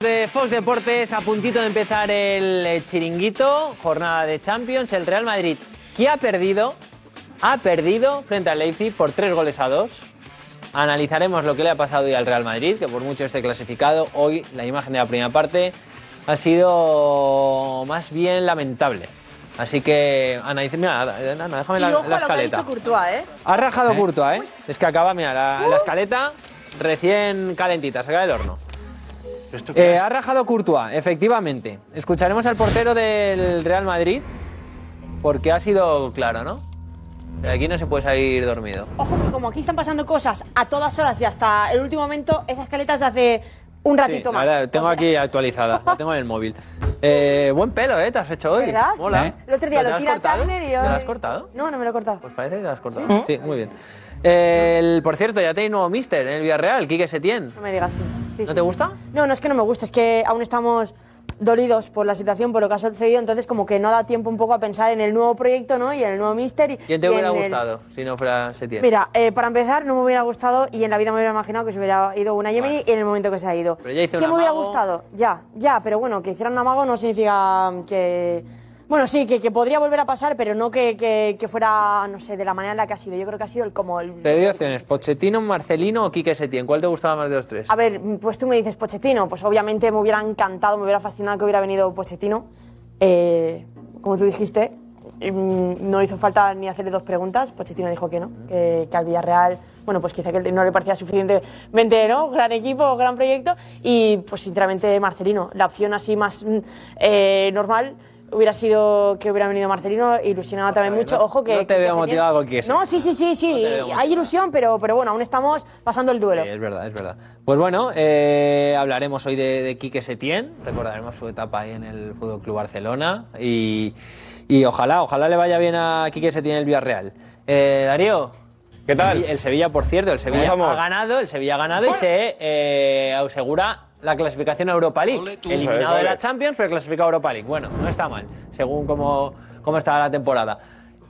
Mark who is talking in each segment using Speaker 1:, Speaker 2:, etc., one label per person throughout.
Speaker 1: de Fox Deportes a puntito de empezar el eh, chiringuito, jornada de Champions, el Real Madrid que ha perdido, ha perdido frente al Leipzig por tres goles a dos. Analizaremos lo que le ha pasado hoy al Real Madrid, que por mucho esté clasificado, hoy la imagen de la primera parte ha sido más bien lamentable. Así que, Ana, dice, mira, Ana, déjame
Speaker 2: Y
Speaker 1: la,
Speaker 2: ojo a
Speaker 1: la
Speaker 2: lo que ha
Speaker 1: escaleta.
Speaker 2: dicho Courtois, ¿eh?
Speaker 1: Ha rajado Courtois, ¿eh? Es que acaba, mira, la, la escaleta recién calentita, saca del horno. Eh, ha rajado Courtois, efectivamente. Escucharemos al portero del Real Madrid, porque ha sido claro, ¿no? De aquí no se puede salir dormido.
Speaker 2: Ojo, porque como aquí están pasando cosas a todas horas y hasta el último momento, esas caletas de hace un ratito
Speaker 1: Sí, la
Speaker 2: más.
Speaker 1: verdad, tengo aquí actualizada, la tengo en el móvil. Eh, buen pelo, ¿eh? Te has hecho hoy.
Speaker 2: ¿Verdad?
Speaker 1: Mola.
Speaker 2: Sí. El otro día
Speaker 1: ¿Te
Speaker 2: lo
Speaker 1: has
Speaker 2: tira
Speaker 1: cortado?
Speaker 2: Turner y
Speaker 1: ¿Te lo has
Speaker 2: hoy-
Speaker 1: cortado?
Speaker 2: No, no me lo he cortado.
Speaker 1: Pues parece que te lo has cortado. Sí, muy bien. Eh, el- por cierto, ya tenéis nuevo mister en el Villarreal, Quique Setién.
Speaker 2: No me digas sí. Sí,
Speaker 1: ¿No
Speaker 2: sí,
Speaker 1: te
Speaker 2: sí.
Speaker 1: gusta?
Speaker 2: No, no es que no me gusta, es que aún estamos dolidos por la situación, por lo que ha sucedido, entonces como que no da tiempo un poco a pensar en el nuevo proyecto, ¿no? Y en el nuevo mister. Y,
Speaker 1: ¿Quién te
Speaker 2: y
Speaker 1: hubiera
Speaker 2: en el-
Speaker 1: gustado si no fuera Setién?
Speaker 2: Mira, eh, para empezar, no me hubiera gustado y en la vida me hubiera imaginado que se hubiera ido una Gemini y en el momento que se ha ido.
Speaker 1: Pero ya hizo un
Speaker 2: ¿Qué me hubiera
Speaker 1: amago.
Speaker 2: gustado? Ya, ya, pero bueno, que hicieran un amago no significa que. Bueno, sí, que, que podría volver a pasar, pero no que, que- que fuera, no sé, de la manera en la que ha sido. Yo creo que ha sido el como. el-
Speaker 1: Te doy opciones, Pochettino, Marcelino o Quique Setién. ¿Cuál te gustaba más de los tres?
Speaker 2: A ver, pues tú me dices Pochettino, pues obviamente me hubiera encantado, me hubiera fascinado que hubiera venido Pochettino. Eh, como tú dijiste, mm, no hizo falta ni hacerle dos preguntas, Pochettino dijo que no,
Speaker 1: Mm.
Speaker 2: que, que al Villarreal, bueno, pues quizá que no le parecía suficientemente, ¿no? Gran equipo, gran proyecto, y pues sinceramente Marcelino, la opción así más mm, eh, normal hubiera sido que hubiera venido Marcelino, ilusionado también
Speaker 1: ver,
Speaker 2: mucho,
Speaker 1: no-
Speaker 2: ojo que...
Speaker 1: no te
Speaker 2: que
Speaker 1: veo
Speaker 2: Setién-
Speaker 1: motivado con Kiese.
Speaker 2: No, sí, sí, sí, sí,
Speaker 1: veo motivado.
Speaker 2: hay ilusión, pero, pero bueno, aún estamos pasando el duelo.
Speaker 1: Sí, es verdad, es verdad. Pues bueno, eh, hablaremos hoy de, de Quique Setién, recordaremos su etapa ahí en el Fútbol Club Barcelona y, y ojalá, ojalá le vaya bien a Quique Setién el Villarreal. Eh, Darío.
Speaker 3: ¿Qué tal?
Speaker 1: El Sevilla, por cierto, el Sevilla
Speaker 3: ¿Cómo
Speaker 1: ha
Speaker 3: estamos?
Speaker 1: ganado, el Sevilla ha ganado y se eh, asegura la clasificación a Europa League. Eliminado de
Speaker 3: Ole.
Speaker 1: la Champions, pero clasificado a Europa League. Bueno, no está mal, según cómo, cómo estaba la temporada.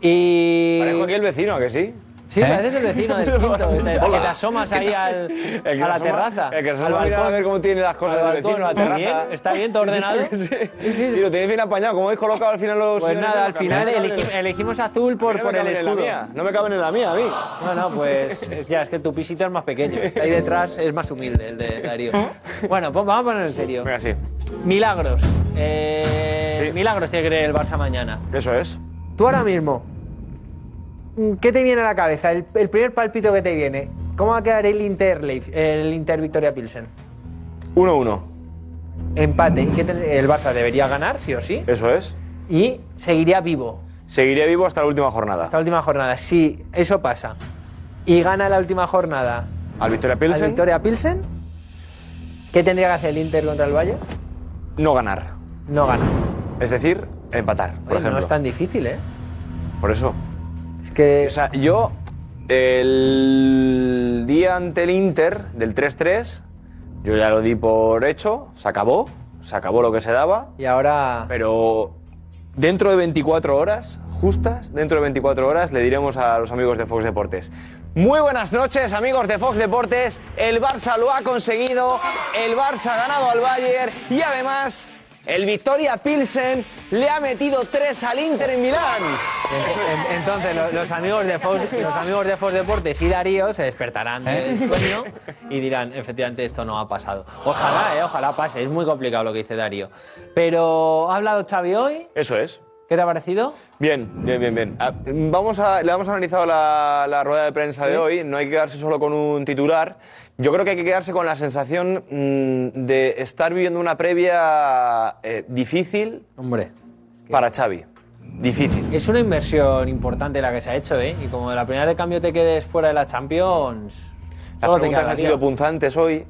Speaker 1: Y...
Speaker 3: Parejo aquí el vecino, que sí.
Speaker 1: Sí, pareces el vecino del quinto, que te, que te asomas ahí al-
Speaker 3: El ¿Eh? que
Speaker 1: a la
Speaker 3: se asoma-
Speaker 1: terraza.
Speaker 3: El que se
Speaker 1: al
Speaker 3: asoma a mirar a
Speaker 1: balcón.
Speaker 3: ver cómo tiene las cosas
Speaker 1: Al
Speaker 3: el vecino, la
Speaker 1: balcón,
Speaker 3: terraza.
Speaker 1: bien, está bien, todo ordenado.
Speaker 3: Sí, sí.
Speaker 1: Sí, sí.
Speaker 3: Y lo tienes bien apañado. ¿Cómo habéis colocado al final los
Speaker 1: Pues
Speaker 3: señores
Speaker 1: nada, al
Speaker 3: esos? Que a mí
Speaker 1: final
Speaker 3: no me
Speaker 1: elegi-
Speaker 3: caben en-
Speaker 1: elegimos azul por,
Speaker 3: no me
Speaker 1: por el
Speaker 3: caben en la
Speaker 1: escudo.
Speaker 3: mía, No me caben en la mía, a mí.
Speaker 1: No, no, pues eh, ya, es que tu pisito es más pequeño. Ahí detrás es más humilde el de Darío. Bueno, pues vamos a poner en serio.
Speaker 3: ¿Eh? Venga, sí.
Speaker 1: Milagros. Eh,
Speaker 3: Sí.
Speaker 1: Milagros tiene que creer el Barça mañana.
Speaker 3: Eso es.
Speaker 4: Tú ahora mismo, mm, ¿qué te viene a la cabeza? El, el primer palpito que te viene. ¿Cómo va a quedar el Inter, Leif- el Inter Victoria Pilsen?
Speaker 3: 1-1.
Speaker 4: Empate. ¿Y qué te- el Barça debería ganar, sí o sí.
Speaker 3: Eso es.
Speaker 4: Y seguiría vivo
Speaker 3: Seguiré vivo hasta la última jornada.
Speaker 4: hasta la última jornada. Si eso pasa y gana la última jornada
Speaker 3: Al Victoria
Speaker 4: al
Speaker 3: Pilsen,
Speaker 4: Victoria Pilsen, ¿qué tendría que hacer el Inter contra el Bayern?
Speaker 3: no ganar.
Speaker 4: No gana.
Speaker 3: Es decir, empatar, por
Speaker 4: Oye,
Speaker 3: ejemplo.
Speaker 4: no es tan difícil, ¿eh?
Speaker 3: Por eso.
Speaker 4: Es que
Speaker 3: O sea, yo el día ante el Inter del 3-3, yo ya lo di por hecho, se acabó, se acabó lo que se daba,
Speaker 4: y ahora
Speaker 3: pero dentro de 24 horas, justas, dentro de 24 horas le diremos a los amigos de Fox Deportes. Muy buenas noches, amigos de Fox Deportes. El Barça lo ha conseguido, el Barça ha ganado al Bayern y además el Victoria Pilsen le ha metido 3 al Inter en Milán.
Speaker 1: En- Entonces, lo- los amigos de Fox, los amigos de Fox Deportes y Darío se despertarán del
Speaker 3: ¿Eh?
Speaker 1: sueño y dirán, efectivamente, esto no ha pasado. Ojalá, eh, ojalá pase. Es muy complicado lo que dice Darío. Pero ha hablado Xavi hoy.
Speaker 3: Eso es.
Speaker 1: ¿Qué te ha parecido?
Speaker 3: Bien, bien, bien, bien. Ah, Vamos a, le hemos analizado la, la rueda de prensa de hoy. No hay que quedarse solo con un titular. Yo creo que hay que quedarse con la sensación mm, de estar viviendo una previa eh, difícil
Speaker 1: Hombre.
Speaker 3: para Xavi. Difícil.
Speaker 1: Es una inversión importante la que se ha hecho, ¿eh? Y como de la primera de cambio te quedes fuera de la Champions.
Speaker 3: Las
Speaker 1: solo te
Speaker 3: preguntas han
Speaker 1: quedaría.
Speaker 3: sido punzantes hoy.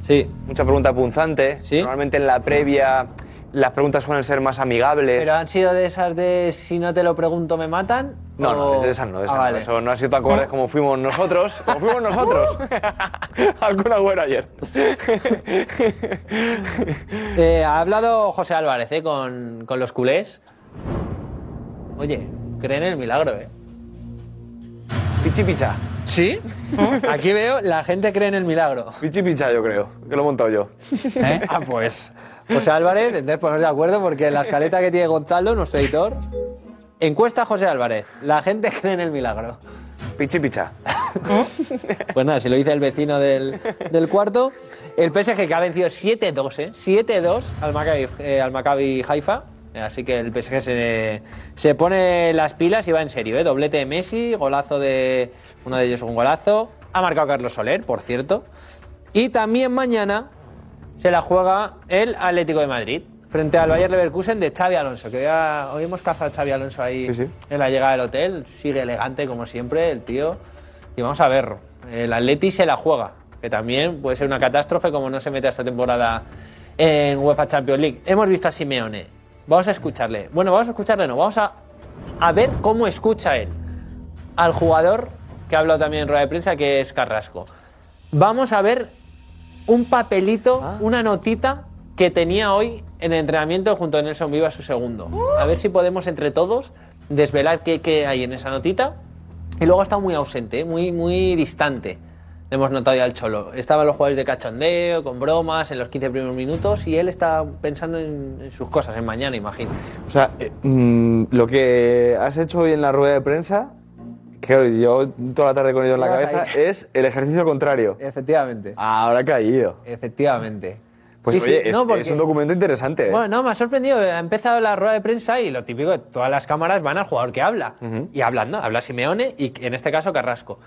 Speaker 1: Sí.
Speaker 3: Mucha pregunta punzante.
Speaker 1: Sí.
Speaker 3: Normalmente en la previa las preguntas suelen ser más amigables.
Speaker 1: Pero han sido de esas de si no te lo pregunto me matan.
Speaker 3: No,
Speaker 1: o-
Speaker 3: no, de esas no, de esas
Speaker 1: Ah,
Speaker 3: no.
Speaker 1: vale.
Speaker 3: Eso no ha sido tan cobardes como fuimos nosotros. Como fuimos nosotros.
Speaker 1: Uh.
Speaker 3: Alguna buena ayer.
Speaker 1: Eh, ha hablado José Álvarez eh, con, con los culés. Oye, creen en el milagro, ¿eh?
Speaker 3: Pichi picha.
Speaker 1: ¿Sí? Aquí veo, la gente cree en el milagro.
Speaker 3: Pichi picha, yo creo. Que lo he montado yo.
Speaker 1: ¿Eh? Ah, pues. José Álvarez, entonces ponernos de acuerdo porque la escaleta que tiene Gonzalo, nuestro editor. Encuesta a José Álvarez. La gente cree en el milagro.
Speaker 3: Pichi picha.
Speaker 1: Pues nada, si lo dice el vecino del, del cuarto. El PSG que ha vencido 7-2, ¿eh? 7-2 al, Maccabi- eh, al Maccabi Haifa. Así que el PSG se, se pone las pilas y va en serio, ¿eh? Doblete de Messi, golazo de. Uno de ellos un golazo. Ha marcado Carlos Soler, por cierto. Y también mañana se la juega el Atlético de Madrid frente al Bayer Leverkusen de Xavi Alonso, que ya, hoy hemos cazado a Xavi Alonso ahí en la llegada del hotel, sigue elegante como siempre el tío. Y vamos a ver, el Atleti se la juega, que también puede ser una catástrofe como no se mete esta temporada en UEFA Champions League. Hemos visto a Simeone, vamos a escucharle. Bueno, vamos a escucharle, no, vamos a, a ver cómo escucha él al jugador que ha hablado también en rueda de prensa, que es Carrasco. Vamos a ver un papelito, una notita que tenía hoy en el entrenamiento junto a Nelson Viva su segundo. A ver si podemos entre todos desvelar qué, qué hay en esa notita. Y luego ha estado muy ausente, ¿eh? muy, muy distante. Le hemos notado ya al Cholo. Estaban los jugadores de cachondeo, con bromas, en los 15 primeros minutos, y él está pensando en, en sus cosas, en mañana, imagino.
Speaker 3: O sea, eh, mm, lo que has hecho hoy en la rueda de prensa, que yo toda la tarde con ello en la
Speaker 1: Llevas ahí.
Speaker 3: cabeza, es el ejercicio contrario.
Speaker 1: Efectivamente,
Speaker 3: Ahora ha caído.
Speaker 1: efectivamente.
Speaker 3: Pues
Speaker 1: Sí, sí,
Speaker 3: oye, es,
Speaker 1: no, porque-
Speaker 3: es un documento interesante. ¿eh?
Speaker 1: Bueno, no, me ha sorprendido. Ha empezado la rueda de prensa y lo típico, todas las cámaras van al jugador que habla. Y hablando, habla Simeone y en este caso Carrasco.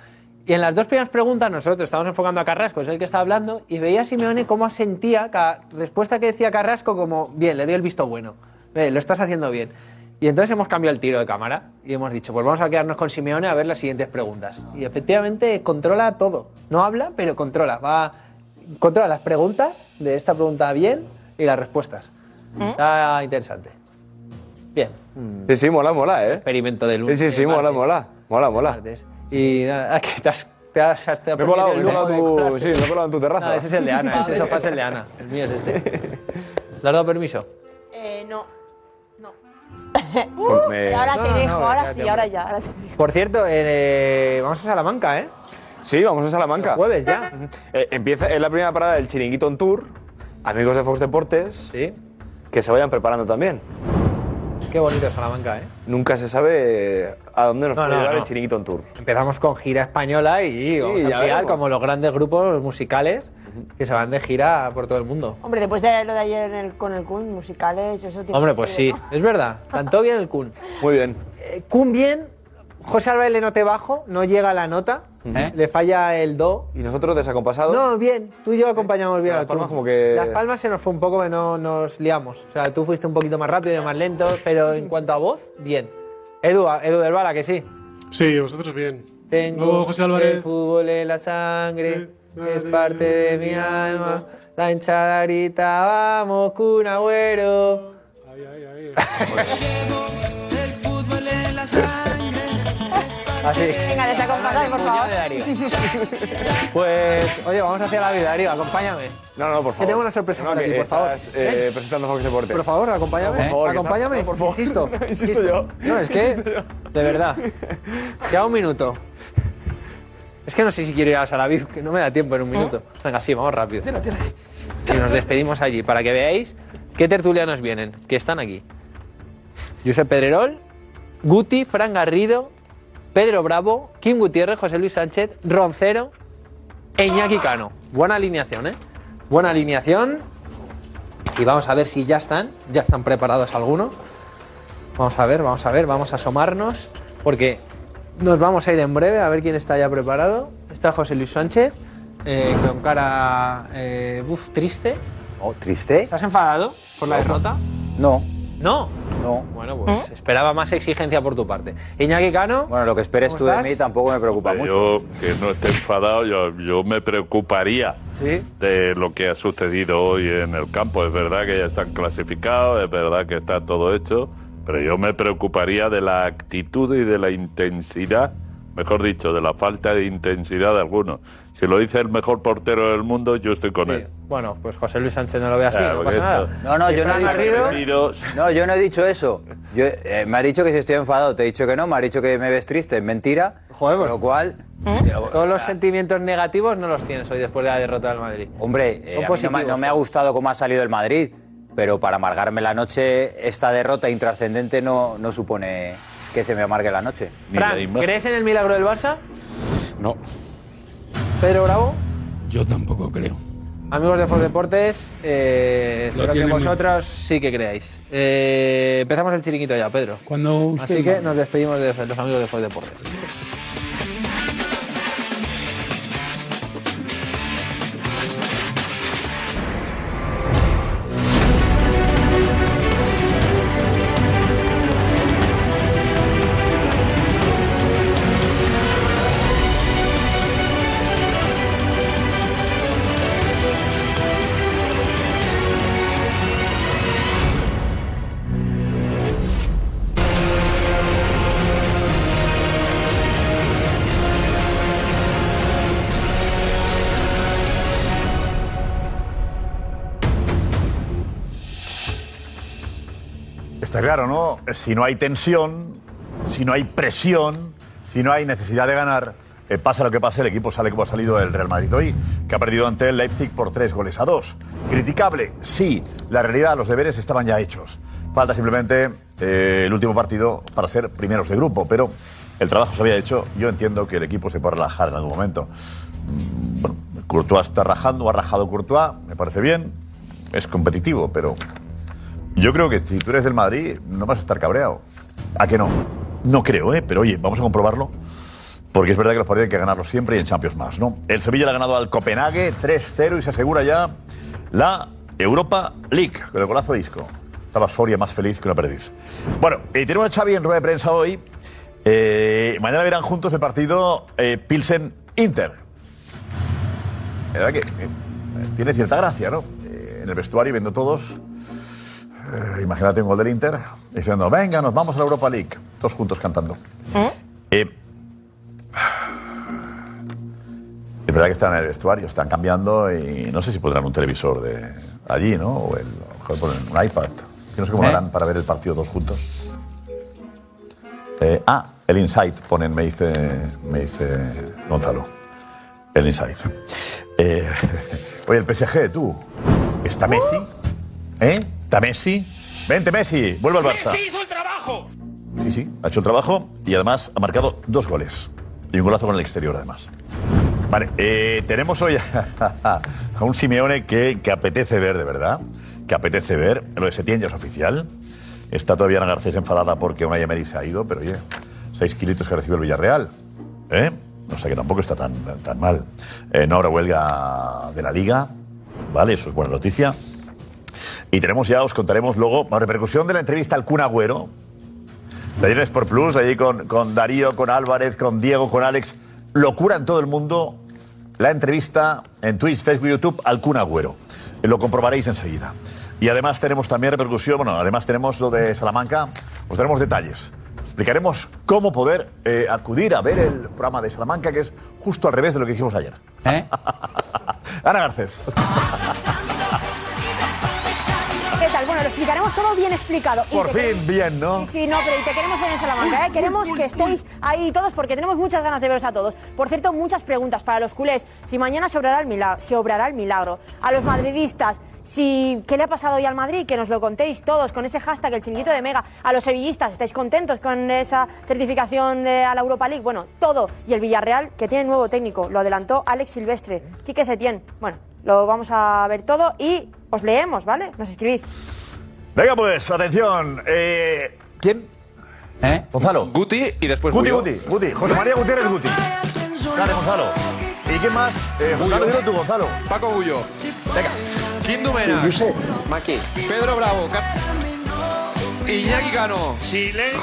Speaker 1: Y en las dos primeras preguntas nosotros estamos enfocando a Carrasco, es el que está hablando, y veía a Simeone cómo asentía cada respuesta que decía Carrasco como, bien, le doy el visto bueno, Ve, lo estás haciendo bien. Y entonces hemos cambiado el tiro de cámara y hemos dicho, pues vamos a quedarnos con Simeone a ver las siguientes preguntas. Y efectivamente controla todo. No habla, pero controla. Va, controla las preguntas de esta pregunta bien y las respuestas. Está Ah, interesante. Bien.
Speaker 3: Sí, sí, mola, mola, ¿eh?
Speaker 1: Experimento de
Speaker 3: Sí,
Speaker 1: lunes.
Speaker 3: sí, sí,
Speaker 1: de
Speaker 3: mola,
Speaker 1: martes,
Speaker 3: mola. Mola, mola.
Speaker 1: martes. Y nada, que te has, te has, has- te has
Speaker 3: Me he
Speaker 1: permitido
Speaker 3: colado,
Speaker 1: el
Speaker 3: me he
Speaker 1: lujo de
Speaker 3: colado en tu-
Speaker 1: colarte.
Speaker 3: sí, me he colado en tu terraza.
Speaker 1: No, ese es el de Ana, ese sofá es el de Ana. El mío es este. ¿Le has dado permiso?
Speaker 2: Eh, no.
Speaker 3: Pues me-
Speaker 2: Y ahora
Speaker 1: No,
Speaker 2: te
Speaker 1: no, no,
Speaker 2: dejo, ahora
Speaker 1: espérate,
Speaker 2: sí, ahora ya. ahora te dejo.
Speaker 1: Por cierto, eh, vamos a Salamanca, ¿eh?
Speaker 3: Sí, vamos a Salamanca.
Speaker 1: Jueves ya.
Speaker 3: Eh, empieza, es la primera parada del Chiringuito on Tour. Amigos de Fox Deportes,
Speaker 1: Sí.
Speaker 3: que se vayan preparando también.
Speaker 1: Qué bonito Salamanca, ¿eh?
Speaker 3: Nunca se sabe eh, a dónde nos
Speaker 1: No,
Speaker 3: puede
Speaker 1: no,
Speaker 3: llevar
Speaker 1: no.
Speaker 3: el pues Chiringuito on Tour.
Speaker 1: Empezamos con gira española y vamos
Speaker 3: Sí,
Speaker 1: a
Speaker 3: ya
Speaker 1: ampliar
Speaker 3: veremos.
Speaker 1: como los grandes grupos musicales que se van de gira por todo el mundo.
Speaker 2: Hombre, después de lo de ayer en el- con el Kun, musicales, eso tiene
Speaker 1: Hombre,
Speaker 2: que
Speaker 1: pues
Speaker 2: ver,
Speaker 1: sí,
Speaker 2: ¿no?
Speaker 1: es verdad. Cantó bien el Kun.
Speaker 3: Muy bien.
Speaker 1: Eh, Kun bien, José Álvarez le noté bajo, no llega a la nota, le falla el do.
Speaker 3: ¿Y nosotros desacompasados?
Speaker 1: No, bien, tú y yo acompañamos bien
Speaker 3: Las
Speaker 1: al
Speaker 3: Palmas
Speaker 1: Kun.
Speaker 3: como que-
Speaker 1: Las palmas se nos fue un poco, que no nos liamos. O sea, tú fuiste un poquito más rápido y más lento, pero en cuanto a voz, bien. Edu, Edu del Bala, que sí.
Speaker 5: Sí, vosotros bien.
Speaker 1: Tengo
Speaker 5: Luego, José
Speaker 1: el
Speaker 5: Álvarez.
Speaker 1: fútbol en la sangre,
Speaker 5: Sí,
Speaker 1: es
Speaker 5: sí,
Speaker 1: parte de
Speaker 5: sí,
Speaker 1: mi
Speaker 5: sí,
Speaker 1: alma. La hinchada grita, vamos, Kun Agüero.
Speaker 5: Ahí, ahí, ahí.
Speaker 1: Así.
Speaker 2: Venga, desacompasar, por favor.
Speaker 1: Pues, oye, vamos hacia la vida, Darío, acompáñame.
Speaker 3: No, no, por favor.
Speaker 1: tengo una sorpresa
Speaker 3: No,
Speaker 1: para
Speaker 3: que
Speaker 1: ti, por favor.
Speaker 3: estás, eh, presentando Fox Deportes.
Speaker 1: Por favor, acompáñame.
Speaker 3: Por favor, que está-
Speaker 1: acompáñame,
Speaker 3: no, por favor.
Speaker 1: Insisto.
Speaker 3: Insisto yo.
Speaker 1: No, es que, de verdad, queda un minuto. Es que no sé si quiero ir a Salaviv, que no me da tiempo en un minuto.
Speaker 3: ¿Eh?
Speaker 1: Venga, sí, vamos rápido. Y nos despedimos allí para que veáis qué tertulianos vienen, que están aquí. Josep Pedrerol, Guti, Fran Garrido, Pedro Bravo, Kim Gutiérrez, José Luis Sánchez, Roncero e Iñaki Cano. Buena alineación, ¿eh? Buena alineación. Y vamos a ver si ya están, ya están preparados algunos. Vamos a ver, vamos a ver, vamos a asomarnos, porque nos vamos a ir en breve a ver quién está ya preparado. Está José Luis Sánchez, eh, con cara eh, buf, triste.
Speaker 6: Oh, triste.
Speaker 1: ¿Estás enfadado por la derrota?
Speaker 6: No,
Speaker 1: No.
Speaker 6: no.
Speaker 1: Bueno, pues esperaba más exigencia por tu parte. Iñaki Cano,
Speaker 6: Bueno, lo que esperes
Speaker 1: ¿Cómo
Speaker 6: tú de
Speaker 1: estás?
Speaker 6: mí tampoco me preocupa mucho.
Speaker 7: Yo, que no esté enfadado, yo, yo me preocuparía
Speaker 1: sí.
Speaker 7: de lo que ha sucedido hoy en el campo. Es verdad que ya están clasificados, es verdad que está todo hecho, pero yo me preocuparía de la actitud y de la intensidad mejor dicho, de la falta de intensidad de algunos. Si lo dice el mejor portero del mundo, yo estoy con él.
Speaker 4: Bueno, pues José Luis Sánchez no lo ve así,
Speaker 7: Claro,
Speaker 4: no
Speaker 7: porque
Speaker 4: pasa nada.
Speaker 7: esto-
Speaker 6: No, no, yo no he dicho
Speaker 7: Garrido-
Speaker 6: No, yo no he dicho eso. Yo, eh, me ha dicho que si estoy enfadado, te he dicho que no, me ha dicho que me ves triste, es mentira.
Speaker 4: Joder, pues-
Speaker 6: Lo cual,
Speaker 4: Todos los sentimientos negativos no los tienes hoy después de la derrota del Madrid.
Speaker 6: hombre, eh,
Speaker 4: Son
Speaker 6: a mí no, me,
Speaker 4: positivos,
Speaker 6: no me ha
Speaker 4: ¿no?
Speaker 6: gustado cómo ha salido el Madrid, pero para amargarme la noche, esta derrota intrascendente no, no supone que se me amargue la noche.
Speaker 7: Ni la
Speaker 4: Fran,
Speaker 7: imagen.
Speaker 4: ¿crees en el milagro del Barça?
Speaker 8: No,
Speaker 4: Pedro Bravo,
Speaker 8: yo tampoco creo.
Speaker 4: amigos de Fox Deportes, eh,
Speaker 8: Lo
Speaker 4: espero que
Speaker 8: tiene muy
Speaker 4: vosotros sí que creáis. Eh, empezamos el chiringuito ya, Pedro.
Speaker 8: Cuando usted
Speaker 4: Así que
Speaker 8: mande.
Speaker 4: nos despedimos de los amigos de Fox Deportes.
Speaker 9: Está claro, ¿no? Si no hay tensión, si no hay presión, si no hay necesidad de ganar, eh, pasa lo que pase, el equipo sale como ha salido el Real Madrid hoy, que ha perdido ante el Leipzig por tres goles a dos. Criticable, sí. La realidad, los deberes estaban ya hechos. Falta simplemente eh, el último partido para ser primeros de grupo, pero el trabajo se había hecho. Yo entiendo que el equipo se puede relajar en algún momento. Mm, Bueno, Courtois está rajando, ha rajado Courtois, me parece bien. Es competitivo, pero yo creo que si tú eres del Madrid, no vas a estar cabreado. ¿A que no? No creo, ¿eh? Pero oye, vamos a comprobarlo. Porque es verdad que los partidos hay que ganarlos siempre y en Champions más, ¿no? El Sevilla le ha ganado al Copenhague 3-0 y se asegura ya la Europa League con el golazo de disco. Estaba Soria más feliz que una perdiz. Bueno, y tenemos a Xavi en rueda de prensa hoy. Eh, mañana verán juntos el partido eh, Pilsen-Inter. La verdad que eh, tiene cierta gracia, ¿no? Eh, en el vestuario viendo todos eh, imagínate un gol del Inter diciendo, venga, nos vamos a la Europa League. Todos juntos cantando. Eh, es verdad que están en el vestuario, están cambiando y no sé si pondrán un televisor de allí, ¿no? O el, a lo mejor ponen un iPad. Yo no sé cómo
Speaker 6: ¿Eh?
Speaker 9: harán para ver el partido todos juntos. Eh, ah, el Insight ponen, me dice, me dice Gonzalo. El Insight. Eh, oye, el PSG, tú. ¿Está Messi? ¿Eh? ¿Está Messi? Vente, Messi, vuelve al Barça.
Speaker 10: hizo el trabajo!
Speaker 9: Sí, sí, ha hecho el trabajo y además ha marcado dos goles. Y un golazo con el exterior, además. Vale, eh, tenemos hoy a, a un Simeone que, que apetece ver, de verdad. Que apetece ver. Lo de Setién ya es oficial. Está todavía Ana Garcés enfadada porque Unai Emery se ha ido, pero oye, seis kilitos que recibe el Villarreal. ¿Eh? O sea que tampoco está tan, tan mal. Eh, no habrá huelga de la Liga. Vale, eso es buena noticia. Y tenemos ya, os contaremos luego, la repercusión de la entrevista al Kun Agüero, de ayer en Sport Plus, allí con, con Darío, con Álvarez, con Diego, con Alex. Locura en todo el mundo. La entrevista en Twitch, Facebook, YouTube al Kun Agüero. Eh, Lo comprobaréis enseguida. Y además tenemos también repercusión, bueno, además tenemos lo de Salamanca. Os tenemos detalles. Explicaremos cómo poder eh, acudir a ver el programa de Salamanca, que es justo al revés de lo que hicimos ayer.
Speaker 6: ¿Eh?
Speaker 9: Ana Garcés.
Speaker 2: ¿Qué tal? Bueno, lo explicaremos todo bien explicado. Y
Speaker 9: Por
Speaker 2: te
Speaker 9: fin, bien, ¿no?
Speaker 2: Sí, sí, no, pero y te queremos ver en Salamanca, ¿eh? Queremos que estéis ahí todos porque tenemos muchas ganas de veros a todos. Por cierto, muchas preguntas para los culés. Si mañana se obrará el milagro, se obrará el milagro. A los madridistas, si, ¿qué le ha pasado hoy al Madrid? Que nos lo contéis todos con ese hashtag, el chinguito de Mega. A los sevillistas, ¿estáis contentos con esa certificación de- a la Europa League? Bueno, todo. Y el Villarreal, que tiene nuevo técnico, lo adelantó Alex Silvestre. Quique Setién. Bueno, lo vamos a ver todo y os leemos, ¿vale? Nos escribís.
Speaker 9: Venga, pues, atención. Eh, ¿Quién?
Speaker 6: ¿Eh?
Speaker 9: Gonzalo.
Speaker 11: Guti y después
Speaker 9: Guti,
Speaker 11: Guyo.
Speaker 9: Guti, Guti. José María Gutiérrez Guti. Dale, Gonzalo. ¿Y quién más? Eh, Gonzalo, dilo tú, Gonzalo.
Speaker 11: Paco Gullo.
Speaker 9: Venga.
Speaker 11: Kim Dumena.
Speaker 10: Maki.
Speaker 11: Pedro Bravo. Car- Iñaki Cano.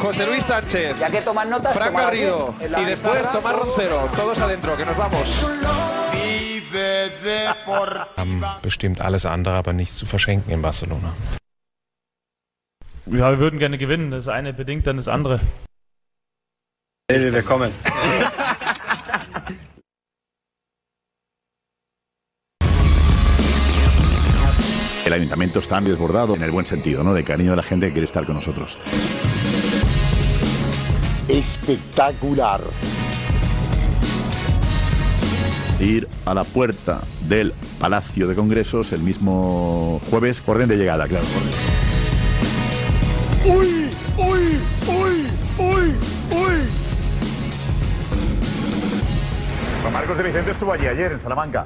Speaker 11: José Luis Sánchez.
Speaker 6: Ya que tomas notas,
Speaker 11: Fran
Speaker 6: tómalas bien.
Speaker 11: Garrido.
Speaker 6: En la
Speaker 11: Y después
Speaker 6: pizarra,
Speaker 11: Tomás
Speaker 6: todo.
Speaker 11: Roncero. Todos adentro, que nos vamos.
Speaker 8: Bestimmt alles andere, aber nichts zu verschenken in Barcelona.
Speaker 12: Ja, wir würden gerne gewinnen. Das eine bedingt dann das andere.
Speaker 11: Hey, willkommen.
Speaker 13: el ayuntamiento está desbordado en el buen sentido, ¿no? De cariño de la gente que quiere estar con nosotros.
Speaker 14: Espectacular.
Speaker 13: ir a la puerta del Palacio de Congresos el mismo jueves, orden de llegada, claro.
Speaker 14: Uy, uy, uy, uy, uy.
Speaker 9: Juan Marcos de Vicente estuvo allí ayer en Salamanca.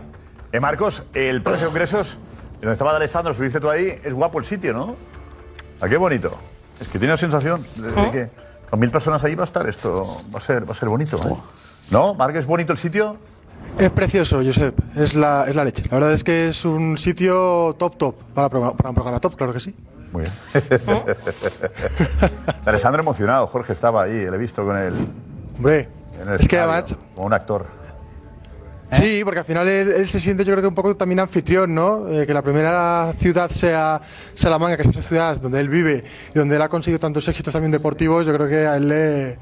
Speaker 9: Eh, Marcos, el Palacio de Congresos, donde estaba Alessandro, subiste tú ahí, es guapo el sitio, ¿no? Ah, qué bonito. Es que tiene la sensación de, de que con mil personas ahí va a estar esto, va a ser, va a ser bonito. ¿eh? ¿No, Marcos, es bonito el sitio?
Speaker 5: Es precioso, Josep. Es la, es la leche. La verdad es que es un sitio top, top. Para, pro- para un programa top, claro que sí.
Speaker 9: Muy bien. Alessandro emocionado, Jorge estaba ahí, le he visto con él.
Speaker 5: Hombre, es que además-
Speaker 9: Como un actor. ¿Eh?
Speaker 5: Sí, porque al final él, él se siente yo creo que un poco también anfitrión, ¿no? Eh, que la primera ciudad sea Salamanca, que sea esa ciudad donde él vive y donde él ha conseguido tantos éxitos también deportivos, yo creo que a él le,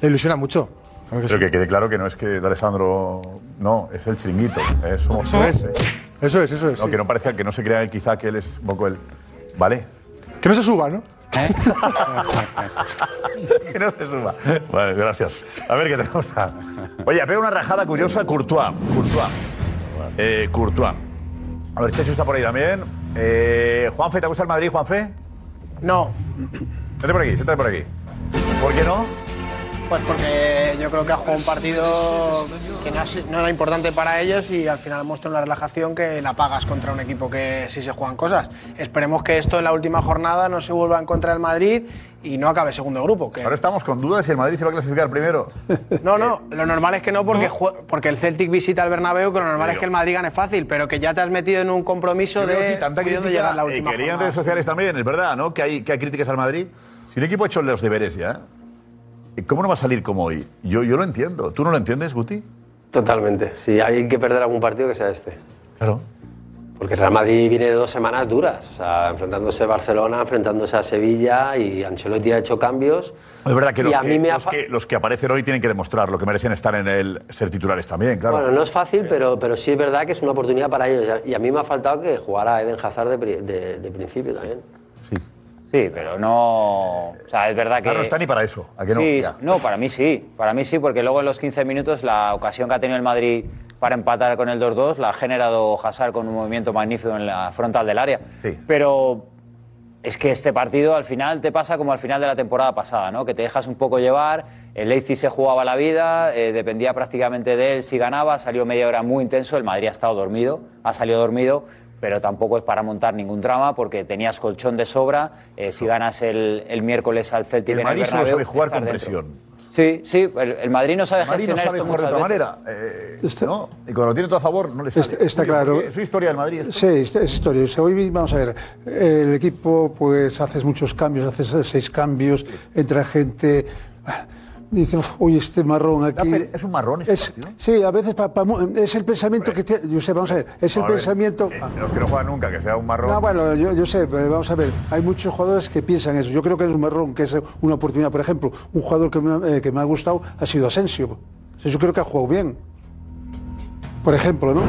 Speaker 5: le ilusiona mucho.
Speaker 9: Pero que quede claro que no es que Alessandro. No, es el chiringuito. ¿eh? Somos
Speaker 5: Eso es. Eso es, eso es.
Speaker 9: No, que no parezca que no se crea él, quizá que él es un poco el. ¿Vale?
Speaker 5: Que no se suba, ¿no?
Speaker 9: que no se suba. Vale, gracias. A ver qué tenemos. a- Oye, pega una rajada curiosa, Courtois. Courtois. Eh, Courtois. A ver, Chechu está por ahí también. Eh, Juanfe, ¿te gusta el Madrid, Juanfe?
Speaker 15: No.
Speaker 9: Vete por aquí, siéntate por aquí. ¿Por qué no?
Speaker 15: Pues porque yo creo que ha jugado un partido que no, ha si- no era importante para ellos y al final muestra una relajación que la pagas contra un equipo que sí se juegan cosas. Esperemos que esto en la última jornada no se vuelva en contra del Madrid y no acabe segundo grupo. Que
Speaker 9: Ahora estamos con dudas si el Madrid se va a clasificar primero.
Speaker 15: No, no, lo normal es que no, porque, jue- porque el Celtic visita al Bernabéu, que lo normal es que el Madrid gane fácil, pero que ya te has metido en un compromiso
Speaker 9: Yo creo que
Speaker 15: de
Speaker 9: aquí tanta
Speaker 15: pudiendo
Speaker 9: crítica
Speaker 15: llegar a la
Speaker 9: eh,
Speaker 15: última
Speaker 9: que leí en
Speaker 15: jornada.
Speaker 9: redes sociales también, es verdad, ¿no? Que hay, que hay críticas al Madrid. Si un equipo ha hecho los deberes ya, ¿cómo no va a salir como hoy? Yo, yo lo entiendo. ¿Tú no lo entiendes, Guti?
Speaker 16: Totalmente. Si hay que perder algún partido, que sea este.
Speaker 9: Claro.
Speaker 16: Porque el Real Madrid viene de dos semanas duras. O sea, enfrentándose a Barcelona, enfrentándose a Sevilla y Ancelotti ha hecho cambios.
Speaker 9: Es verdad que
Speaker 16: Y
Speaker 9: los,
Speaker 16: a
Speaker 9: que,
Speaker 16: mí me ha
Speaker 9: los
Speaker 16: fa-
Speaker 9: que- los que aparecen hoy tienen que demostrar lo que merecen estar en el ser titulares también, claro.
Speaker 16: Bueno, no es fácil, pero, pero sí es verdad que es una oportunidad para ellos. Y a- Y a mí me ha faltado que jugara Eden Hazard de, pri- de- de principio también.
Speaker 6: Sí, pero no. O sea, es verdad que.
Speaker 16: Claro, no está ni
Speaker 9: para eso. ¿A
Speaker 16: que no?
Speaker 6: Sí,
Speaker 16: Ya.
Speaker 6: no, para mí sí. Para mí sí, porque luego en los 15 minutos la ocasión que ha tenido el Madrid para empatar con el 2-2 la ha generado Hazard con un movimiento magnífico en la frontal del área. Pero es que este partido al final te pasa como al final de la temporada pasada, ¿no? Que te dejas un poco llevar. El Leipzig se jugaba la vida, eh, dependía prácticamente de él si ganaba. Salió media hora muy intenso. El Madrid ha estado dormido, ha salido dormido, pero tampoco es para montar ningún drama porque tenías colchón de sobra. Eh, si ganas el, el miércoles al Celtic en
Speaker 9: el
Speaker 6: el
Speaker 9: Madrid solo
Speaker 6: Bernabéu,
Speaker 9: sabe jugar
Speaker 6: estar
Speaker 9: con
Speaker 6: dentro.
Speaker 9: presión.
Speaker 6: Sí, sí, el, el Madrid no sabe
Speaker 9: El Madrid no
Speaker 6: gestionar
Speaker 9: sabe
Speaker 6: esto
Speaker 9: jugar de otra
Speaker 6: muchas
Speaker 9: manera. eh, ¿no? Y cuando lo tiene todo a favor, no le sale.
Speaker 17: Está
Speaker 9: Tío,
Speaker 17: claro.
Speaker 9: porque Su historia del Madrid. esto.
Speaker 17: Sí, es, es historia. O sea, hoy vamos a ver, eh, el equipo pues haces muchos cambios, haces seis cambios, entra gente, ah, dice, "Uf, uy, este marrón aquí.
Speaker 9: pero es un marrón este
Speaker 17: Es- Sí, a veces pa- pa- mu- es el pensamiento que tiene, yo sé, vamos a ver, es el
Speaker 9: A ver,
Speaker 17: pensamiento...
Speaker 9: eh, Los que no juegan nunca, que sea un marrón.
Speaker 17: No, bueno, yo, yo sé, eh, vamos a ver, hay muchos jugadores que piensan eso. Yo creo que es un marrón, que es una oportunidad. Por ejemplo, un jugador que me, eh, que me ha gustado ha sido Asensio. O sea, Yo creo que ha jugado bien, por ejemplo, ¿no?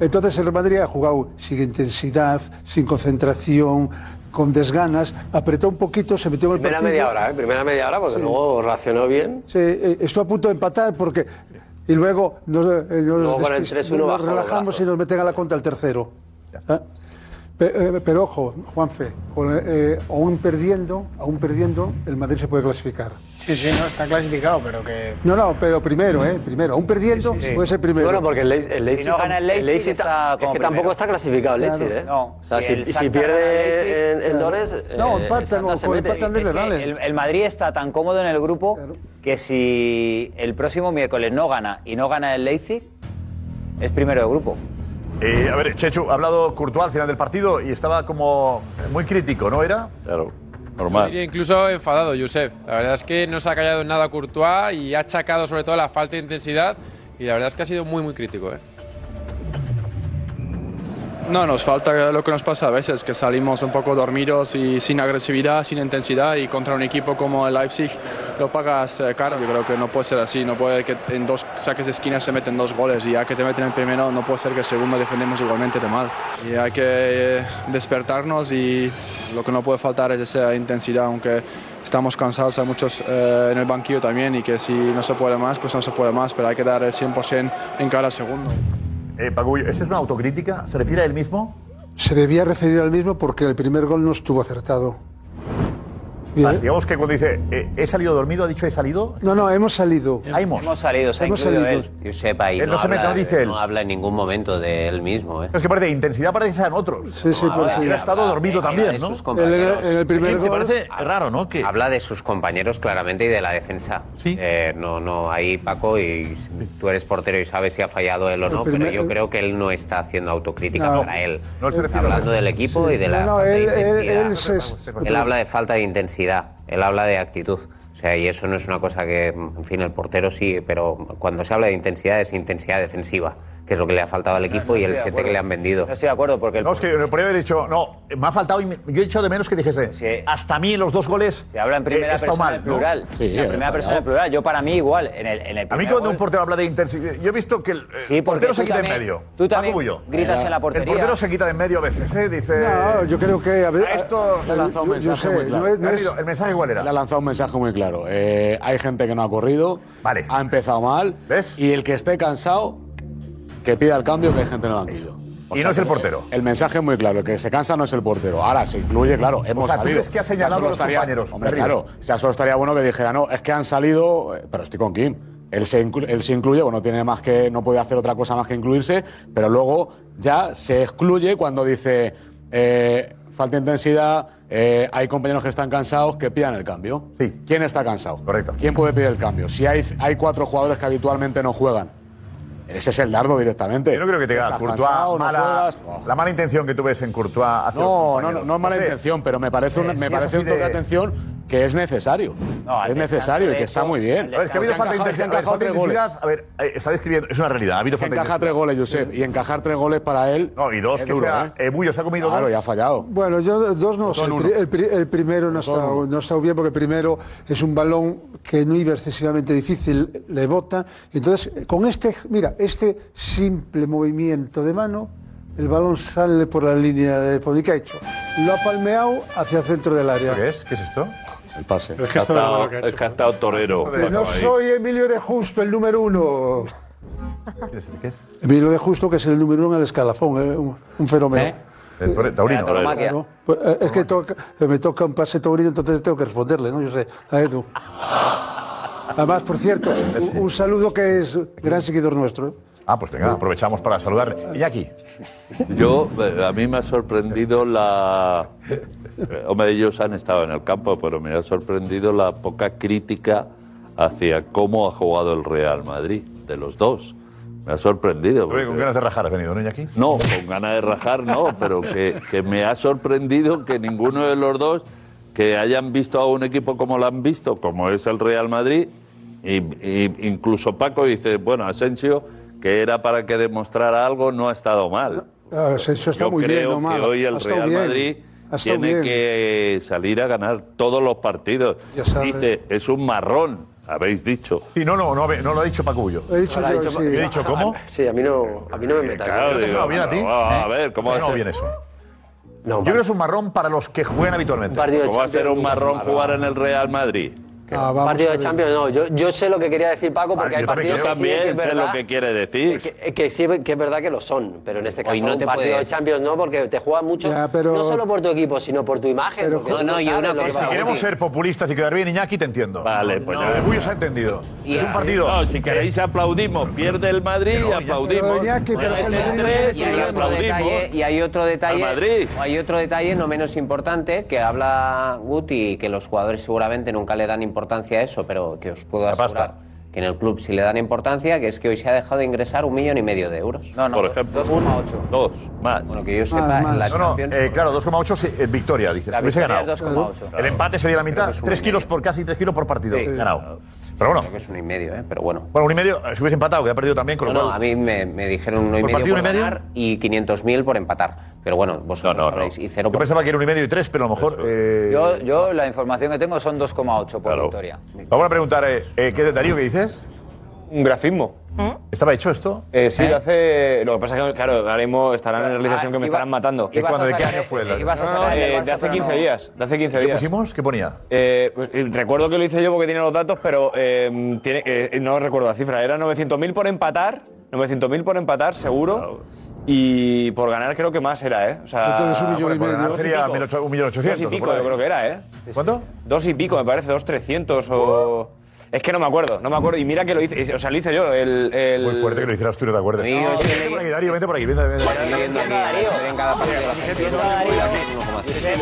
Speaker 17: Entonces el Real Madrid ha jugado sin intensidad, sin concentración, con desganas, apretó un poquito, se metió en el
Speaker 16: Primera
Speaker 17: partido.
Speaker 16: media hora, ¿eh? Primera media hora, porque luego reaccionó bien.
Speaker 17: Sí, eh, estuvo a punto de empatar porque... Y luego nos, eh, nos
Speaker 16: Luego con el
Speaker 17: despist-
Speaker 16: 3-1
Speaker 17: nos
Speaker 16: bajo los
Speaker 17: relajamos y nos meten a la contra el tercero. ¿Eh? Pe- eh, Pero ojo, Juanfe, con, eh, aún perdiendo, aún perdiendo, el Madrid se puede clasificar.
Speaker 15: Sí, sí, no, está clasificado, pero que
Speaker 17: No, no, pero primero, ¿eh? Primero, aún perdiendo, puede ser primero.
Speaker 16: Bueno, porque el Leipzig, el Leipzig
Speaker 6: Si no gana el Leipzig,
Speaker 16: ta-
Speaker 6: está
Speaker 16: es que
Speaker 6: Ah, como
Speaker 16: tampoco
Speaker 6: primero.
Speaker 16: está clasificado el Leipzig,
Speaker 6: Claro,
Speaker 16: ¿eh?
Speaker 6: no.
Speaker 16: O sea,
Speaker 6: Si
Speaker 16: si,
Speaker 6: el
Speaker 16: si
Speaker 6: Shakhtar gana el Leipzig-
Speaker 16: pierde en, en Dores... eh, el Shakhtar se mete.
Speaker 6: Es que el, el Madrid está tan cómodo en el grupo que si el próximo miércoles no gana y no gana el Leipzig, es primero de grupo.
Speaker 9: Eh, a ver, Chechu, ha hablado Courtois al final del partido y estaba como muy crítico, ¿no era?
Speaker 18: Claro,
Speaker 19: Yo diría incluso enfadado, Josep. La verdad es que no se ha callado en nada Courtois y ha achacado sobre todo la falta de intensidad. Y la verdad es que ha sido muy, muy crítico. ¿eh?
Speaker 20: No, nos falta lo que nos pasa a veces, que salimos un poco dormidos y sin agresividad, sin intensidad y contra un equipo como el Leipzig lo pagas eh, caro. Yo creo que no puede ser así, no puede que en dos saques de esquina se meten dos goles y ya que te meten el primero no puede ser que el segundo defendemos igualmente de mal. Y hay que eh, despertarnos y lo que no puede faltar es esa intensidad, aunque estamos cansados, hay muchos eh, en el banquillo también y que si no se puede más, pues no se puede más, pero hay que dar el 100% en cada segundo.
Speaker 9: Eh, Pagullo, ¿esto es una autocrítica? ¿Se refiere a él mismo?
Speaker 17: Se debía referir al mismo porque el primer gol no estuvo acertado.
Speaker 9: Ah, digamos que cuando dice eh, he salido dormido, ha dicho he salido.
Speaker 17: No, no, hemos salido.
Speaker 9: Hemos.
Speaker 21: Hemos salido,
Speaker 17: se ha Hemos incluido salido.
Speaker 21: Josep ahí
Speaker 9: Él no se mete,
Speaker 21: habla,
Speaker 9: no dice él.
Speaker 21: no habla en ningún momento de él mismo. ¿eh?
Speaker 9: Es que parece intensidad parece que sean otros. Sí,
Speaker 21: sí, porque-
Speaker 9: ha estado
Speaker 21: Habla
Speaker 9: dormido
Speaker 21: de-
Speaker 9: también,
Speaker 21: de
Speaker 9: ¿no?
Speaker 21: sus compañeros. En el- en el primer
Speaker 9: Es que ¿Te
Speaker 21: gol-
Speaker 9: parece
Speaker 6: Ah,
Speaker 9: raro, no? Que
Speaker 21: Habla de sus compañeros claramente y de la defensa. Eh, no, no, ahí Paco, y tú eres portero y sabes si ha fallado él o
Speaker 17: El
Speaker 21: no,
Speaker 17: primer-
Speaker 21: pero yo creo que él no está haciendo autocrítica
Speaker 17: No.
Speaker 21: para él.
Speaker 17: No se
Speaker 21: Está
Speaker 17: refiere a
Speaker 21: hablando
Speaker 17: eso.
Speaker 21: del equipo y de la
Speaker 17: No, no,
Speaker 21: falta de
Speaker 17: él, él,
Speaker 21: intensidad.
Speaker 17: él se-
Speaker 21: Él habla de falta de intensidad, él habla de actitud. O sea, y eso no es una cosa que, en fin, el portero sí, pero cuando se habla de intensidad es intensidad defensiva, que es lo que le ha faltado al equipo y el 7 que le han vendido.
Speaker 9: estoy
Speaker 21: de acuerdo porque
Speaker 9: No, es que podría haber dicho, no, me ha faltado. y me- Yo he hecho de menos que dijese, hasta a mí los dos goles. Se
Speaker 6: habla en primera persona
Speaker 9: eh, mal,
Speaker 6: en plural.
Speaker 9: ¿no?
Speaker 6: en primera persona en plural. Yo para mí igual. En el, en el
Speaker 9: A mí
Speaker 6: primer
Speaker 9: cuando
Speaker 6: gol-
Speaker 9: un portero habla de intensidad, yo he visto que el, eh,
Speaker 6: Sí, porque
Speaker 9: portero se
Speaker 6: tú
Speaker 9: quita de en
Speaker 6: también-
Speaker 9: medio.
Speaker 6: tú también
Speaker 9: Paco Bullo.
Speaker 6: gritas en la portería.
Speaker 9: El portero se quita de en medio a veces, ¿eh? Dice.
Speaker 17: No, yo creo que a ver-
Speaker 9: esto
Speaker 17: a- yo- yo sé, no es- no es-
Speaker 9: El mensaje igual era.
Speaker 22: Le ha lanzado un mensaje muy claro. Eh, hay gente que no ha corrido, ha empezado mal, y el que esté cansado, que pida el cambio, que hay gente que no lo ha corrido.
Speaker 9: Y no es el portero.
Speaker 22: El mensaje es muy claro, el que se cansa no es el portero. Ahora se incluye, claro, hemos
Speaker 9: O sea, ¿tú
Speaker 22: salido.
Speaker 9: crees que ha
Speaker 22: Ya
Speaker 9: señalado
Speaker 22: solo
Speaker 9: a los compañeros,
Speaker 22: Hombre,
Speaker 9: Garrido?
Speaker 22: claro, ya solo estaría bueno que dijera, no, es que han salido, eh, pero estoy con Kim. Él se, inclu- él se incluye, bueno, tiene más que, no puede hacer otra cosa más que incluirse, pero luego ya se excluye cuando dice, eh, falta intensidad, eh, hay compañeros que están cansados, que pidan el cambio. Sí. ¿Quién está cansado? Correcto. ¿Quién puede pedir el cambio? Si hay, hay cuatro jugadores que habitualmente no juegan, ese es el dardo directamente.
Speaker 9: Yo no creo que tenga
Speaker 22: Estás
Speaker 9: Courtois
Speaker 22: cansado, no
Speaker 9: mala,
Speaker 22: juegas.
Speaker 9: la mala intención que tú ves en Courtois hacia los
Speaker 22: No, no,
Speaker 9: compañeros.
Speaker 22: no, no es mala
Speaker 9: sé.
Speaker 22: intención, pero me parece, un,
Speaker 9: Eh, si
Speaker 22: me
Speaker 9: es
Speaker 22: parece
Speaker 9: así
Speaker 22: un toque de...
Speaker 9: de-
Speaker 22: atención que es necesario. es necesario y que está muy bien.
Speaker 9: A ver, es que ha habido falta de
Speaker 22: Encaja-
Speaker 9: intensidad. A ver,
Speaker 22: encaja
Speaker 9: falta de
Speaker 22: tres goles.
Speaker 9: intensidad. A ver, eh, está describiendo, es una realidad. Ha habido
Speaker 22: Que
Speaker 9: falta de
Speaker 22: encaja
Speaker 9: intensidad.
Speaker 22: tres goles, Josep. Y encajar tres goles para él. No,
Speaker 9: y dos, que sea- eh, Bullo se ha comido
Speaker 22: Claro,
Speaker 9: dos.
Speaker 22: y ha fallado.
Speaker 17: Bueno, yo dos no sé.
Speaker 22: Son
Speaker 17: El,
Speaker 22: uno.
Speaker 17: pri- el pri- el primero no ha, estado, no ha estado bien porque el primero es un balón que no iba excesivamente difícil, le bota. Entonces, eh, con este, mira, este simple movimiento de mano, el balón sale por la línea de por el que ha hecho. Lo ha palmeado hacia el centro del área.
Speaker 9: ¿Qué es? ¿Qué es esto?
Speaker 22: El pase.
Speaker 7: ha
Speaker 9: El
Speaker 7: estado, es que ha estado torero.
Speaker 17: Pues no
Speaker 7: Paco, ahí.
Speaker 17: soy Emilio de Justo, el número uno.
Speaker 9: ¿Qué es?
Speaker 17: Emilio de Justo, que es el número uno en el escalafón, ¿eh? un, un fenómeno.
Speaker 9: El tore- taurino.
Speaker 17: Claro. Pues, eh, es que toca- eh, me toca un pase taurino, entonces tengo que responderle, ¿no? Yo sé, a Edu. Además, por cierto, un, un saludo que es gran seguidor nuestro. ¿eh?
Speaker 9: Ah, pues venga, aprovechamos para saludarle. Y aquí.
Speaker 7: Yo, eh, a mí me ha sorprendido la. eh, Hombre, ellos han estado en el campo, pero me ha sorprendido la poca crítica hacia cómo ha jugado el Real Madrid, de los dos. Me ha sorprendido.
Speaker 9: Oye, con
Speaker 7: porque-
Speaker 9: ganas de rajar has venido, ¿no, Iñaki?
Speaker 7: No, con ganas de rajar no, pero que, que me ha sorprendido que ninguno de los dos que hayan visto a un equipo como lo han visto, como es el Real Madrid, y, y incluso Paco dice, bueno, Asensio, que era para que demostrara algo, no ha estado mal.
Speaker 17: Ah, Asensio está
Speaker 7: Yo
Speaker 17: muy
Speaker 7: creo
Speaker 17: bien, no mal.
Speaker 7: que hoy
Speaker 17: Ha
Speaker 7: el
Speaker 17: estado
Speaker 7: Real
Speaker 17: bien.
Speaker 7: Madrid
Speaker 17: Ha estado
Speaker 7: tiene
Speaker 17: bien.
Speaker 7: que salir a ganar todos los partidos.
Speaker 17: Ya sabes.
Speaker 7: Dice, es un marrón, habéis dicho.
Speaker 9: Y no, no, no, no lo ha dicho Paco Bullo.
Speaker 17: Lo he dicho yo, sí.
Speaker 9: he dicho cómo?
Speaker 21: Sí, a mí no, a mí no me metas.
Speaker 7: Claro,
Speaker 9: ¿Te ha
Speaker 7: digo,
Speaker 9: sonado bien a ti? Este
Speaker 7: bueno, A ver, ¿cómo
Speaker 9: ¿Te ha
Speaker 7: va a
Speaker 9: sonado
Speaker 7: ser?
Speaker 9: bien eso? Yo creo que es un marrón para los que juegan habitualmente.
Speaker 7: ¿Cómo va a ser un marrón jugar en el Real Madrid?
Speaker 21: partido de Champions, no. Yo, yo sé lo que quería decir Paco porque hay
Speaker 7: yo también,
Speaker 21: partidos que sí que es
Speaker 7: sé
Speaker 21: verdad
Speaker 7: lo que quiere decir.
Speaker 21: que, que sí que es verdad que lo son, pero en este caso
Speaker 7: Hoy no
Speaker 21: un
Speaker 7: te
Speaker 21: partido
Speaker 7: puedes-
Speaker 21: de Champions no, porque te juega mucho,
Speaker 17: Ya, pero-
Speaker 21: no solo por tu equipo, sino por tu imagen.
Speaker 17: Pero-
Speaker 21: porque
Speaker 17: No,
Speaker 21: tú
Speaker 17: no, y
Speaker 21: sabes
Speaker 17: una
Speaker 21: lo que va
Speaker 17: cosa-
Speaker 21: a
Speaker 9: Si queremos
Speaker 21: ocurrir.
Speaker 9: ser populistas y quedar bien, Iñaki, te entiendo. Vale,
Speaker 7: pues
Speaker 9: Lo de Bullo se ha entendido. Es un partido.
Speaker 7: No, si queréis aplaudimos. Pierde el Madrid y aplaudimos.
Speaker 21: Pero, Iñaki,
Speaker 7: Pierde
Speaker 21: pero que el
Speaker 7: el
Speaker 21: Madrid
Speaker 7: tres
Speaker 21: y
Speaker 7: y
Speaker 21: hay otro detalle-
Speaker 7: aplaudimos.
Speaker 21: y hay otro detalle
Speaker 7: Al Madrid.
Speaker 21: o hay otro detalle no menos importante que habla Guti y que los jugadores seguramente nunca le dan importancia a eso pero que os puedo asegurar que en el club sí le dan importancia que es que hoy se ha dejado de ingresar un millón y medio de euros no no
Speaker 7: Por ejemplo,
Speaker 21: 2,8
Speaker 7: dos más
Speaker 21: bueno que yo sepa la
Speaker 9: No, no,
Speaker 21: Champions
Speaker 9: eh, claro, 2,8 sí, eh, victoria, dices.
Speaker 21: La
Speaker 9: Hubiese
Speaker 21: victoria
Speaker 9: ganado.
Speaker 21: es 2,8.
Speaker 9: El empate sería la mitad. 3 kilos por casi, 3 kilos por partido.
Speaker 21: Sí.
Speaker 9: Ganado. Pero bueno.
Speaker 21: pues, Creo que es uno y medio, ¿eh? pero bueno.
Speaker 9: Bueno, un y medio, eh, si hubiese empatado, que ha perdido también, con
Speaker 21: No,
Speaker 9: lo
Speaker 21: no,
Speaker 9: cual-
Speaker 21: a mí me, me dijeron uno y
Speaker 9: ¿Por
Speaker 21: medio
Speaker 9: partido
Speaker 21: por
Speaker 9: uno y medio?
Speaker 21: ganar y 500.000 por empatar. Pero bueno, vosotros sabréis. Y cero
Speaker 9: Yo
Speaker 21: por...
Speaker 9: pensaba que era un y medio y tres, pero a lo mejor. eh,
Speaker 6: Yo, yo la información que tengo son 2,8 por victoria.
Speaker 9: Vamos a preguntar, eh, eh, ¿qué es de Darío que dices?
Speaker 3: Un grafismo.
Speaker 9: ¿Estaba hecho esto?
Speaker 3: Eh, sí, lo hace. Lo que pasa es que, claro, ahora mismo estarán en realización que me
Speaker 9: iba-
Speaker 3: estarán matando.
Speaker 9: ¿De cuándo? ¿De qué año fue? la-
Speaker 3: No, no, eh, de hace 15 días. De hace 15
Speaker 9: ¿Qué
Speaker 3: días.
Speaker 9: pusimos? ¿Qué ponía?
Speaker 3: Eh, pues, eh, recuerdo que lo hice yo porque tiene los datos, pero eh, tiene- eh, no recuerdo la cifra. Era 900.000 por empatar, 900.000 por empatar, seguro. Y por ganar creo que más era, ¿eh? O sea,
Speaker 9: Entonces, un millón
Speaker 3: por-
Speaker 9: y
Speaker 3: por
Speaker 9: medio.
Speaker 3: ganar sería
Speaker 9: Dos y pico.
Speaker 3: 1.800.000. Dos y
Speaker 9: por
Speaker 3: pico,
Speaker 9: ahí.
Speaker 3: yo creo que era, ¿eh?
Speaker 9: ¿Cuánto?
Speaker 3: Dos y pico, me parece, dos trescientos o... Es que no me acuerdo, no me acuerdo. Y mira que lo hice, o sea, lo hice yo. El, Muy
Speaker 9: fuerte que lo hicieras tú, no te acuerdas.
Speaker 3: No,
Speaker 9: Vente
Speaker 3: sí,
Speaker 9: por aquí, Darío, vente por aquí. Vente, vente, vente.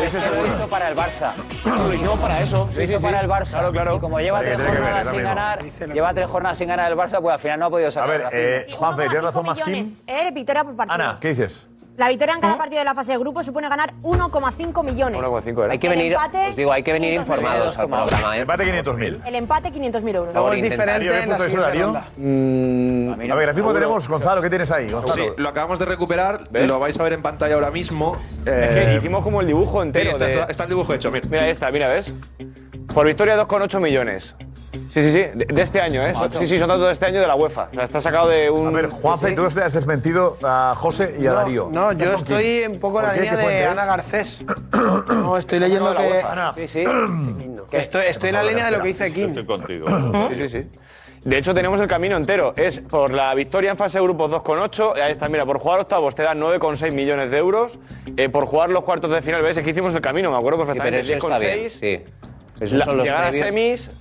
Speaker 6: Eso lo hizo para el Barça. Lo hizo para eso. Lo hizo para el Barça. Claro, claro. Y como lleva
Speaker 9: Vale, que
Speaker 6: tres
Speaker 9: tiene que ver,
Speaker 6: jornadas
Speaker 9: es lo
Speaker 6: sin
Speaker 9: mismo.
Speaker 6: ganar, lleva tres jornadas sin ganar el Barça, pues al final no ha podido sacar. A ver,
Speaker 9: Eh, Juanfe, ¿tienes razón más Kim?
Speaker 2: millones, ¿eh? Victoria por partido.
Speaker 9: Ana, ¿qué dices?
Speaker 2: La victoria en cada
Speaker 21: ¿Eh?
Speaker 2: partido de la fase de grupo supone ganar 1,5 millones.
Speaker 21: Hay que
Speaker 2: El
Speaker 21: venir,
Speaker 2: empate,
Speaker 21: os digo, hay que venir
Speaker 2: 500.000.
Speaker 21: informados al programa. ¿eh?
Speaker 9: Empate 500.000.
Speaker 2: El empate, 500.000 euros.
Speaker 21: Luego es diferente
Speaker 9: Darío, ¿qué
Speaker 21: en la
Speaker 9: punto de eso,
Speaker 21: siguiente
Speaker 9: Darío? Mm,
Speaker 21: ronda.
Speaker 9: A ver, grafismo
Speaker 23: Seguro.
Speaker 9: tenemos, Gonzalo, ¿qué tienes ahí? Gonzalo?
Speaker 23: Sí,
Speaker 19: lo acabamos de recuperar,
Speaker 9: ¿Ves?
Speaker 19: lo vais a ver en pantalla ahora mismo. eh,
Speaker 3: Es que hicimos como el dibujo entero.
Speaker 19: está,
Speaker 3: de-
Speaker 19: está- está el dibujo hecho, mira.
Speaker 3: Mira esta, mira, ¿ves? Por victoria 2,8 millones. Sí, sí, sí, de, de este año, ¿eh?
Speaker 9: Macho.
Speaker 3: Sí, sí, son datos de este año de la UEFA. O sea, está sacado de un...
Speaker 9: A ver, Juanfe, tú has desmentido a José y a
Speaker 15: No,
Speaker 9: Darío.
Speaker 15: No,
Speaker 9: ¿Estás
Speaker 15: yo
Speaker 9: con quién?
Speaker 15: estoy un poco en la
Speaker 9: ¿Por qué?
Speaker 15: línea
Speaker 9: ¿Qué fuente
Speaker 15: de
Speaker 9: es?
Speaker 15: Ana Garcés. No, estoy leyendo
Speaker 9: Sacado de la
Speaker 15: que.
Speaker 9: bolsa, Ana.
Speaker 15: Sí, sí. Que estoy, estoy en la línea de lo que dice Kim.
Speaker 7: Estoy contigo.
Speaker 3: Sí, sí, sí. De hecho, tenemos el camino entero. Es por la victoria en fase de grupos 2,8. Ahí está, mira, por jugar octavos te dan 9,6 millones de euros. Eh, por jugar los cuartos de final, ¿ves? Es que hicimos el camino, me acuerdo
Speaker 21: Sí, pero
Speaker 3: perfectamente.
Speaker 21: eso está bien,
Speaker 3: 10,6.
Speaker 21: sí. Esos
Speaker 3: La-
Speaker 21: son los
Speaker 3: llegar a
Speaker 21: previos.
Speaker 3: semis,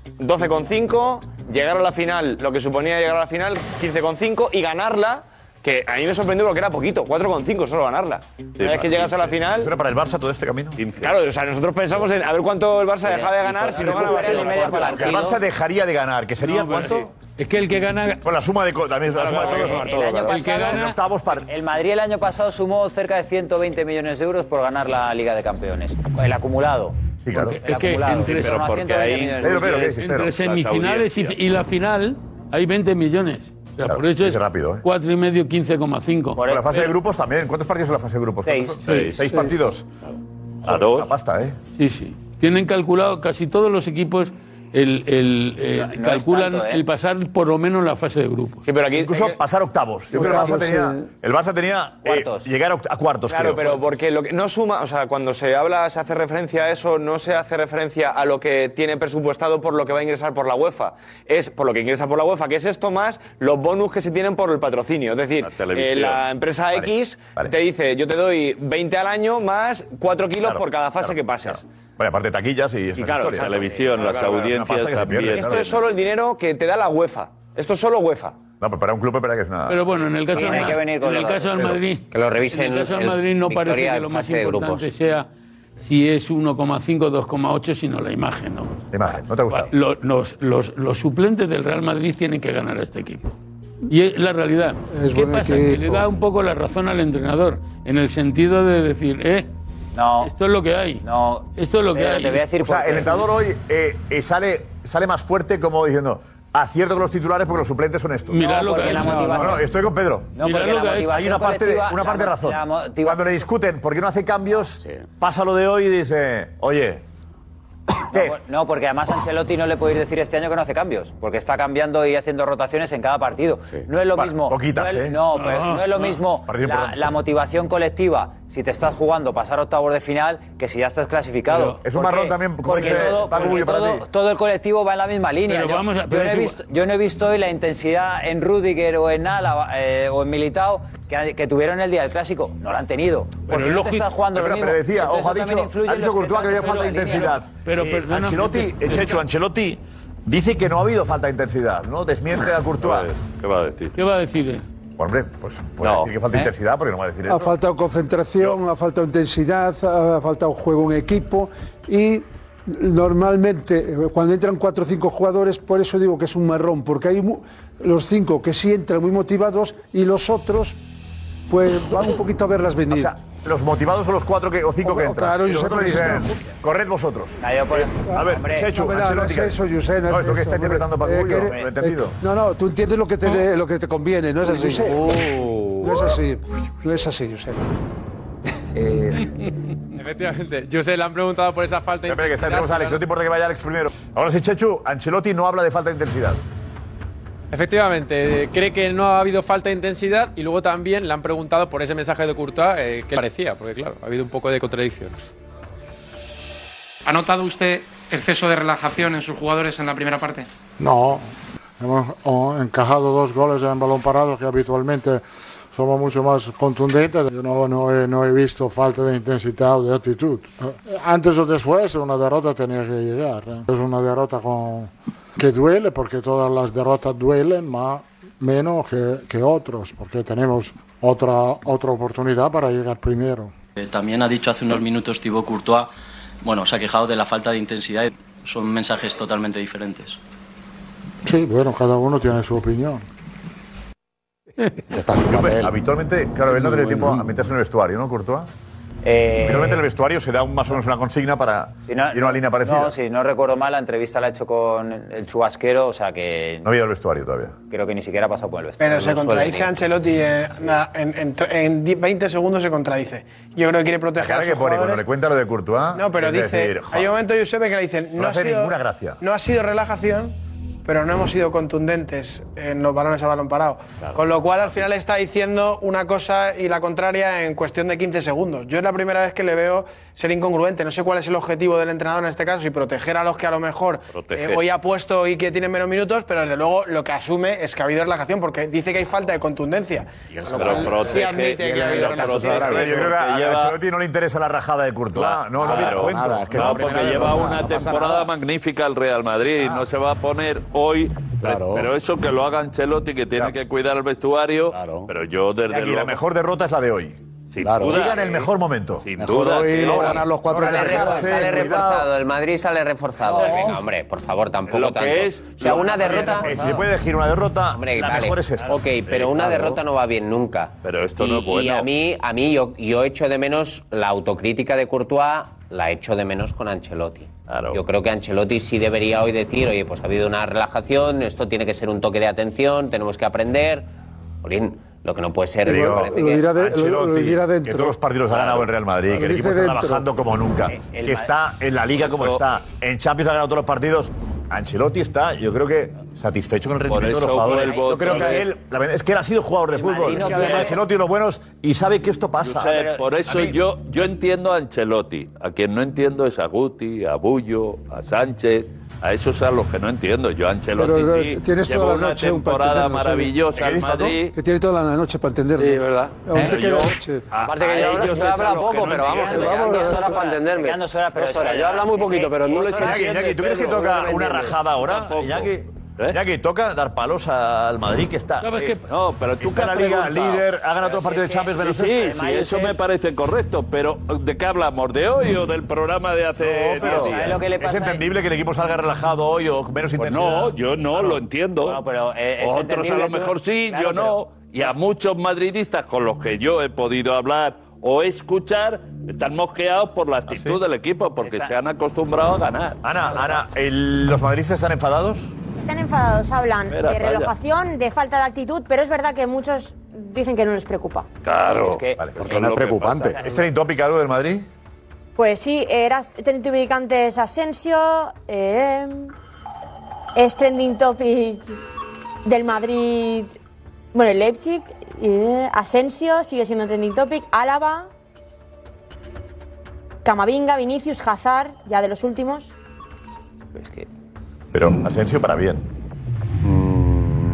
Speaker 3: 12,5. Llegar a la final, lo que suponía llegar a la final, 15,5. Y ganarla, que a mí me sorprendió porque era poquito, 4,5 solo ganarla. Una vez que llegas a la final.
Speaker 9: ¿Eso era para el Barça todo este camino?
Speaker 3: Claro, o sea, nosotros pensamos en a ver cuánto el Barça deja de ganar si no gana la final.
Speaker 9: Porque el Barça dejaría de ganar, que sería cuánto?
Speaker 6: Es que el que gana.
Speaker 9: Con la suma de. co- También, la suma de todos.
Speaker 6: El año pasado, el Madrid el año pasado sumó cerca de 120 millones de euros por ganar la Liga de Campeones. El acumulado.
Speaker 9: Sí, claro.
Speaker 6: El acumulado. Fueron a 120 millones de euros.
Speaker 24: entre semifinales y, y la final hay 20 millones. O sea, por eso es
Speaker 9: rápido, ¿eh?
Speaker 24: 4 y medio, 15,5.
Speaker 9: Con la fase de grupos también. ¿Cuántos partidos en la fase de grupos?
Speaker 24: Seis.
Speaker 9: ¿Cuántos son?
Speaker 24: Seis.
Speaker 9: Seis
Speaker 24: Sí.
Speaker 9: partidos.
Speaker 7: A dos.
Speaker 9: pasta, ¿eh?
Speaker 24: Sí, sí. Tienen calculado casi todos los equipos. El, el, eh,
Speaker 9: No, no es
Speaker 24: calculan
Speaker 9: tanto, ¿eh?
Speaker 24: el pasar por lo menos la fase de grupos.
Speaker 3: Sí, pero aquí
Speaker 9: Incluso pasar octavos. Yo creo que el Barça tenía.
Speaker 3: Octavos, sí.
Speaker 9: El Barça tenía. eh, llegar a oct- a cuartos,
Speaker 3: Claro,
Speaker 9: creo.
Speaker 3: pero porque lo que no suma, o sea, cuando se habla, se hace referencia a eso, no se hace referencia a lo que tiene presupuestado por lo que va a ingresar por la UEFA. Es por lo que ingresa por la UEFA, que es esto más los bonus que se tienen por el patrocinio. Es decir, eh, la,
Speaker 9: televisión.
Speaker 3: empresa
Speaker 9: Vale,
Speaker 3: X te dice, yo te doy 20 al año más 4 kilos por cada fase que pases.
Speaker 9: Bueno, aparte taquillas y. esas
Speaker 3: claro,
Speaker 9: historias.
Speaker 3: exacto.
Speaker 7: televisión, las
Speaker 9: Claro, claro, claro.
Speaker 7: audiencias
Speaker 9: Una pasta que se pierde,
Speaker 7: también.
Speaker 9: claro.
Speaker 3: Esto es solo el dinero que te da la UEFA. Esto es solo UEFA.
Speaker 9: No, pero para un club me parece que es nada.
Speaker 24: Pero bueno, en el caso, del- en el caso del Madrid, en el caso del Madrid no parece que lo más importante sea si es 1,5 o 2,8, sino la imagen. ¿no?
Speaker 9: La imagen, ¿no te ha gustado?
Speaker 24: Lo- Los, los- los suplentes del Real Madrid tienen que ganar a este equipo. Y es la realidad.
Speaker 17: Es
Speaker 24: ¿Qué
Speaker 17: buen
Speaker 24: pasa? Que le
Speaker 17: equipo.
Speaker 24: da un poco la razón al entrenador, en el sentido de decir, eh, esto es lo que hay. Esto es lo que hay.
Speaker 9: O sea, el entrenador hoy eh, eh, sale, sale más fuerte como diciendo. Acierto con los titulares porque los suplentes son estos.
Speaker 24: Mirad No, lo que porque hay. la
Speaker 9: No, no,
Speaker 24: motivación-
Speaker 9: no, estoy con Pedro.
Speaker 24: No, Mirad porque lo la que hay.
Speaker 9: hay una
Speaker 24: motivación
Speaker 9: parte de,
Speaker 24: colectiva-
Speaker 9: una parte de
Speaker 24: la-
Speaker 9: razón.
Speaker 24: la
Speaker 9: Cuando le discuten por qué no hace cambios, pasa lo de hoy y dice, "Oh, oye,
Speaker 6: No, por- No, porque además Ancelotti no le puede ir decir este año que no hace cambios, porque está cambiando y haciendo rotaciones en cada partido. No es lo mismo.
Speaker 9: poquitas,
Speaker 6: no es,
Speaker 9: ¿eh?
Speaker 6: No, pero
Speaker 9: Ah,
Speaker 6: no es lo
Speaker 9: ah.
Speaker 6: mismo
Speaker 9: Partido
Speaker 6: la,
Speaker 9: importante.
Speaker 6: la motivación colectiva si te estás jugando pasar octavos de final que si ya estás clasificado.
Speaker 9: Pero es un
Speaker 6: ¿Por
Speaker 9: marrón
Speaker 6: qué?
Speaker 9: también, como
Speaker 6: porque,
Speaker 9: dice
Speaker 6: todo,
Speaker 9: Paco
Speaker 6: porque
Speaker 9: Bullo para
Speaker 6: todo-
Speaker 9: ti.
Speaker 6: todo el colectivo va en la misma línea.
Speaker 24: Pero
Speaker 6: yo,
Speaker 24: vamos a-
Speaker 6: yo
Speaker 24: pero
Speaker 6: no he
Speaker 24: es
Speaker 6: visto, yo no he visto hoy la intensidad en Rudiger o en Álava eh, o en Militao que, que tuvieron el día del clásico. No la han tenido. Porque no te estás jugando
Speaker 9: Pero,
Speaker 6: lo
Speaker 9: pero
Speaker 6: mismo.
Speaker 9: decía,
Speaker 6: Entonces
Speaker 9: ojo, ha
Speaker 6: eso también
Speaker 9: dicho,
Speaker 6: influye
Speaker 9: ha
Speaker 6: en
Speaker 9: dicho
Speaker 6: los
Speaker 9: Courtois que había
Speaker 6: detalles
Speaker 9: falta de
Speaker 6: de la línea,
Speaker 9: intensidad.
Speaker 6: ¿no?
Speaker 9: Eh, Ancelotti, Chechu, Ancelotti dice que no ha habido falta de intensidad, ¿no? Desmiente a Courtois.
Speaker 7: Pues, ¿Qué va a decir?
Speaker 24: ¿Qué va a decir? él?
Speaker 9: Hombre, pues puede decir que falta
Speaker 7: ¿Eh?
Speaker 9: intensidad porque no va a decir
Speaker 17: Ha
Speaker 9: eso.
Speaker 17: faltado concentración, ha faltado intensidad, ha faltado juego en equipo y normalmente eh, cuando entran cuatro o cinco jugadores, por eso digo que es un marrón, porque hay mu- los cinco que sí entran muy motivados y los otros pues van un poquito a verlas venir.
Speaker 9: los motivados son los cuatro que, o cinco que entran.
Speaker 17: claro,
Speaker 9: y los
Speaker 17: Josep,
Speaker 9: otros
Speaker 17: pero si
Speaker 9: dicen,
Speaker 17: es que
Speaker 9: corred vosotros.
Speaker 17: Ah,
Speaker 9: a ver,
Speaker 17: hombre,
Speaker 9: Chechu,
Speaker 17: no, no, no
Speaker 9: Ancelotti,
Speaker 17: es eso, José, no,
Speaker 9: No,
Speaker 17: es
Speaker 9: es lo que
Speaker 17: eso,
Speaker 9: está
Speaker 17: hombre.
Speaker 9: interpretando
Speaker 17: Eh,
Speaker 9: Paco,
Speaker 17: que
Speaker 9: lo
Speaker 17: eres-
Speaker 9: he entendido.
Speaker 17: eh, no, no, tú entiendes lo que te, lo que te conviene, no es así.
Speaker 9: José.
Speaker 17: No es así, no es así, José.
Speaker 25: Efectivamente. Yo sé, le han preguntado por esa falta de
Speaker 9: Espera, que está, tenemos a Alex, no te
Speaker 25: intensidad.
Speaker 9: importa que vaya Alex primero. Ahora sí, Chechu, Ancelotti no habla de falta de intensidad.
Speaker 25: Efectivamente, eh, cree que no ha habido falta de intensidad y luego también le han preguntado por ese mensaje de Courtois eh, qué le parecía, porque claro, ha habido un poco de contradicción.
Speaker 1: ¿Ha notado usted exceso de relajación en sus jugadores en la primera parte?
Speaker 26: No, hemos oh, encajado dos goles en balón parado que habitualmente somos mucho más contundentes. Yo no, no, he, no he visto falta de intensidad o de actitud. Eh, Antes o después una derrota tenía que llegar. eh. Es una derrota con, que duele porque todas las derrotas duelen, más menos que, que otros, porque tenemos otra, otra oportunidad para llegar primero.
Speaker 27: Eh, También ha dicho hace unos minutos Thibaut Courtois, bueno, se ha quejado de la falta de intensidad. Son mensajes totalmente diferentes.
Speaker 26: Sí, bueno, cada uno tiene su opinión.
Speaker 9: Hombre, Habitualmente, claro, él no tiene tiempo a meterse en el vestuario, ¿no, Courtois? Habitualmente en el vestuario se da un- más o menos una consigna para ir a una línea parecida.
Speaker 6: No, si no recuerdo mal, la entrevista la he hecho con el chubasquero, o sea que. No
Speaker 9: había el vestuario todavía.
Speaker 6: Creo que ni siquiera ha pasado por el vestuario.
Speaker 15: Pero se
Speaker 6: No suele
Speaker 15: contradice
Speaker 6: ni-
Speaker 15: Ancelotti eh, na- en, en tre- en di- 20 segundos se contradice. Yo creo que quiere
Speaker 9: La
Speaker 15: proteger a
Speaker 9: cara
Speaker 15: sus
Speaker 9: que pone cuando
Speaker 15: jugadores.
Speaker 9: le cuenta lo de Courtois.
Speaker 15: No, pero
Speaker 9: es
Speaker 15: dice,
Speaker 9: decir,
Speaker 15: hay
Speaker 9: joder,
Speaker 15: un momento Josep en que le dicen,
Speaker 9: No
Speaker 15: no, ha
Speaker 9: hace
Speaker 15: sido,
Speaker 9: ninguna gracia".
Speaker 15: no ha sido relajación, pero no hemos sido contundentes en los balones a balón parado. Con lo cual al final está diciendo una cosa y la contraria en cuestión de 15 segundos. Yo es la primera vez que le veo ser incongruente. No sé cuál es el objetivo del entrenador en este caso, si proteger a los que a lo mejor
Speaker 1: Proteger.
Speaker 15: eh, hoy ha puesto y que tienen menos minutos, pero desde luego lo que asume es que ha habido relajación porque dice que hay falta de contundencia.
Speaker 7: Pero
Speaker 15: Con lo cual, sí
Speaker 7: protege-
Speaker 15: admite que ha habido
Speaker 7: lo
Speaker 15: relajación.
Speaker 7: protege
Speaker 9: Yo creo que a
Speaker 7: porque
Speaker 9: a
Speaker 7: lleva-
Speaker 9: Ancelotti no le interesa la rajada de Courtois. no, no,
Speaker 7: Claro,
Speaker 9: no, cuento.
Speaker 7: nada, es que no, porque lleva una temporada magnífica el Real Madrid. No se va a poner hoy. Pero eso que lo haga Ancelotti, que tiene que cuidar el vestuario. Pero yo desde
Speaker 9: Y la
Speaker 7: luego-
Speaker 9: mejor derrota es la de hoy.
Speaker 7: Sin
Speaker 9: duda.
Speaker 7: duda.
Speaker 9: Llega en el mejor momento.
Speaker 7: Sin
Speaker 9: Mejor
Speaker 7: duda.
Speaker 9: hoy,
Speaker 7: que-
Speaker 9: luego
Speaker 21: Ahora-
Speaker 9: ganar los cuatro
Speaker 21: ahora
Speaker 9: de
Speaker 21: sale,
Speaker 9: la
Speaker 21: sale
Speaker 9: clase,
Speaker 21: reforzado, el Madrid sale reforzado. Venga, hombre, por favor, tampoco
Speaker 7: Lo que
Speaker 21: tanto.
Speaker 7: es-
Speaker 21: o sea,
Speaker 7: lo-
Speaker 21: una
Speaker 7: Javier,
Speaker 21: derrota.
Speaker 7: eh, si se puede elegir
Speaker 9: una derrota,
Speaker 21: hombre,
Speaker 7: la
Speaker 21: vale.
Speaker 7: mejor es esta.
Speaker 21: Ok, pero
Speaker 7: Sí,
Speaker 21: una
Speaker 7: claro.
Speaker 21: derrota no va bien nunca.
Speaker 7: Pero esto
Speaker 21: y,
Speaker 7: no es bueno.
Speaker 21: Y a mí, a mí yo, yo echo de menos la autocrítica de Courtois, la echo de menos con Ancelotti. Yo creo que Ancelotti sí debería hoy decir, oye, pues ha habido una relajación, esto tiene que ser un toque de atención, tenemos que aprender. Jolín, lo que no puede ser
Speaker 9: Te
Speaker 21: me
Speaker 9: digo,
Speaker 21: parece que-
Speaker 9: Ancelotti, que todos los partidos ha
Speaker 21: Claro.
Speaker 9: ganado el Real Madrid, que
Speaker 21: Lo
Speaker 9: el equipo
Speaker 21: dice
Speaker 9: está
Speaker 21: dentro.
Speaker 9: trabajando como nunca,
Speaker 21: el
Speaker 9: que
Speaker 21: Ma-
Speaker 9: está en la Liga como
Speaker 7: Eh, Eso-
Speaker 9: está, en Champions ha ganado todos los partidos. Ancelotti está, yo creo que satisfecho con el
Speaker 7: Por
Speaker 9: rendimiento de los
Speaker 7: eso
Speaker 9: jugadores.
Speaker 7: vuelvo
Speaker 9: Yo creo
Speaker 7: otra
Speaker 9: que
Speaker 7: vez.
Speaker 9: él, la verdad es que él ha sido jugador de fútbol.
Speaker 7: Madrid no
Speaker 9: Es que
Speaker 7: quiere-
Speaker 9: Ancelotti y los buenos y sabe que esto pasa.
Speaker 7: Josep, por eso
Speaker 9: A mí-
Speaker 7: yo, yo entiendo a Ancelotti. A quien no entiendo es a Guti, a Bullo, a Sánchez. A esos a los que no entiendo. Yo a Ancelotti
Speaker 17: Pero, pero,
Speaker 7: sí.
Speaker 17: tienes
Speaker 7: llevo
Speaker 17: toda la
Speaker 7: una
Speaker 17: noche un
Speaker 7: temporada
Speaker 17: partido, no sé.
Speaker 7: maravillosa al Madrid.
Speaker 17: Que tiene toda la noche para entenderlo.
Speaker 7: Sí, verdad.
Speaker 17: Aún te
Speaker 7: Pero
Speaker 17: queda
Speaker 7: yo-
Speaker 17: noche.
Speaker 1: Aparte que yo, hablo- yo habla poco, pero vamos, que me quedan dos horas para entenderme.
Speaker 6: dos horas, pero
Speaker 1: Dos
Speaker 6: es
Speaker 1: horas.
Speaker 6: que-
Speaker 1: Yo hablo muy poquito, pero no lo he hecho.
Speaker 9: Iñaki, Iñaki, ¿tú crees que toca una rajada ahora? Iñaki, Iñaki, toca dar palos al Madrid que está.
Speaker 7: ¿Sabes
Speaker 9: eh,
Speaker 7: qué? ¿Eh? No, pero tú que
Speaker 9: está en la
Speaker 7: has
Speaker 9: Liga
Speaker 7: preguntado.
Speaker 9: líder, ha ganado todos los partidos de Champions menos
Speaker 7: Sí, sí,
Speaker 9: este.
Speaker 7: sí, eso me parece correcto, pero ¿de qué hablamos? ¿De hoy o del programa de hace
Speaker 9: No, pero
Speaker 7: diez días?
Speaker 9: es entendible que el equipo salga relajado hoy o menos
Speaker 7: Pues
Speaker 9: intensidad.
Speaker 7: no, yo no lo entiendo.
Speaker 9: eh,
Speaker 7: Otros a lo mejor sí, yo no. Y a muchos madridistas con los que yo he podido hablar o escuchar están mosqueados por la actitud del equipo porque se han acostumbrado a ganar.
Speaker 9: ¿Ah, Ana, Ana, el- ¿los madridistas están enfadados?
Speaker 28: Están enfadados, hablan
Speaker 9: Espera,
Speaker 28: de
Speaker 9: calla.
Speaker 28: relajación, de falta de actitud, pero es verdad que muchos dicen que no les preocupa.
Speaker 9: Claro.
Speaker 28: Es que-
Speaker 9: porque no es preocupante. ¿Es trending topic algo del Madrid?
Speaker 28: Pues sí, eras trending topic antes Asensio, eh, es trending topic del Madrid, bueno, el Leipzig, eh, Asensio sigue siendo trending topic, Álava, Camavinga, Vinicius, Hazard, ya de los últimos.
Speaker 9: Pero Asensio para bien.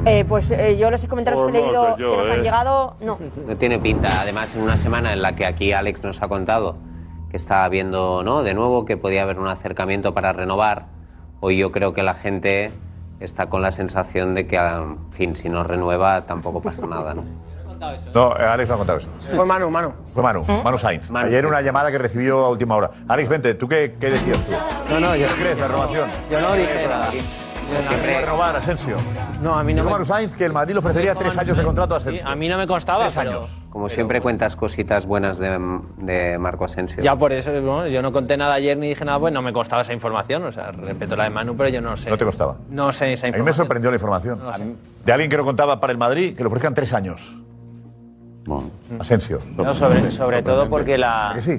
Speaker 28: Eh, pues eh, yo los comentarios
Speaker 21: Pues
Speaker 28: que he
Speaker 21: no
Speaker 28: leído
Speaker 21: sé yo,
Speaker 28: que nos han
Speaker 21: eh.
Speaker 28: llegado, no.
Speaker 21: No tiene pinta. Además, en una semana en la que aquí Alex nos ha contado que está viendo, ¿no? De nuevo, que podía haber un acercamiento para renovar. Hoy yo creo que la gente está con la sensación de que, ah, en fin, si no renueva tampoco pasa nada, ¿no?
Speaker 9: No, eh, Alex no ha contado eso.
Speaker 15: Fue Manu, Manu.
Speaker 9: Fue Manu, Manu Sainz. Ayer una llamada que recibió a última hora. Alex, vente, ¿tú qué, qué decías tú? No, no, yo crees la renovación.
Speaker 29: Yo no dije nada.
Speaker 9: Siempre... renovar Asensio.
Speaker 1: No, a mí no
Speaker 9: Dijo
Speaker 1: me-
Speaker 9: Manu Sainz que el Madrid le ofrecería tres años de contrato a Asensio.
Speaker 1: A mí no me costaba,
Speaker 9: Tres
Speaker 1: pero-
Speaker 9: años.
Speaker 21: Como siempre cuentas cositas buenas de, de Marco Asensio.
Speaker 1: Ya por eso, bueno, yo no conté nada ayer ni dije nada, pues no me costaba esa información. O sea, respeto la de Manu, pero yo no sé.
Speaker 9: No te costaba.
Speaker 1: No sé esa
Speaker 9: A mí me
Speaker 1: información.
Speaker 9: sorprendió la información.
Speaker 1: No lo sé.
Speaker 9: De alguien que no contaba para el Madrid, que le ofrezcan tres años. Mm. Asensio.
Speaker 6: No, sobre, sobre todo porque la.
Speaker 22: Es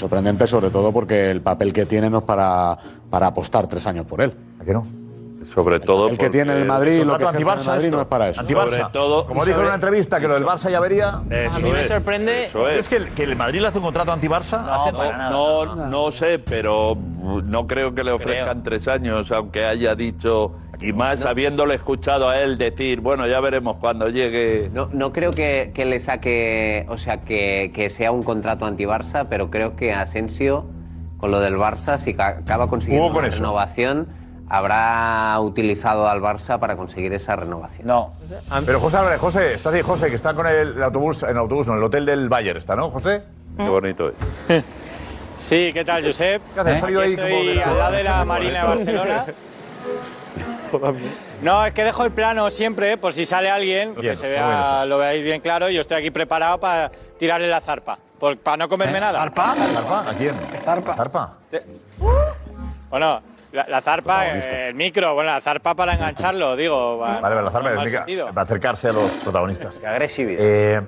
Speaker 22: sorprendente sobre todo porque el papel que tiene no es para, para apostar tres años por él.
Speaker 9: ¿A qué no?
Speaker 7: Sobre todo
Speaker 22: el que tiene el Madrid, lo que ejerce en el Madrid no es para eso.
Speaker 9: Antibarça. Como dijo en una entrevista que lo del Barça ya vería.
Speaker 7: Eso A mí me es, sorprende- eso es.
Speaker 9: ¿Crees que el, que el Madrid le hace un contrato anti-Barça? a Asensio?
Speaker 7: No, no, no sé, pero no creo que le ofrezcan tres años, aunque haya dicho, y más habiéndole escuchado a él decir, bueno, ya veremos cuando llegue.
Speaker 21: No, no creo que, que le saque, o sea, que, que sea un contrato anti-Barça, pero creo que Asensio, con lo del Barça, si ca- acaba consiguiendo
Speaker 6: Jugó con
Speaker 21: una
Speaker 6: eso.
Speaker 21: renovación, habrá utilizado al Barça para conseguir esa renovación.
Speaker 6: No.
Speaker 9: Pero José Álvarez, José, estás ahí, José, que está con el, autobús, en el autobús, no, en el hotel del Bayern está, ¿no, José?
Speaker 7: Qué bonito es.
Speaker 4: Sí, ¿qué tal, Josep?
Speaker 9: ¿Qué
Speaker 7: ¿Eh?
Speaker 9: haces?
Speaker 4: Aquí
Speaker 9: Salido ahí como
Speaker 4: estoy
Speaker 9: de la-
Speaker 4: al lado de la Marina de Barcelona. No, es que dejo el plano siempre, eh, por si sale alguien,
Speaker 9: Bien,
Speaker 4: que se
Speaker 9: muy bien
Speaker 4: vea,
Speaker 9: eso.
Speaker 4: lo veáis bien claro. Yo estoy aquí preparado para tirarle la zarpa, por- para no comerme nada. ¿Zarpa?
Speaker 9: ¿Eh? ¿Zarpa? ¿A quién?
Speaker 4: ¿Zarpa?
Speaker 9: ¿Zarpa?
Speaker 4: Bueno, la, la zarpa,
Speaker 9: Protagonista.
Speaker 4: eh, el micro, bueno, la zarpa para engancharlo, digo. va-
Speaker 9: Vale, vale, la
Speaker 4: no
Speaker 9: zarpa
Speaker 4: en
Speaker 9: es
Speaker 4: mal
Speaker 9: mica-
Speaker 4: sentido.
Speaker 9: para acercarse a los protagonistas. Qué
Speaker 6: agresividad.
Speaker 9: Eh,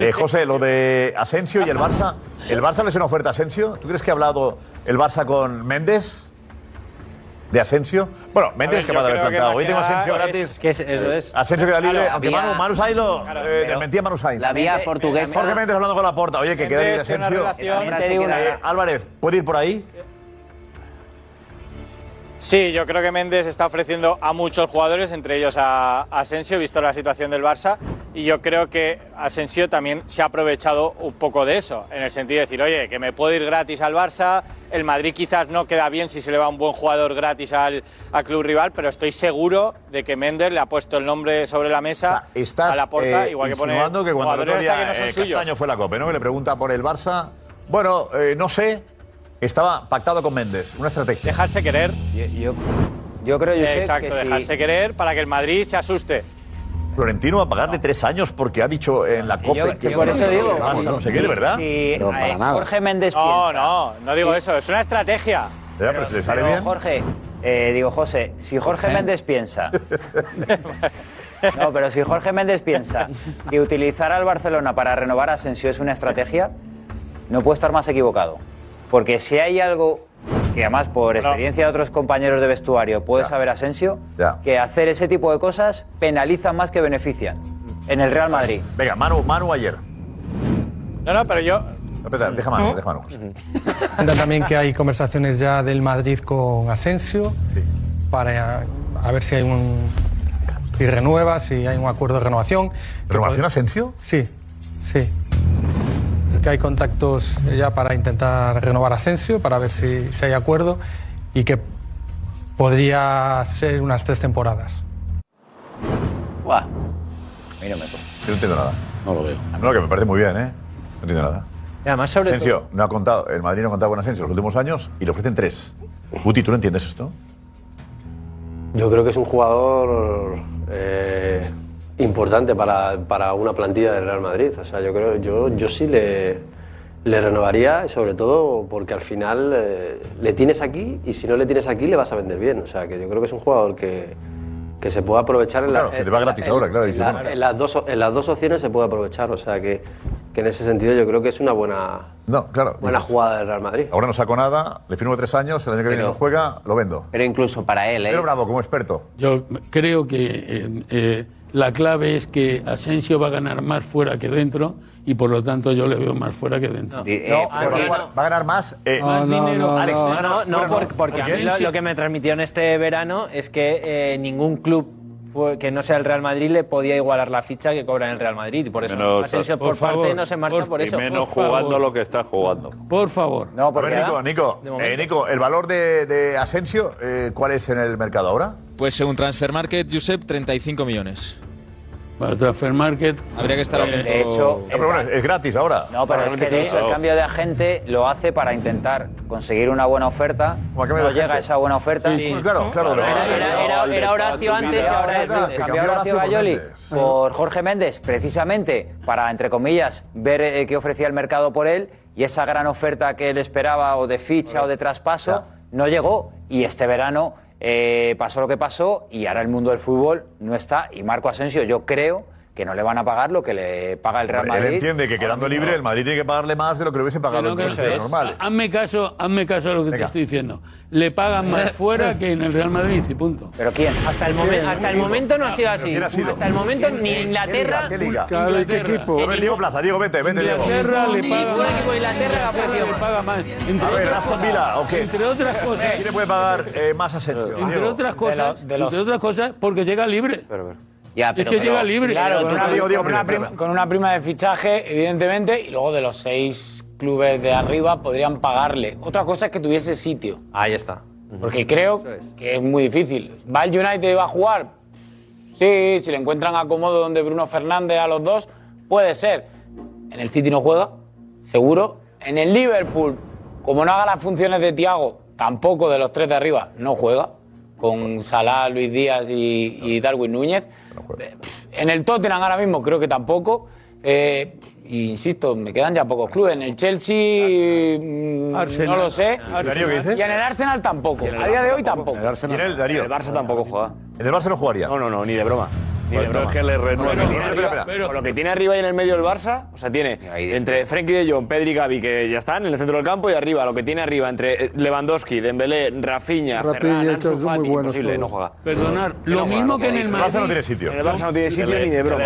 Speaker 9: eh, José, lo de Asensio y el Barça. ¿El Barça le es una oferta a Asensio? ¿Tú crees que ha hablado el Barça con Méndez? ¿De Asensio? Bueno, Méndez
Speaker 4: ver,
Speaker 9: que
Speaker 4: yo
Speaker 9: va a haber
Speaker 4: creo que
Speaker 9: plantado.
Speaker 4: más
Speaker 9: Hoy
Speaker 4: que
Speaker 9: tengo
Speaker 4: nada
Speaker 9: Asensio
Speaker 4: es-
Speaker 9: gratis.
Speaker 4: que es- eso es.
Speaker 9: Asensio queda libre,
Speaker 4: Claro,
Speaker 9: aunque
Speaker 4: había-
Speaker 9: Manu, Manu Sainz lo eh, desmentía a Manu Sainz.
Speaker 4: la vía portuguesa-
Speaker 9: Jorge Méndez hablando con la porta. Oye, que queda libre
Speaker 4: Méndez tiene
Speaker 9: Asensio.
Speaker 4: una relación- También te digo una-
Speaker 9: Eh, Álvarez, ¿puede ir por ahí?
Speaker 4: Sí, yo creo que Méndez está ofreciendo a muchos jugadores, entre ellos a Asensio, visto la situación del Barça, y yo creo que Asensio también se ha aprovechado un poco de eso, en el sentido de decir, oye, que me puedo ir gratis al Barça, el Madrid quizás no queda bien si se le va un buen jugador gratis al, al club rival, pero estoy seguro de que Méndez le ha puesto el nombre sobre la mesa
Speaker 9: Estás
Speaker 4: a la puerta,
Speaker 9: eh,
Speaker 4: igual que pone
Speaker 9: insinuando que cuando el otro
Speaker 4: jugadores
Speaker 9: día,
Speaker 4: hasta que no son
Speaker 9: eh,
Speaker 4: suyos.
Speaker 9: Castaño fue a la COPE, ¿no? Que le pregunta por el Barça. Bueno, eh, no sé. Estaba pactado con Méndez. Una estrategia.
Speaker 4: Dejarse querer.
Speaker 6: Yo, yo creo, Josep,
Speaker 4: Exacto,
Speaker 6: que si-
Speaker 4: dejarse querer para que el Madrid se asuste.
Speaker 9: Florentino va a pagarle tres años porque ha dicho en la COPE
Speaker 4: yo-
Speaker 9: que
Speaker 4: yo por eso digo,
Speaker 9: el Barça, no sé qué, de verdad.
Speaker 6: Pero para nada. eh, Jorge Méndez
Speaker 4: No,
Speaker 6: piensa.
Speaker 4: no, no digo eso, es una estrategia.
Speaker 9: Ya, pero si le sale
Speaker 6: Pero,
Speaker 9: bien.
Speaker 6: Jorge, eh, digo, José, si Jorge Méndez piensa. No, pero si Jorge Méndez piensa que utilizar al Barcelona para renovar a Asensio es una estrategia, no puede estar más equivocado. Porque si hay algo que además por experiencia de otros compañeros de vestuario puede saber Asensio,
Speaker 9: Ya.
Speaker 6: que hacer ese tipo de cosas penalizan más que benefician en el Real Madrid.
Speaker 9: Venga, Manu, Manu ayer.
Speaker 4: No, no, pero yo.
Speaker 9: Espera, deja Manu, deja Manu.
Speaker 30: Cuenta también que hay conversaciones ya del Madrid con Asensio para a ver si hay un si renueva, si hay un acuerdo de renovación.
Speaker 9: ¿Renovación Asensio?
Speaker 30: Sí, sí. Que hay contactos ya para intentar renovar Asensio, para ver si, si hay acuerdo y que podría ser unas tres temporadas.
Speaker 21: Buah.
Speaker 9: Yo no entiendo nada. No lo veo. No, que me parece muy bien, ¿eh? No entiendo nada.
Speaker 4: Y además, sobre
Speaker 9: Asensio, no ha contado, el Madrid no ha contado con Asensio en los últimos años y le ofrecen tres. Guti, ¿tú no entiendes esto?
Speaker 16: Yo creo que es un jugador eh, importante para, para una plantilla del Real Madrid. O sea, yo creo, yo, yo sí le, le renovaría, sobre todo porque al final eh, le tienes aquí y si no le tienes aquí le vas a vender bien. O sea, que yo creo que es un jugador que, que se puede aprovechar en la-
Speaker 9: Claro, se te va
Speaker 16: en la-
Speaker 9: gratis
Speaker 16: en-
Speaker 9: ahora, claro,
Speaker 16: en
Speaker 9: dices,
Speaker 16: la-
Speaker 9: bueno.
Speaker 16: en las dos, en las dos opciones se puede aprovechar. O sea, que, que en ese sentido yo creo que es una buena,
Speaker 9: No, claro.
Speaker 16: buena
Speaker 9: dices,
Speaker 16: jugada del Real Madrid.
Speaker 9: Ahora no saco nada, le firmo tres años, el año que viene no juega, lo vendo.
Speaker 21: Pero incluso para él, ¿eh?
Speaker 9: Pero bravo, como experto.
Speaker 16: Yo
Speaker 24: creo que eh, eh, la clave es que Asensio va a ganar más fuera que dentro y por lo tanto yo le veo más fuera que dentro.
Speaker 6: eh,
Speaker 9: No,
Speaker 24: ah,
Speaker 6: ah,
Speaker 9: va, a jugar- va a ganar más. eh,
Speaker 4: Más dinero.
Speaker 9: Alex, va a
Speaker 4: no,
Speaker 9: ganar
Speaker 4: no,
Speaker 9: fuera, no,
Speaker 4: por- porque a
Speaker 9: ¿Por
Speaker 4: mí
Speaker 9: qué?
Speaker 4: lo, lo que me transmitió en este verano es que eh, ningún club fue- que no sea el Real Madrid le podía igualar la ficha que cobra en el Real Madrid. Por eso,
Speaker 7: Menos-
Speaker 4: Asensio, por,
Speaker 7: por favor,
Speaker 4: parte, no se marcha por,
Speaker 7: Y
Speaker 4: eso.
Speaker 7: menos
Speaker 4: Por favor.
Speaker 7: jugando lo que está jugando.
Speaker 24: Por favor.
Speaker 9: No,
Speaker 4: porque
Speaker 9: Nico,
Speaker 4: ahora-
Speaker 9: Nico, eh, Nico, el valor de, de Asensio, eh, ¿cuál es en el mercado ahora?
Speaker 3: Pues según Transfer Market, Josep, 35 millones.
Speaker 24: para Transfer Market.
Speaker 6: Habría que estar atento. Pues, De hecho,
Speaker 9: No, Ah, pero bueno, es gratis ahora. Ah,
Speaker 6: No, pero es que de hecho el cambio de agente lo hace para intentar conseguir una buena oferta.
Speaker 9: de
Speaker 6: No llega
Speaker 9: agente?
Speaker 6: esa buena oferta.
Speaker 9: Sí. Pues claro, claro, lo que pasa es que
Speaker 6: Era, era- era Horacio antes y ahora es Méndez.
Speaker 9: Cambió
Speaker 6: Cambió a
Speaker 9: Horacio
Speaker 6: Horacio
Speaker 9: por
Speaker 6: Bayoli
Speaker 9: Méndez.
Speaker 6: por Jorge Méndez, precisamente para, entre comillas, ver eh, qué ofrecía el mercado por él y esa gran oferta que él esperaba o de ficha o de traspaso no llegó y este verano eh, pasó lo que pasó y ahora el mundo del fútbol no está y Marco Asensio yo creo que no le van a pagar lo que le paga el Real
Speaker 9: Hombre,
Speaker 6: Madrid. Ah,
Speaker 9: Él entiende que quedando
Speaker 6: Ahora mismo.
Speaker 9: libre el Madrid tiene que pagarle más de lo que le hubiese pagado en condiciones normales.
Speaker 24: Hazme caso, hazme caso a lo que te estoy diciendo. Le pagan más fuera que en el Real Madrid y punto.
Speaker 6: ¿Pero quién?
Speaker 24: Hasta
Speaker 6: el momen- hasta el momento
Speaker 24: no ha sido
Speaker 6: así.
Speaker 24: ha sido?
Speaker 6: Hasta el momento
Speaker 24: ni
Speaker 9: Inglaterra- ¿Qué liga? ¿Qué equipo? A ver, Diego Plaza, Diego, vete, vete, Diego.
Speaker 24: Inglaterra le paga más.
Speaker 9: ofrecido
Speaker 24: le paga más. Entre
Speaker 9: A ver,
Speaker 24: otras
Speaker 9: Aston
Speaker 24: cosas-
Speaker 9: Vila, ¿o qué? Eh,
Speaker 24: Entre otras cosas.
Speaker 9: ¿Quién le puede pagar eh, más ascenso?
Speaker 24: Entre otras cosas, entre otras cosas, porque llega libre.
Speaker 9: Ya,
Speaker 24: es que llega libre.
Speaker 29: Claro, con, una,
Speaker 9: Diego, Diego,
Speaker 29: con una
Speaker 9: primero,
Speaker 29: prim- con una prima de fichaje, evidentemente, y luego de los seis clubes de arriba podrían pagarle. Otra cosa es que tuviese sitio.
Speaker 2: Ahí está.
Speaker 29: Porque creo que es muy difícil. ¿Va el United y va a jugar? Sí, si le encuentran acomodo donde Bruno Fernández a los dos, puede ser. En el City no juega, seguro. En el Liverpool, como no haga las funciones de Tiago, tampoco de los tres de arriba, no juega. Con Salah, Luis Díaz y, y Darwin Núñez. Eh, pff, En el Tottenham ahora mismo creo que tampoco. Eh, y insisto, me quedan ya pocos clubes. En el Chelsea, mm,
Speaker 24: Arsenal.
Speaker 29: no lo sé.
Speaker 9: Darío, ¿qué dices?
Speaker 29: Y en el Arsenal tampoco.
Speaker 9: el
Speaker 29: A día de
Speaker 9: Barça
Speaker 29: hoy tampoco.
Speaker 9: ¿Quién es el Darío? El Barça tampoco juega. ¿El del Barça no jugaría? No, no, no, ni de broma.
Speaker 10: Ni de broma. Con lo que tiene arriba- Con lo que tiene arriba y en el medio el Barça, o sea, tiene entre Frenkie de Jong, Pedri y Gavi, que ya están en el centro del campo, y arriba, lo que tiene arriba entre eh, Lewandowski, Dembélé, Rafinha,
Speaker 17: Rapid
Speaker 10: Ferran,
Speaker 17: y
Speaker 10: Ansu
Speaker 17: estos son muy
Speaker 10: Fati,
Speaker 17: buenos
Speaker 10: imposible,
Speaker 17: todos.
Speaker 10: no juega.
Speaker 24: Perdonar, lo
Speaker 10: no juega,
Speaker 24: mismo
Speaker 10: no
Speaker 24: que en
Speaker 10: juega.
Speaker 24: el
Speaker 10: El
Speaker 24: Madrid.
Speaker 10: Barça no tiene sitio. El Barça no tiene sitio ni de broma.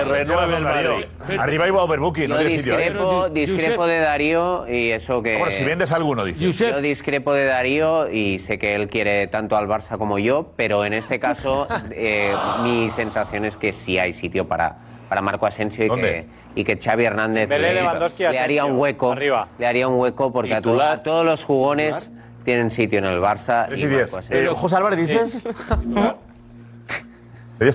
Speaker 9: Arriba iba Overbooking, no
Speaker 21: Yo
Speaker 9: tiene sitio.
Speaker 21: discrepo, discrepo de Darío y eso que.
Speaker 9: Bueno, si vendes alguno, dice.
Speaker 21: Yo discrepo de Darío y sé que él quiere tanto al Barça como yo, pero en este caso eh, mi sensación es que sí hay sitio para, para Marco Asensio y que, y que Xavi Hernández
Speaker 4: Dembélé,
Speaker 21: le,
Speaker 4: Lewandowski,
Speaker 21: le haría
Speaker 4: Asensio,
Speaker 21: un hueco. Le haría un hueco porque a, todo- a todos los jugones tienen sitio en el Barça.
Speaker 9: Tres y diez. Eh, José Álvarez, ¿dices?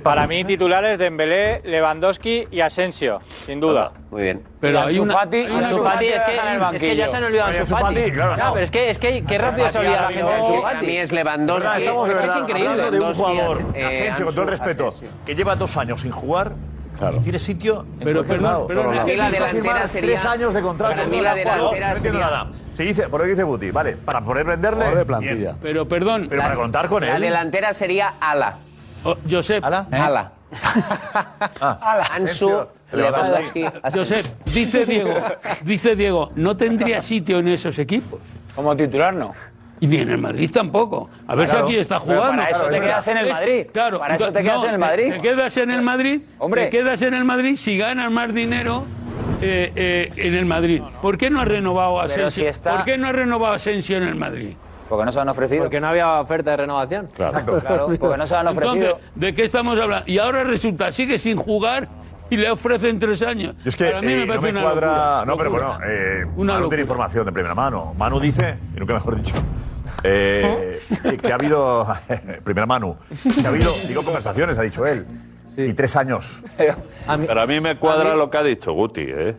Speaker 4: Para mí titulares Dembélé, Lewandowski y Asensio, sin duda.
Speaker 21: Muy bien.
Speaker 29: Pero hay una-
Speaker 4: Fati,
Speaker 29: hay una- Ansu Fati
Speaker 4: es que-
Speaker 29: en el
Speaker 4: es que ya se han olvidado
Speaker 29: banquillo.
Speaker 4: de Ansu Fati.
Speaker 29: Oye,
Speaker 4: Claro,
Speaker 29: no,
Speaker 4: no.
Speaker 29: pero es que, es que qué rápido se olvida la gente de Ansu Fati.
Speaker 21: A mí es Lewandowski.
Speaker 9: Verdad, Estamos de
Speaker 21: Es
Speaker 9: verdad
Speaker 21: increíble.
Speaker 9: hablando de un
Speaker 21: Lewandowski,
Speaker 9: jugador,
Speaker 21: eh,
Speaker 9: Asensio, con todo el
Speaker 21: Ansu,
Speaker 9: respeto, que lleva dos años sin jugar, y tiene sitio en
Speaker 24: Pero,
Speaker 9: cualquier
Speaker 24: perdón,
Speaker 9: lado.
Speaker 24: perdón, Para mí la
Speaker 9: Firmas
Speaker 24: delantera sería-
Speaker 9: tres años de contrato.
Speaker 24: Para mí
Speaker 9: no
Speaker 24: la
Speaker 9: ha jugado,
Speaker 24: delantera
Speaker 9: no entiendo
Speaker 24: sería-
Speaker 9: nada. Si dice, por lo que dice Guti, vale, para poder venderle...
Speaker 14: Jugador de
Speaker 9: plantilla.
Speaker 24: Pero perdón.
Speaker 9: Pero para contar con
Speaker 21: La
Speaker 9: él...
Speaker 21: delantera sería Ala.
Speaker 24: Oh, Josep.
Speaker 9: ¿Ala?
Speaker 21: Ala.
Speaker 9: Ah.
Speaker 21: Ala. Ansu, Lewandowski, Asensio.
Speaker 24: Josep, dice Diego, dice Diego, no tendría sitio en esos equipos.
Speaker 29: Como titular no.
Speaker 24: Y ni en el Madrid tampoco. A ver
Speaker 29: Claro.
Speaker 24: si aquí está
Speaker 29: Pero
Speaker 24: jugando.
Speaker 29: para eso te
Speaker 24: Claro,
Speaker 29: quedas en el
Speaker 24: es-
Speaker 29: Madrid.
Speaker 24: Claro.
Speaker 29: Para eso te quedas en el Madrid.
Speaker 24: Te, te quedas en el Madrid. Te quedas en el Madrid si ganas más dinero eh, eh, en el Madrid. ¿Por qué no ha renovado a
Speaker 6: Pero
Speaker 24: Asensio?
Speaker 6: si está-
Speaker 24: ¿Por qué no ha renovado a Asensio en el Madrid?
Speaker 6: Porque no se han ofrecido.
Speaker 2: Porque no había oferta de renovación.
Speaker 6: Exacto. Claro, porque no se han ofrecido.
Speaker 24: Entonces, ¿de qué estamos hablando? Y ahora resulta, sigue sin jugar y le ofrecen tres años.
Speaker 9: Yo es que
Speaker 24: Para mí
Speaker 9: eh,
Speaker 24: me
Speaker 9: no
Speaker 24: parece
Speaker 9: me
Speaker 24: una
Speaker 9: cuadra.
Speaker 24: locura,
Speaker 9: no, pero
Speaker 24: locura.
Speaker 9: bueno, eh,
Speaker 24: Una
Speaker 9: Manu
Speaker 24: locura.
Speaker 9: tiene información de primera mano. Manu dice, y nunca mejor dicho, eh, que, que ha habido. primera Manu. Que ha habido, digo, conversaciones, ha dicho él. Y tres años.
Speaker 7: Pero a mí me cuadra lo que ha dicho Guti, ¿eh?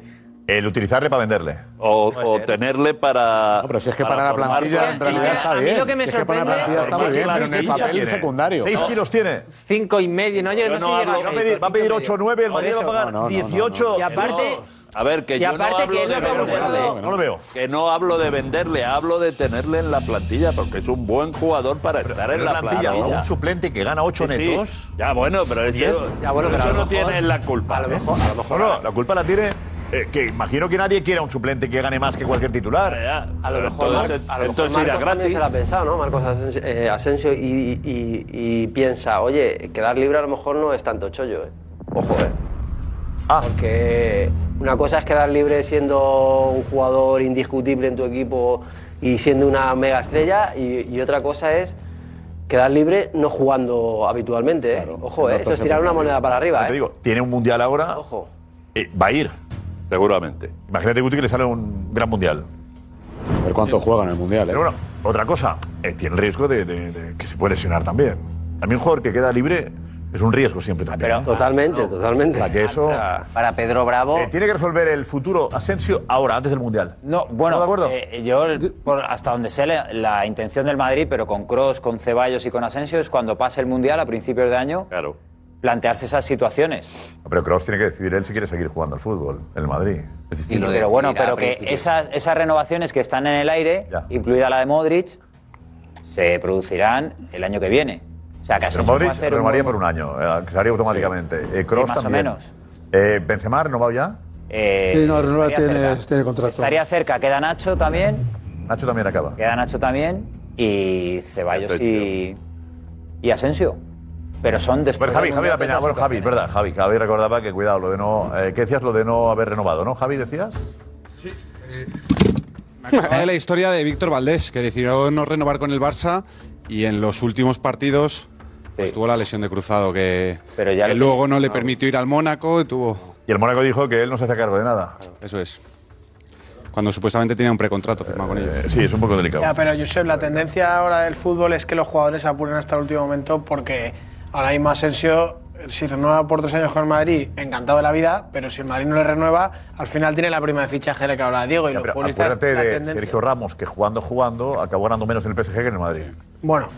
Speaker 9: El utilizarle para venderle.
Speaker 7: O, o tenerle para. pero si es
Speaker 14: que para la plantilla en realidad está bien. Si es que para la plantilla está muy bien, en el papel secundario.
Speaker 9: Seis kilos tiene.
Speaker 2: Cinco y medio, no, yo
Speaker 9: Yo
Speaker 2: no, sé
Speaker 9: no
Speaker 2: si
Speaker 9: hablo,
Speaker 2: llega
Speaker 9: va a
Speaker 2: seis,
Speaker 9: pedir-
Speaker 2: pero
Speaker 9: va a pedir
Speaker 2: cinco y
Speaker 9: ocho,
Speaker 2: medio.
Speaker 9: nueve, el
Speaker 2: Por
Speaker 9: Madrid va a
Speaker 2: eso.
Speaker 9: pagar No, no, no, no, no. 18.
Speaker 2: Y aparte,
Speaker 7: A ver, que
Speaker 2: Y
Speaker 7: yo no
Speaker 2: aparte
Speaker 7: hablo de
Speaker 2: que no hemos
Speaker 7: venderle.
Speaker 2: hablado- No lo
Speaker 9: veo.
Speaker 7: Que no hablo de venderle, hablo de tenerle en la plantilla, porque es un buen jugador para estar en
Speaker 9: Pero
Speaker 7: la plantilla.
Speaker 9: ¿no? Un suplente que gana ocho
Speaker 7: Sí, sí.
Speaker 9: netos.
Speaker 7: Ya bueno, pero
Speaker 9: Diez.
Speaker 7: eso,
Speaker 9: Ya, bueno,
Speaker 7: pero
Speaker 9: pero a
Speaker 7: eso
Speaker 9: lo
Speaker 7: no
Speaker 9: mejor-
Speaker 7: tiene la culpa. ¿eh?
Speaker 9: No, no, la culpa la tiene. eh, que imagino que nadie quiera un suplente que gane más que cualquier titular.
Speaker 7: A
Speaker 9: lo
Speaker 7: entonces,
Speaker 9: Mar- a lo
Speaker 7: entonces
Speaker 9: mejor
Speaker 7: irá
Speaker 9: Marcos
Speaker 7: gratis.
Speaker 31: se la ha pensado, ¿no? Marcos Asensio, eh, Asensio y, y- y piensa, oye, quedar libre a lo mejor no es tanto chollo, ¿eh? Ojo, ¿eh?
Speaker 9: Ah.
Speaker 31: Porque una cosa es quedar libre siendo un jugador indiscutible en tu equipo y siendo una mega estrella, y, y otra cosa es quedar libre no jugando habitualmente, ¿eh? Ojo, ¿eh? Eso es tirar una moneda para arriba, ¿eh?
Speaker 9: Te digo, tiene un mundial ahora. eh, va a ir.
Speaker 7: Seguramente.
Speaker 9: Imagínate, Guti, que le sale un gran mundial.
Speaker 14: A ver cuánto juegan en el mundial, ¿eh?
Speaker 9: Pero bueno, otra cosa, eh, tiene el riesgo de, de- de que se puede lesionar también. A mí un jugador que queda libre, Es un riesgo siempre también. ¿eh?
Speaker 21: Totalmente, totalmente.
Speaker 9: O sea, que eso...
Speaker 21: Para Pedro Bravo.
Speaker 9: Eh, tiene que resolver el futuro Asensio ahora, antes del Mundial.
Speaker 6: No, bueno, eh, yo el- por- hasta donde sé la, la intención del Madrid, pero con Cross, con Ceballos y con Asensio, es cuando pase el Mundial a principios de año plantearse esas situaciones.
Speaker 9: Pero Kroos tiene que decidir él si quiere seguir jugando al fútbol, el Madrid. Es distinto.
Speaker 6: pero bueno, pero que esas, esas renovaciones que están en el aire, incluida la de Modric, se producirán el año que viene. O sea, que
Speaker 9: Pero
Speaker 6: Asensio fue a
Speaker 9: Modric
Speaker 6: hacer un
Speaker 9: renovaría
Speaker 6: buen-
Speaker 9: por un año, eh, que haría automáticamente. Eh, Kroos
Speaker 6: Sí, más o
Speaker 9: también.
Speaker 6: menos.
Speaker 9: Eh, Benzema renovado ya.
Speaker 6: Eh,
Speaker 17: Sí, no, Renueva
Speaker 6: estaría
Speaker 17: tiene,
Speaker 6: cerca.
Speaker 17: tiene contrato.
Speaker 6: Estaría cerca, queda Nacho también.
Speaker 9: Nacho también acaba.
Speaker 6: Queda Nacho también y Ceballos y, y Asensio. Pero son después.
Speaker 9: Bueno, Javi,
Speaker 6: del
Speaker 9: Javi la
Speaker 6: Mundial,
Speaker 9: Peña,
Speaker 6: todas
Speaker 9: bueno,
Speaker 6: esas
Speaker 9: Javi, es verdad, Javi, Javi recordaba que cuidado, lo de no, eh, ¿qué decías? Lo de no haber renovado, ¿no? Javi, decías.
Speaker 3: Me acordaba de la historia de Víctor Valdés, que decidió no renovar con el Barça y en los últimos partidos pues, tuvo la lesión de cruzado que,
Speaker 9: ya
Speaker 3: que
Speaker 9: lo-
Speaker 3: luego no le permitió ir al Mónaco y tuvo...
Speaker 9: Y el Mónaco dijo que él no se hace cargo de nada.
Speaker 3: Eso es. Cuando supuestamente tenía un precontrato firmado con ellos.
Speaker 9: Eh, Sí, es un poco delicado.
Speaker 15: Ya, pero Josep, la tendencia ahora del fútbol es que los jugadores se apuren hasta el último momento porque ahora mismo Asensio, si renueva por tres años con el Madrid, encantado de la vida, pero si el Madrid no le renueva, al final tiene la prima de fichaje de que hablaba Diego y
Speaker 9: Ya,
Speaker 15: los
Speaker 9: pero
Speaker 15: futbolistas.
Speaker 9: acuérdate
Speaker 15: la
Speaker 9: de
Speaker 15: tendencia-
Speaker 9: Sergio Ramos, que jugando, jugando, acabó ganando menos en el PSG que en el Madrid.
Speaker 15: Bueno.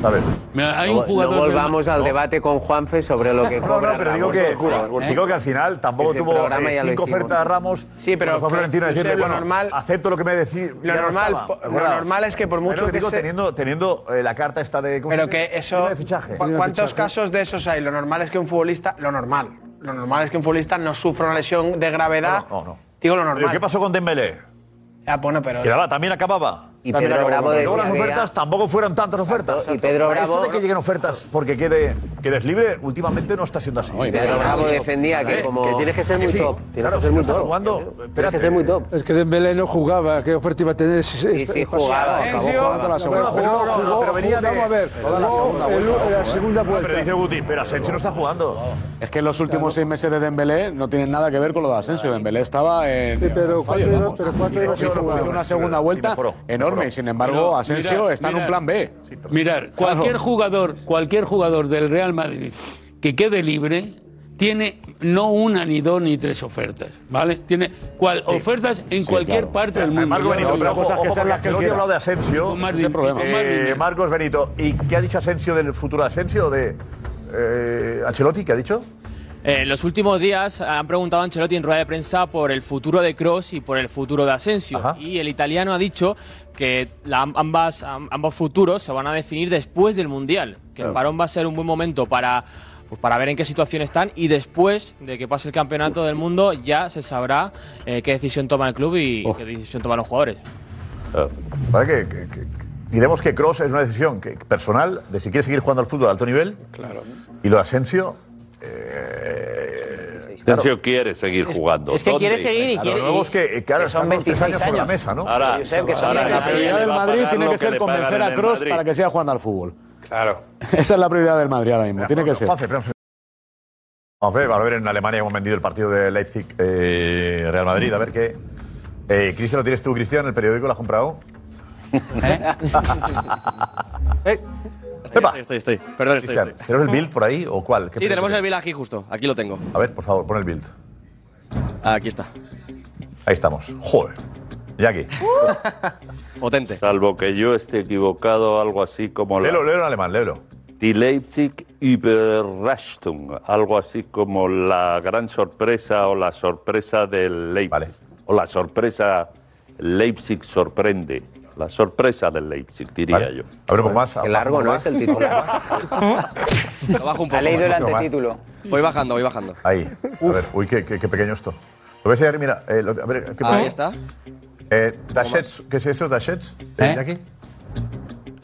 Speaker 9: ¿Sabes?
Speaker 21: no, no volvamos al debate con Juanfe sobre lo que
Speaker 9: No,
Speaker 21: cobra
Speaker 9: no, pero digo
Speaker 21: Ramos.
Speaker 9: que,
Speaker 21: Locura,
Speaker 9: digo que al final tampoco
Speaker 21: Ese
Speaker 9: tuvo
Speaker 21: programa
Speaker 9: eh,
Speaker 21: ya lo
Speaker 9: cinco
Speaker 21: hicimos.
Speaker 9: ofertas a Ramos.
Speaker 15: Sí, pero
Speaker 9: cuando fue
Speaker 15: que-
Speaker 9: Florentino a
Speaker 15: Josep,
Speaker 9: decirle,
Speaker 15: lo
Speaker 9: bueno,
Speaker 15: normal-
Speaker 9: acepto lo que me decís.
Speaker 15: Lo normal, po- lo normal es que por mucho que
Speaker 9: digo,
Speaker 15: se-
Speaker 9: teniendo, teniendo eh, la carta esta de... ¿cómo
Speaker 15: Pero
Speaker 9: se dice?
Speaker 15: que eso.
Speaker 9: de fichaje.
Speaker 15: ¿cu- ¿Cuántos casos de esos hay? Lo normal es que un futbolista. Lo normal. Lo normal es que un futbolista no sufra una lesión de gravedad.
Speaker 9: No, no.
Speaker 15: Digo lo normal.
Speaker 9: ¿Qué pasó con Dembélé?
Speaker 15: Ya, bueno, pero.
Speaker 9: Quedaba, también acababa.
Speaker 15: Y Pedro
Speaker 9: También acababa.
Speaker 15: Bravo decía
Speaker 9: Luego las
Speaker 15: que
Speaker 9: ofertas
Speaker 15: ya-
Speaker 9: tampoco fueron tantas ofertas.
Speaker 21: Y Pedro
Speaker 9: Para Esto
Speaker 21: Bravo-
Speaker 9: de que lleguen ofertas porque quede, quedes libre, últimamente no está siendo así.
Speaker 21: Y Pedro Bravo defendía que
Speaker 9: Eh,
Speaker 21: como-
Speaker 9: que tienes que ser muy
Speaker 21: Sí,
Speaker 9: top.
Speaker 21: tienes
Speaker 9: Tienes que ser muy top. jugando, espérate.
Speaker 17: El que Dembélé no jugaba, ¿qué oferta iba a tener? Sí,
Speaker 21: sí, jugaba. Asensio.
Speaker 17: la segunda.
Speaker 9: No, pero no, no,
Speaker 17: Jugó,
Speaker 9: pero venía de-
Speaker 17: Vamos a ver.
Speaker 9: Jugó la segunda
Speaker 17: el-
Speaker 9: vuelta,
Speaker 17: la
Speaker 9: ojo, eh.
Speaker 17: segunda vuelta.
Speaker 9: Pero dice Guti, pero Asensio no está jugando.
Speaker 22: Es que los últimos seis meses de Dembélé no tienen nada que ver con lo de Asensio. Dembélé estaba en.
Speaker 17: Sí, pero
Speaker 22: fallo,
Speaker 17: cuatro iba-
Speaker 22: vamos.
Speaker 17: pero cuatro iba a
Speaker 22: Hizo
Speaker 17: ser jugador.
Speaker 22: una segunda vuelta enorme. y Sin embargo,
Speaker 24: Pero,
Speaker 22: Asensio
Speaker 24: mirad,
Speaker 22: está en un
Speaker 24: mirad.
Speaker 22: plan B.
Speaker 24: Mirar, cualquier jugador, cualquier jugador del Real Madrid que quede libre tiene no una ni dos ni tres ofertas, ¿vale? Tiene cual, ofertas en
Speaker 9: Sí,
Speaker 24: cualquier
Speaker 9: claro.
Speaker 24: parte del mundo.
Speaker 9: Marco Benito, otra cosa que se que he hablado de Asensio.
Speaker 24: Con más dinero, con más
Speaker 9: Eh,
Speaker 24: dinero.
Speaker 9: Marcos Benito, ¿y qué ha dicho Asensio del futuro de Asensio? ¿De eh, Ancelotti? ¿Qué ha dicho?
Speaker 11: En Eh, los últimos días han preguntado a Ancelotti en rueda de prensa por el futuro de Cross y por el futuro de Asensio. Y el italiano ha dicho que la- ambas, am- ambos futuros se van a definir después del Mundial. Que
Speaker 9: Claro.
Speaker 11: el parón va a ser un buen momento para, pues, para ver en qué situación están y después de que pase el Campeonato del Mundo ya se sabrá eh, qué decisión toma el club y qué decisión toman los jugadores.
Speaker 17: Ah.
Speaker 9: ¿Para que, que- que- diremos que Cross es una decisión que- personal de si quiere seguir jugando al fútbol a alto nivel. Claro. Y lo de Asensio.
Speaker 7: Asensio quiere seguir jugando.
Speaker 9: es que
Speaker 7: ¿Dónde?
Speaker 9: quiere seguir y Lo quiere- nuevo es que, eh, claro, que son están los tres 26 años sobre la años. mesa, ¿no?
Speaker 7: Ahora,
Speaker 9: Pero, Josep, que son
Speaker 7: ahora
Speaker 9: bien
Speaker 22: La
Speaker 7: Asensio
Speaker 22: prioridad
Speaker 7: le
Speaker 22: del
Speaker 7: va a
Speaker 22: Madrid
Speaker 7: pagar
Speaker 22: tiene
Speaker 7: lo
Speaker 22: que ser
Speaker 7: le pagan
Speaker 22: convencer
Speaker 7: en
Speaker 22: a
Speaker 7: el
Speaker 22: Cross
Speaker 7: Madrid.
Speaker 22: para que siga jugando al fútbol.
Speaker 9: Claro.
Speaker 22: Esa es la prioridad del Madrid ahora mismo. Tiene que ser.
Speaker 9: Vamos a ver, a ver en Alemania hemos vendido el partido de Leipzig eh, Real Madrid. A ver qué. Eh, Cristian, ¿lo tienes tú, Cristian? ¿El periódico lo has comprado? Eh,
Speaker 32: Estoy, estoy, estoy. Perdón, estoy.
Speaker 9: Cristian,
Speaker 32: estoy.
Speaker 9: ¿tenemos el build por ahí o cuál? ¿Qué
Speaker 32: Sí, tenemos
Speaker 9: periódico?
Speaker 32: el bill aquí justo. Aquí lo tengo.
Speaker 9: A ver, por favor, pon el build.
Speaker 32: Aquí está.
Speaker 9: Ahí estamos. Joder. Jackie.
Speaker 32: Uh. Potente.
Speaker 7: Salvo que yo esté equivocado, algo así como.
Speaker 9: Léelo, léelo en alemán, léelo.
Speaker 7: Die Leipzig Überraschung, algo así como la gran sorpresa o la sorpresa del Leipzig. O la sorpresa. Leipzig sorprende. La sorpresa del Leipzig, diría yo.
Speaker 9: A ver, más.
Speaker 32: Qué largo, ¿no? Es el titular. Lo bajo un poco.
Speaker 9: Ha leído
Speaker 32: más.
Speaker 9: el antetítulo.
Speaker 32: Voy bajando, voy bajando.
Speaker 9: Ahí. A ver, uy, qué, qué- qué pequeño esto. Lo ves ahí, mira. eh, lo- a ver, ¿qué
Speaker 32: Ahí
Speaker 9: pongo?
Speaker 32: está.
Speaker 9: Eh, Dashets, ¿qué es eso? Dashets. ¿Eh? Jackie?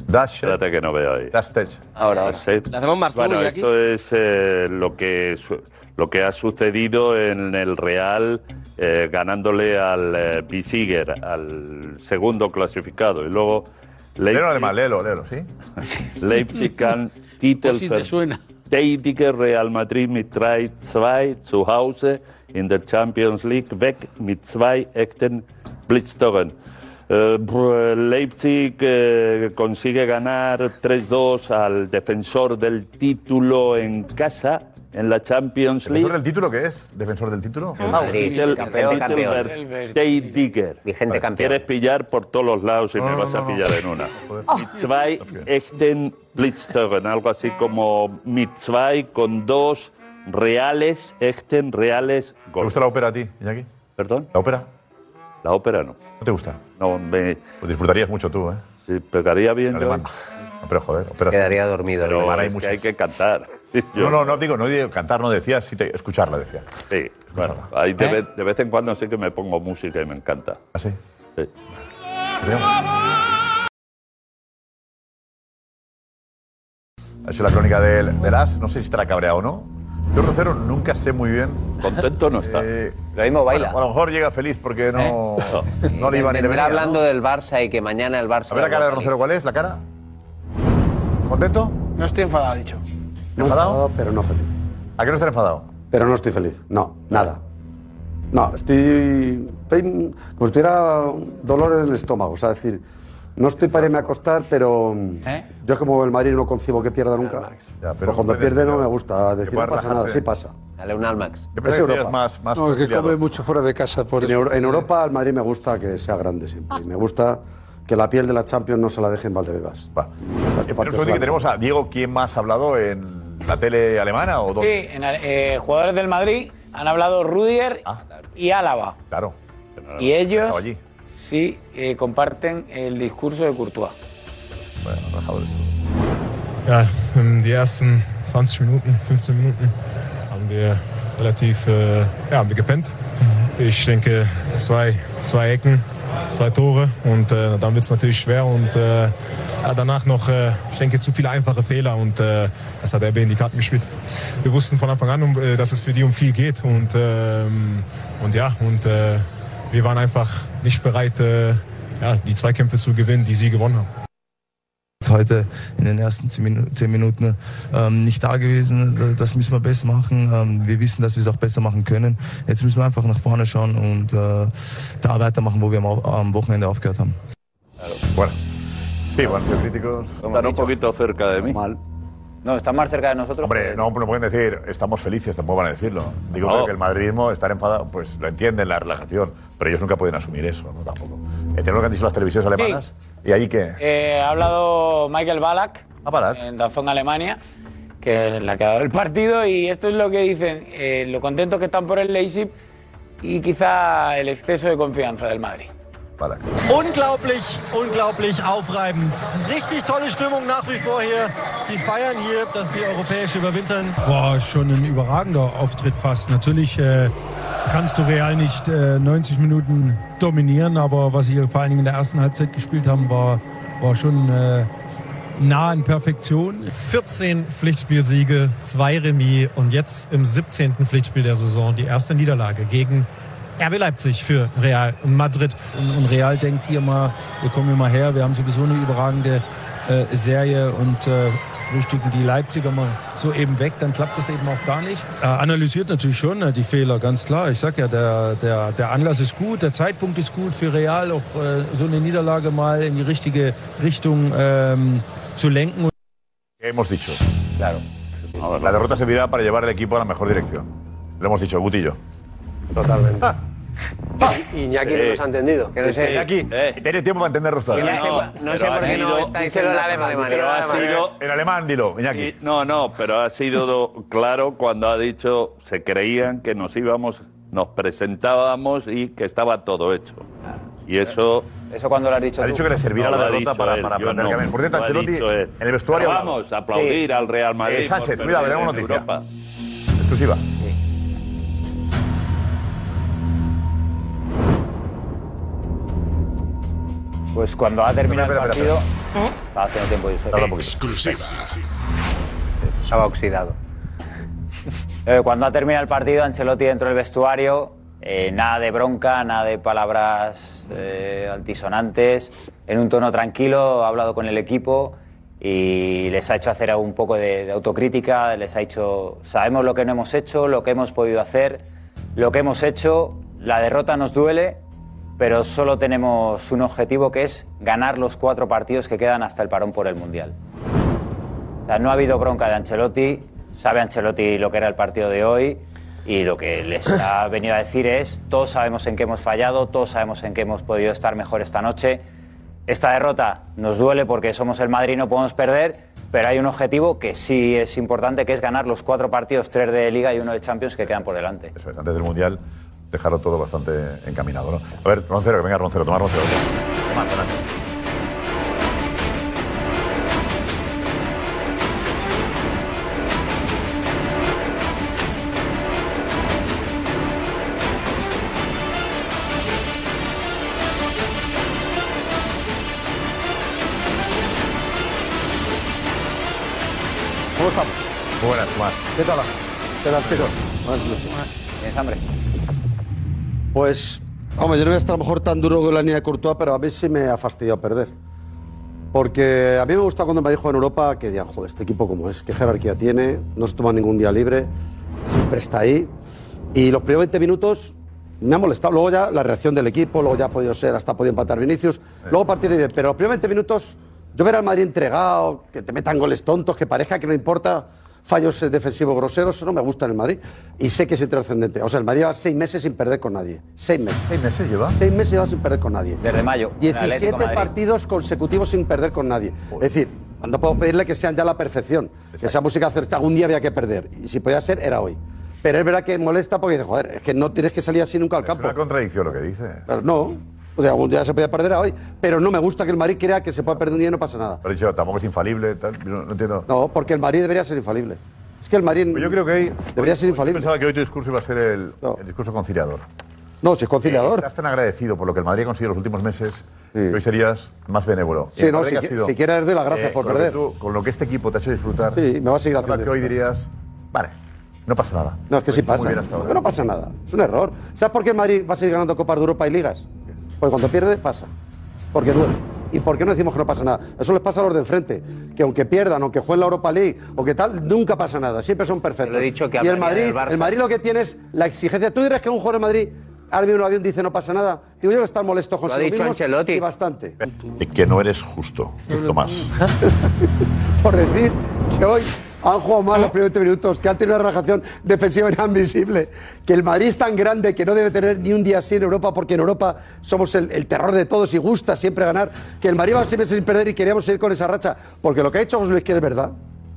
Speaker 9: Dashets.
Speaker 7: Espérate que no veo ahí.
Speaker 9: Dashets.
Speaker 32: Ahora, ahora.
Speaker 7: Dashets.
Speaker 32: ¿Le hacemos más zoom
Speaker 7: Bueno,
Speaker 32: y aquí?
Speaker 7: esto es eh, lo, que, su- lo que ha sucedido en el Real eh, ganándole al eh, Bisiger, al segundo clasificado. Y luego.
Speaker 9: Léelo en alemán, léelo, léelo, ¿sí?
Speaker 7: Leipzig kann Titel
Speaker 24: Pues si te suena.
Speaker 7: verteidiger Real Madrid mit 3-2 zu Hause in der Champions League weg mit zwei echten Blitztoren. Eh, br- Leipzig eh, consigue ganar 3-2 al defensor del título en casa, en la Champions League.
Speaker 9: ¿Defensor del título qué es? ¿Defensor del título?
Speaker 7: Titel- Titelberg- Tay Digger. Vale.
Speaker 9: campeón.
Speaker 7: Quieres pillar por todos los lados y
Speaker 9: No,
Speaker 7: me
Speaker 9: no,
Speaker 7: vas
Speaker 9: no,
Speaker 7: a
Speaker 9: no.
Speaker 7: pillar en una.
Speaker 9: Joder.
Speaker 7: Mit zwei echten Blitztögen, algo así como mit zwei con dos reales, echten reales gol. ¿Te gusta
Speaker 9: la ópera a ti, Iñaki?
Speaker 7: ¿Perdón?
Speaker 9: ¿La ópera?
Speaker 7: La ópera no.
Speaker 9: ¿No te gusta?
Speaker 7: No, me...
Speaker 9: Pues disfrutarías mucho tú, ¿eh?
Speaker 7: Sí, pegaría bien. yo.
Speaker 9: Alemán. No, pero joder, ópera sí.
Speaker 7: Quedaría dormido. Pero
Speaker 9: Alemán
Speaker 7: es
Speaker 9: hay
Speaker 7: que
Speaker 9: muchas.
Speaker 7: hay que cantar.
Speaker 9: No, no, no digo, no digo cantar, no decía, sí te- escucharla decía. ¿Eh?
Speaker 7: Sí, bueno, ahí de, vez, de vez en cuando sí que me pongo música y me encanta.
Speaker 9: ¿Ah, sí?
Speaker 7: Sí.
Speaker 9: Ha sido la crónica del, del As, no sé si estará cabreado o no. Yo, Rocero, nunca sé muy bien.
Speaker 7: Contento no ¿Eh? está.
Speaker 9: Lo mismo baila. a lo mejor llega feliz porque no, no le iba ni le
Speaker 21: Eh, Vendrá
Speaker 9: venía. ¿no?
Speaker 21: hablando del Barça y que mañana el Barça.
Speaker 9: A ver la cara de Rocero, ¿cuál es? ¿La cara? ¿Contento?
Speaker 33: No estoy enfadado, dicho.
Speaker 8: No enfadado, pero no feliz.
Speaker 9: ¿A qué no estás enfadado?
Speaker 8: Pero no estoy feliz, no, nada. No, estoy estoy como si tuviera dolor en el estómago, o sea, es decir, no estoy para irme a acostar, pero yo es que como el Madrid no concibo que pierda nunca. pero cuando pierde no me gusta, decir no
Speaker 9: puedas
Speaker 8: pasa nada,
Speaker 9: relajarse.
Speaker 8: sí pasa.
Speaker 21: Dale un Almax.
Speaker 9: Yo pensaba que serías más, más
Speaker 8: No, que
Speaker 9: conciliador.
Speaker 8: come mucho fuera de casa. en, Euro- en Europa, al Madrid me gusta que sea grande siempre. Y me gusta que la piel de la Champions no se la deje en Valdebebas.
Speaker 9: Eh, pero un segundo que tenemos a Diego, ¿quién más ha hablado en la tele alemana o dónde?
Speaker 29: Sí, en el- eh, jugadores del Madrid han hablado Rudiger y Álava.
Speaker 9: Ah. Claro.
Speaker 29: Y ellos
Speaker 9: Estaba allí.
Speaker 29: sí eh, comparten el discurso de Courtois.
Speaker 9: Bueno, rajado esto.
Speaker 25: Ja, ähm, die ersten 20 Minuten, 15 Minuten haben wir relativ äh, ja, haben wir gepennt. Ich denke, zwei, zwei Ecken, zwei Tore und äh, dann wird es natürlich schwer. Und äh, ja, danach noch, äh, ich denke, zu viele einfache Fehler und äh, das hat RB in die Karten gespielt. Wir wussten von Anfang an, um, äh, dass es für die um viel geht. Und, ähm, und ja, und äh, wir waren einfach nicht bereit, äh, ja, die Zweikämpfe zu gewinnen, die sie gewonnen haben.
Speaker 10: heute in den ersten zehn Minu- zehn Minuten ähm, nicht da gewesen. Das müssen wir besser machen. Ähm, wir wissen, dass wir es auch besser machen können. Jetzt müssen wir einfach nach vorne schauen und äh, da weitermachen, wo wir am, Au- am Wochenende aufgehört haben.
Speaker 9: Bueno. Sí, van a ser críticos.
Speaker 7: Están un poquito cerca de mí.
Speaker 9: No, están más cerca de nosotros. Hombre, no, no pueden decir estamos felices, tampoco van a decirlo. Digo
Speaker 7: No.
Speaker 9: pero que el madridismo, estar enfadado, pues lo entienden, la relajación, pero ellos nunca pueden asumir eso, ¿no? Tampoco. Eh, tenemos lo que han dicho las televisiones
Speaker 29: Sí.
Speaker 9: alemanas. ¿Y ahí qué?
Speaker 29: Eh, ha hablado Michael Ballack
Speaker 9: Ballack.
Speaker 29: en Dazón, Alemania, que es la que ha dado el partido. Y esto es lo que dicen, eh, lo contentos que están por el Leipzig y quizá el exceso de confianza del Madrid.
Speaker 27: Unglaublich, unglaublich aufreibend. Richtig tolle Stimmung nach wie vor hier. Die feiern hier, dass sie europäisch überwintern.
Speaker 25: War schon ein überragender Auftritt fast. Natürlich äh, kannst du Real nicht äh, 90 Minuten dominieren, aber was sie vor allen Dingen in der ersten Halbzeit gespielt haben, war, war schon äh, nah an Perfektion.
Speaker 34: 14 Pflichtspielsiege, zwei Remis und jetzt im 17. Pflichtspiel der Saison die erste Niederlage gegen RB Leipzig für Real Madrid.
Speaker 25: Und, und Real denkt hier mal, wir kommen hier mal her, wir haben sowieso eine überragende äh, Serie und äh, frühstücken die Leipziger mal so eben weg, dann klappt das eben auch gar nicht. Äh, analysiert natürlich schon äh, die Fehler, ganz klar. Ich sag ja, der, der, der Anlass ist gut, der Zeitpunkt ist gut für Real, auch äh, so eine Niederlage mal in die richtige Richtung ähm, zu lenken.
Speaker 9: ¿Qué hemos dicho? Claro. La derrota servirá para llevar el equipo a la mejor dirección. Lo hemos dicho, Guti y yo.
Speaker 16: Totalmente.
Speaker 9: Ah.
Speaker 16: Iñaki no
Speaker 9: Eh,
Speaker 16: nos ha entendido.
Speaker 9: Que no sé. Iñaki,
Speaker 7: Eh.
Speaker 9: Tienes tiempo para entendernos
Speaker 16: Que
Speaker 9: todavía.
Speaker 16: no sé cua- no sé por qué no está diciendo en alemán,
Speaker 7: Pero
Speaker 16: díselo en
Speaker 7: ha
Speaker 16: alemán.
Speaker 7: sido.
Speaker 9: En alemán, dilo,
Speaker 7: Iñaki. no, no, pero ha sido do- claro cuando ha dicho se creían que nos íbamos, nos presentábamos y que estaba todo hecho. Y eso.
Speaker 6: Eso cuando lo has dicho.
Speaker 9: Ha
Speaker 6: tú.
Speaker 9: dicho que le
Speaker 7: No
Speaker 9: servirá la
Speaker 7: lo ha
Speaker 9: derrota
Speaker 7: dicho
Speaker 9: para,
Speaker 7: él,
Speaker 9: para
Speaker 7: yo
Speaker 9: plantear
Speaker 7: no,
Speaker 9: camino. Por cierto,
Speaker 7: lo ha
Speaker 9: Ancelotti,
Speaker 7: dicho él.
Speaker 9: en el vestuario.
Speaker 7: Pero
Speaker 9: ha hablado.
Speaker 7: vamos, aplaudir al Real Madrid
Speaker 9: Eh, Sánchez,
Speaker 7: por
Speaker 9: cuidado,
Speaker 7: perder
Speaker 9: veremos
Speaker 7: en
Speaker 9: noticia.
Speaker 7: Europa.
Speaker 9: Exclusiva.
Speaker 6: Pues cuando ha terminado el
Speaker 9: Espera, espera,
Speaker 6: partido. Estaba haciendo tiempo, yo sé.
Speaker 9: Exclusiva.
Speaker 6: Estaba oxidado. Eh, Cuando ha terminado el partido, Ancelotti dentro del vestuario, eh, nada de bronca, nada de palabras eh, altisonantes, en un tono tranquilo, ha hablado con el equipo y les ha hecho hacer un poco de, de autocrítica, les ha hecho, sabemos lo que no hemos hecho, lo que hemos podido hacer, lo que hemos hecho, la derrota nos duele, pero solo tenemos un objetivo que es ganar los cuatro partidos que quedan hasta el parón por el Mundial. O sea, no ha habido bronca de Ancelotti, sabe Ancelotti lo que era el partido de hoy y lo que les ha venido a decir es, todos sabemos en qué hemos fallado, todos sabemos en qué hemos podido estar mejor esta noche. Esta derrota nos duele porque somos el Madrid, no podemos perder, pero hay un objetivo que sí es importante, que es ganar los cuatro partidos, tres de Liga y uno de Champions que quedan por delante.
Speaker 9: Eso es, antes del Mundial dejarlo todo bastante encaminado. ¿no? A ver, Roncero, que venga Roncero, tomar Roncero. Tomar, adelante.
Speaker 8: ¿Cómo estamos?
Speaker 9: Muy buenas, Tomás.
Speaker 8: ¿Qué tal? ¿Qué tal, chicos?
Speaker 6: Buenas noches. ¿Tienes hambre?
Speaker 8: Pues, hombre, yo no voy a estar a lo mejor tan duro con la línea de Courtois, pero a mí sí me ha fastidiado perder. Porque a mí me gusta cuando me dijo en Europa que digan, joder, este equipo como es, qué jerarquía tiene, no se toma ningún día libre, siempre está ahí. Y los primeros 20 minutos me ha molestado. Luego ya la reacción del equipo, luego ya ha podido ser, hasta podía empatar Vinicius. Luego partir bien, pero los primeros 20 minutos yo ver al Madrid entregado, que te metan goles tontos, que parezca que no importa fallos eh, defensivos groseros, eso no me gusta en el Madrid. Y sé que es trascendente. O sea, el Madrid lleva seis meses sin perder con nadie. Seis meses.
Speaker 9: ¿Seis meses lleva?
Speaker 8: Seis meses lleva sin perder con nadie.
Speaker 6: Desde mayo. en el
Speaker 8: 17
Speaker 6: Atlético de Madrid.
Speaker 8: partidos consecutivos sin perder con nadie. Es decir, no puedo pedirle que sean ya la perfección. Que Esa música acertada algún día había que perder. Y si podía ser, era hoy. Pero es verdad que molesta porque dice, joder, es que no tienes que salir así nunca al
Speaker 9: Es
Speaker 8: campo.
Speaker 9: una contradicción lo que dice.
Speaker 8: Pero no. O sea, algún día se podía perder a hoy. Pero no me gusta que el Madrid crea que se pueda perder un día y no pasa nada.
Speaker 9: Lo he dicho, tampoco es infalible, tal, no, no entiendo.
Speaker 8: No, porque el Madrid debería ser infalible. Es que el Madrid.
Speaker 9: Pues Yo creo que hoy.
Speaker 8: Debería ser
Speaker 9: Yo
Speaker 8: infalible.
Speaker 9: pensaba que hoy tu discurso iba a ser el, el discurso conciliador.
Speaker 8: No, si es conciliador.
Speaker 9: Eh, Estás tan agradecido por lo que el Madrid ha conseguido en los últimos meses, que hoy serías más benévolo.
Speaker 8: Sí,
Speaker 9: Y el
Speaker 8: no,
Speaker 9: Madrid
Speaker 8: si
Speaker 9: ha
Speaker 8: qui-
Speaker 9: sido, eh,
Speaker 8: si quieres, de las gracias por
Speaker 9: con lo que
Speaker 8: perder.
Speaker 9: tú- con lo que este equipo te ha hecho disfrutar.
Speaker 8: Sí, me va a seguir
Speaker 9: es verdad
Speaker 8: haciendo
Speaker 9: que hoy dirías, vale, no pasa nada.
Speaker 8: No, es que sí pasa.
Speaker 9: bien hasta ahora.
Speaker 8: No, no pasa nada. Es un error. ¿Sabes por qué el Madrid va a seguir ganando Copas de Europa y Ligas? Porque cuando pierde, pasa. Porque duele. ¿Y por qué no decimos que no pasa nada? Eso les pasa a los de enfrente. Que aunque pierdan, aunque jueguen la Europa League o que tal, nunca pasa nada. Siempre son perfectos.
Speaker 21: Te lo he dicho que
Speaker 8: y el
Speaker 21: hablaría
Speaker 8: Madrid,
Speaker 21: del Barça.
Speaker 8: el Madrid lo que tiene es la exigencia. ¿Tú dirás que un jugador de Madrid, ahora viene un avión dice no pasa nada? Digo yo que están molestos con
Speaker 21: Lo ha
Speaker 8: sí
Speaker 21: dicho
Speaker 8: mismos
Speaker 21: Ancelotti.
Speaker 8: Y bastante.
Speaker 9: Y que no eres justo, Tomás.
Speaker 8: por decir que hoy han jugado mal los primeros 20 minutos, que han tenido una relajación defensiva inadmisible, que el Madrid es tan grande que no debe tener ni un día así en Europa, porque en Europa somos el, el terror de todos y gusta siempre ganar, que el Madrid va siempre sin perder y queríamos seguir con esa racha, porque lo que ha hecho José Luis que es verdad,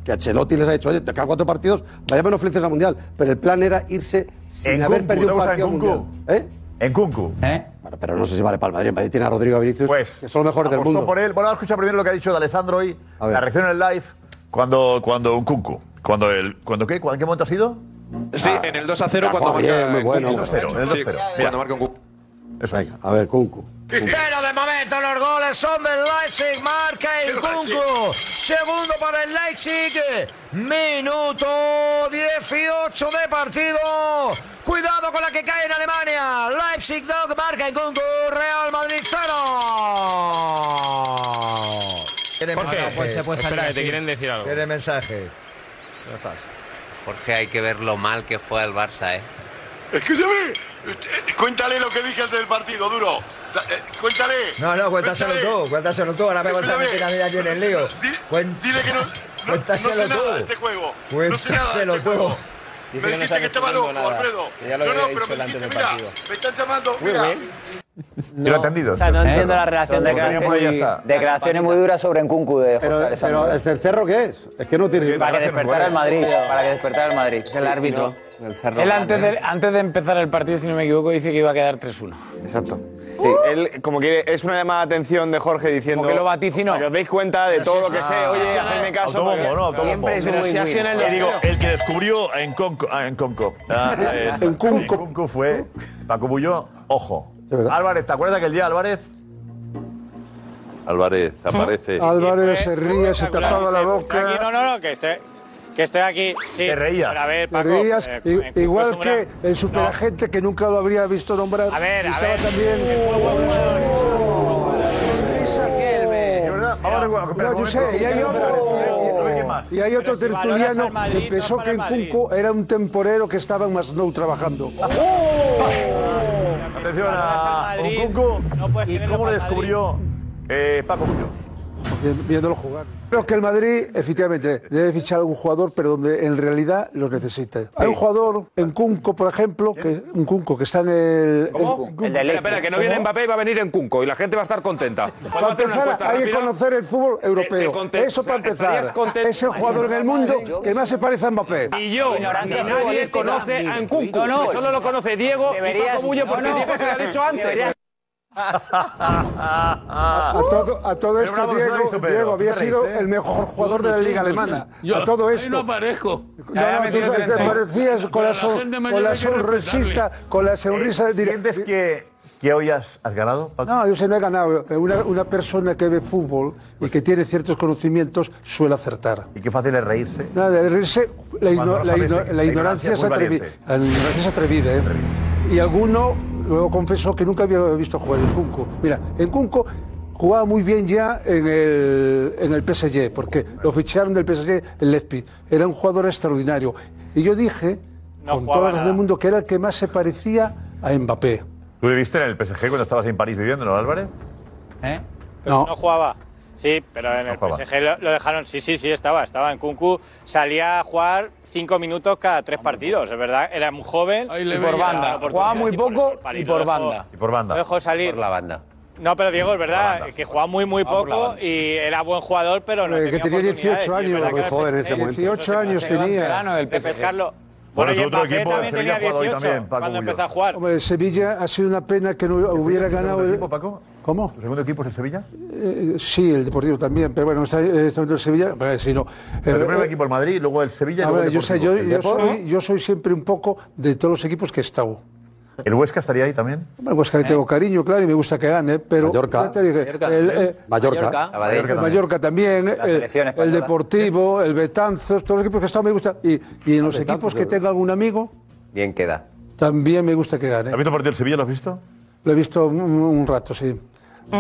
Speaker 8: que Ancelotti les ha dicho, oye, cada cuatro partidos vaya menos felices al Mundial, pero el plan era irse sin
Speaker 9: En
Speaker 8: haber
Speaker 9: Kunku, ¿te
Speaker 8: perdido un
Speaker 9: gusta
Speaker 8: partido
Speaker 9: en
Speaker 8: al
Speaker 9: Kunku? ¿Eh?
Speaker 8: mundial. ¿Eh?
Speaker 9: En Kunku.
Speaker 8: Bueno, pero no sé si vale para el Madrid. El Madrid tiene a Rodrigo Vinicius, que son los mejores del
Speaker 9: Pues, Apostó
Speaker 8: mundo.
Speaker 9: por él. Bueno, vamos a escuchar primero lo que ha dicho de Alessandro hoy. La reacción en el live. Cuando, cuando un Kunku. Cuando el. ¿Cuando qué? ¿Cuándo- ¿En qué momento ha sido?
Speaker 35: Sí, en el 2 a 0
Speaker 9: Ah,
Speaker 35: cuando
Speaker 9: bien,
Speaker 35: marca.
Speaker 9: muy bueno.
Speaker 35: en el 2-0, en el
Speaker 9: Sí,
Speaker 35: 2-0.
Speaker 9: mira.
Speaker 35: Cuando marca un cubo.
Speaker 9: Eso. Venga,
Speaker 8: a ver, Kunku.
Speaker 14: Pero de momento los goles son del Leipzig, marca el Kunku. Segundo para el Leipzig, minuto 18 de partido. Cuidado con la que cae en Alemania. Leipzig 2, marca el Kunku, Real Madrid 0. Tiene
Speaker 36: ¿Por qué?
Speaker 14: mensaje.
Speaker 36: Puede- puede salir
Speaker 14: Espera, que
Speaker 36: así.
Speaker 14: Tiene mensaje.
Speaker 36: Ya estás.
Speaker 21: Jorge, hay que ver lo mal que juega el Barça, ¿eh?
Speaker 10: Escúchame, cuéntale lo que dije antes del partido, duro. Da- eh, Cuéntale.
Speaker 14: No, no, cuéntaselo tú, cuéntaselo tú. Ahora me vas a meter a mí aquí en el lío. Cuen-
Speaker 10: No sé
Speaker 14: Cuéntaselo
Speaker 10: nada de este
Speaker 14: tú.
Speaker 10: juego. No sé nada. de
Speaker 14: Cuéntaselo
Speaker 10: este juego.
Speaker 14: tú.
Speaker 10: Me dijiste que estaba loco, Alfredo. No, no, pero me dijiste, mira, me están llamando, mira.
Speaker 9: Yo lo he entendido.
Speaker 6: O sea, no
Speaker 9: ¿Eh?
Speaker 6: entiendo la relación de
Speaker 9: Lo tenían por ahí, ya está.
Speaker 6: declaraciones, declaraciones muy duras sobre Nkunku de Jorge
Speaker 8: Pero,
Speaker 6: Alessandro.
Speaker 8: pero el cencerro qué es? Es que no tiene
Speaker 6: Para que despertara el Madrid. Para que despertara el Madrid.
Speaker 21: El árbitro. El cerro.
Speaker 29: Él antes de, antes de empezar el partido, si no me equivoco, dice que iba a quedar 3-1.
Speaker 3: Exacto. Él, como que es una llamada de atención de Jorge diciendo.
Speaker 29: Como que lo vaticinó.
Speaker 3: "Para Que os deis cuenta de
Speaker 2: Eh,
Speaker 29: Pero sí,
Speaker 3: todo lo
Speaker 29: sí,
Speaker 3: que
Speaker 29: sí.
Speaker 3: sé.
Speaker 29: Ah,
Speaker 3: Oye,
Speaker 29: sí,
Speaker 3: hacedme caso.
Speaker 9: Autobombo,
Speaker 3: porque-
Speaker 9: no, autobombo. Y digo, el que descubrió en Conco, ah, en Conco, ah,
Speaker 7: eh,
Speaker 9: en, en Conco fue Paco Bullo, ojo. Álvarez, ¿te acuerdas aquel día, Álvarez?
Speaker 7: Álvarez,
Speaker 9: ¿Ah?
Speaker 7: aparece.
Speaker 8: Álvarez se ríe, se tapaba la boca.
Speaker 4: No, no, no, que estoy, que estoy aquí. Sí,
Speaker 8: Te reías.
Speaker 4: pero a ver,
Speaker 8: Te
Speaker 4: Paco,
Speaker 8: reías,
Speaker 4: eh,
Speaker 8: i-
Speaker 4: en Kunku es
Speaker 8: igual
Speaker 4: un
Speaker 8: que
Speaker 4: gran-
Speaker 8: el superagente que nunca lo habría visto nombrar. A ver,
Speaker 4: a ver.
Speaker 8: No, yo sé, y hay otro, y hay otro
Speaker 10: si valoras
Speaker 8: tertuliano
Speaker 10: al Madrid,
Speaker 8: que pensó
Speaker 10: no es
Speaker 8: que en
Speaker 10: para el
Speaker 8: Cunco era un temporero que estaba en Masnou trabajando.
Speaker 9: Atención
Speaker 4: Cuando vas
Speaker 9: a
Speaker 4: al Madrid,
Speaker 9: Okunku.
Speaker 4: no puedes
Speaker 9: ¿Y
Speaker 4: tenerlo
Speaker 9: cómo lo
Speaker 4: para Madrid.
Speaker 9: descubrió eh, Paco Muñoz?
Speaker 17: vi- viéndolo jugar. Creo que el Madrid, efectivamente, debe fichar algún jugador, pero donde en realidad los necesite. Hay un jugador en Cunco, por ejemplo, que, un Cunco que está en el. en Cunco.
Speaker 2: Espera, espera, que no viene Mbappé y va a venir en Cunco y la gente va a estar contenta. Vamos a
Speaker 17: Para
Speaker 2: hacer una
Speaker 17: empezar,
Speaker 2: encuesta
Speaker 17: hay que
Speaker 2: rápida.
Speaker 17: conocer el fútbol
Speaker 2: Te- te
Speaker 17: europeo.
Speaker 2: conté-
Speaker 17: Eso para
Speaker 2: o sea, estarías
Speaker 17: empezar.
Speaker 2: contento.
Speaker 17: Es el jugador en el mundo que más se parece a Mbappé.
Speaker 2: Y yo, ni nadie conoce a Nkunku.
Speaker 17: No, no.
Speaker 2: que Solo lo conoce Diego y Paco Bullo porque Diego se lo ha dicho antes.
Speaker 17: A todo, a todo
Speaker 2: Pero
Speaker 17: esto,
Speaker 2: bravo,
Speaker 17: Diego,
Speaker 2: Lorenzo, Pedro.
Speaker 17: Diego había
Speaker 2: ¿Qué
Speaker 17: sido
Speaker 2: reíste?
Speaker 17: el mejor jugador de la Liga Alemana.
Speaker 24: Yo-
Speaker 17: a todo
Speaker 24: ahí
Speaker 17: esto.
Speaker 24: no aparezco.
Speaker 17: No, no, tú te parecías con la, son- con la sonrisita, con la sonrisa de
Speaker 9: ¿Sientes que, que hoy has, has ganado, Paco?
Speaker 17: No, yo se no he ganado. Una, una persona que ve fútbol y que tiene ciertos conocimientos suele acertar.
Speaker 9: Y qué fácil es reírse.
Speaker 17: Nada, de reírse, la,
Speaker 9: Cuando
Speaker 17: igno-
Speaker 9: no
Speaker 17: la
Speaker 9: sabes,
Speaker 17: igno-
Speaker 9: eh,
Speaker 17: la
Speaker 9: la ignorancia
Speaker 17: ignorancia
Speaker 9: es
Speaker 17: es
Speaker 9: muy
Speaker 17: atrevida. La ignorancia es atrevida, ¿eh? Y alguno, luego confesó que nunca había visto jugar en Cunco. Mira, en Cunco jugaba muy bien ya en el, en el PSG, porque lo ficharon del PSG el Lezpi. Era un jugador extraordinario. Y yo dije, con
Speaker 9: jugaba
Speaker 17: todas las
Speaker 9: nada.
Speaker 17: del mundo, que era el que más se parecía a Mbappé.
Speaker 9: ¿Tú le viste en el PSG cuando estabas en París viviendo, no, Álvarez?
Speaker 4: pues No. jugaba. Sí, pero en el
Speaker 9: jugaba.
Speaker 4: PSG lo, lo dejaron. Sí, sí, sí, estaba. Estaba en Kunku. Salía a jugar cinco minutos cada tres partidos, es verdad. Era muy joven.
Speaker 3: le Y por veía. banda.
Speaker 4: Daba la oportunidad
Speaker 3: Jugaba muy
Speaker 4: por
Speaker 3: poco
Speaker 4: eso el París
Speaker 3: y por
Speaker 4: lo dejó-
Speaker 3: banda.
Speaker 9: Y por banda.
Speaker 4: Lo dejó salir. Por
Speaker 21: la banda.
Speaker 4: No, pero Diego, es verdad, que jugaba muy, muy
Speaker 21: Jugaba por la
Speaker 4: poco y era buen jugador, pero no
Speaker 17: Eh, que tenía
Speaker 4: oportunidades.
Speaker 17: 18
Speaker 4: Y es
Speaker 17: años,
Speaker 4: verdad
Speaker 17: muy
Speaker 4: que
Speaker 17: joven en
Speaker 4: PSG
Speaker 17: ese momento.
Speaker 4: incluso
Speaker 17: 18
Speaker 4: se
Speaker 17: años
Speaker 4: paseaba
Speaker 17: tenía.
Speaker 4: Verano del
Speaker 17: De
Speaker 4: PSG. pescarlo.
Speaker 9: Bueno,
Speaker 4: Bueno,
Speaker 9: tu
Speaker 4: y
Speaker 9: otro
Speaker 4: Mbappé
Speaker 9: equipo,
Speaker 4: también tenía
Speaker 9: Sevilla, ha jugado hoy
Speaker 4: 18
Speaker 9: también, Paco
Speaker 4: cuando
Speaker 9: Bullo.
Speaker 4: empezó a jugar.
Speaker 17: Hombre, el Sevilla ha sido una pena que no hubiera
Speaker 9: segundo
Speaker 17: ganado. el-
Speaker 9: equipo, Paco?
Speaker 17: ¿Cómo?
Speaker 9: ¿Tu segundo equipo es el Sevilla? El
Speaker 17: Eh, sí, el Deportivo también, pero bueno, está eh, está en el Sevilla, pero si no. Eh,
Speaker 9: primer
Speaker 17: eh,
Speaker 9: equipo el Madrid, luego el Sevilla y
Speaker 17: a
Speaker 9: luego
Speaker 17: ver,
Speaker 9: el
Speaker 17: yo, sé,
Speaker 9: Deportivo.
Speaker 17: yo,
Speaker 9: ¿El
Speaker 17: yo
Speaker 9: Depor,
Speaker 17: soy, yo soy siempre un poco de todos los equipos que he estado.
Speaker 9: no? ¿El Huesca estaría ahí también?
Speaker 17: Bueno, pues que le tengo cariño, claro, y me gusta que gane, pero.
Speaker 9: Mallorca.
Speaker 17: ya te dije,
Speaker 9: Mallorca.
Speaker 17: el, eh,
Speaker 9: Mallorca. Mallorca
Speaker 17: El
Speaker 9: también.
Speaker 17: Mallorca también. eh,
Speaker 9: selección
Speaker 17: El,
Speaker 9: española.
Speaker 17: Deportivo, el Betanzos, todos los equipos que he estado me gusta.
Speaker 9: Ah,
Speaker 17: Y, y en los
Speaker 21: Betanzos,
Speaker 17: equipos
Speaker 21: yo
Speaker 17: que
Speaker 21: creo.
Speaker 17: tenga algún amigo,
Speaker 21: Bien queda.
Speaker 17: también me gusta que gane.
Speaker 9: ¿Has visto el partido del Sevilla? ¿Lo has visto?
Speaker 17: Lo he visto un, un rato, sí.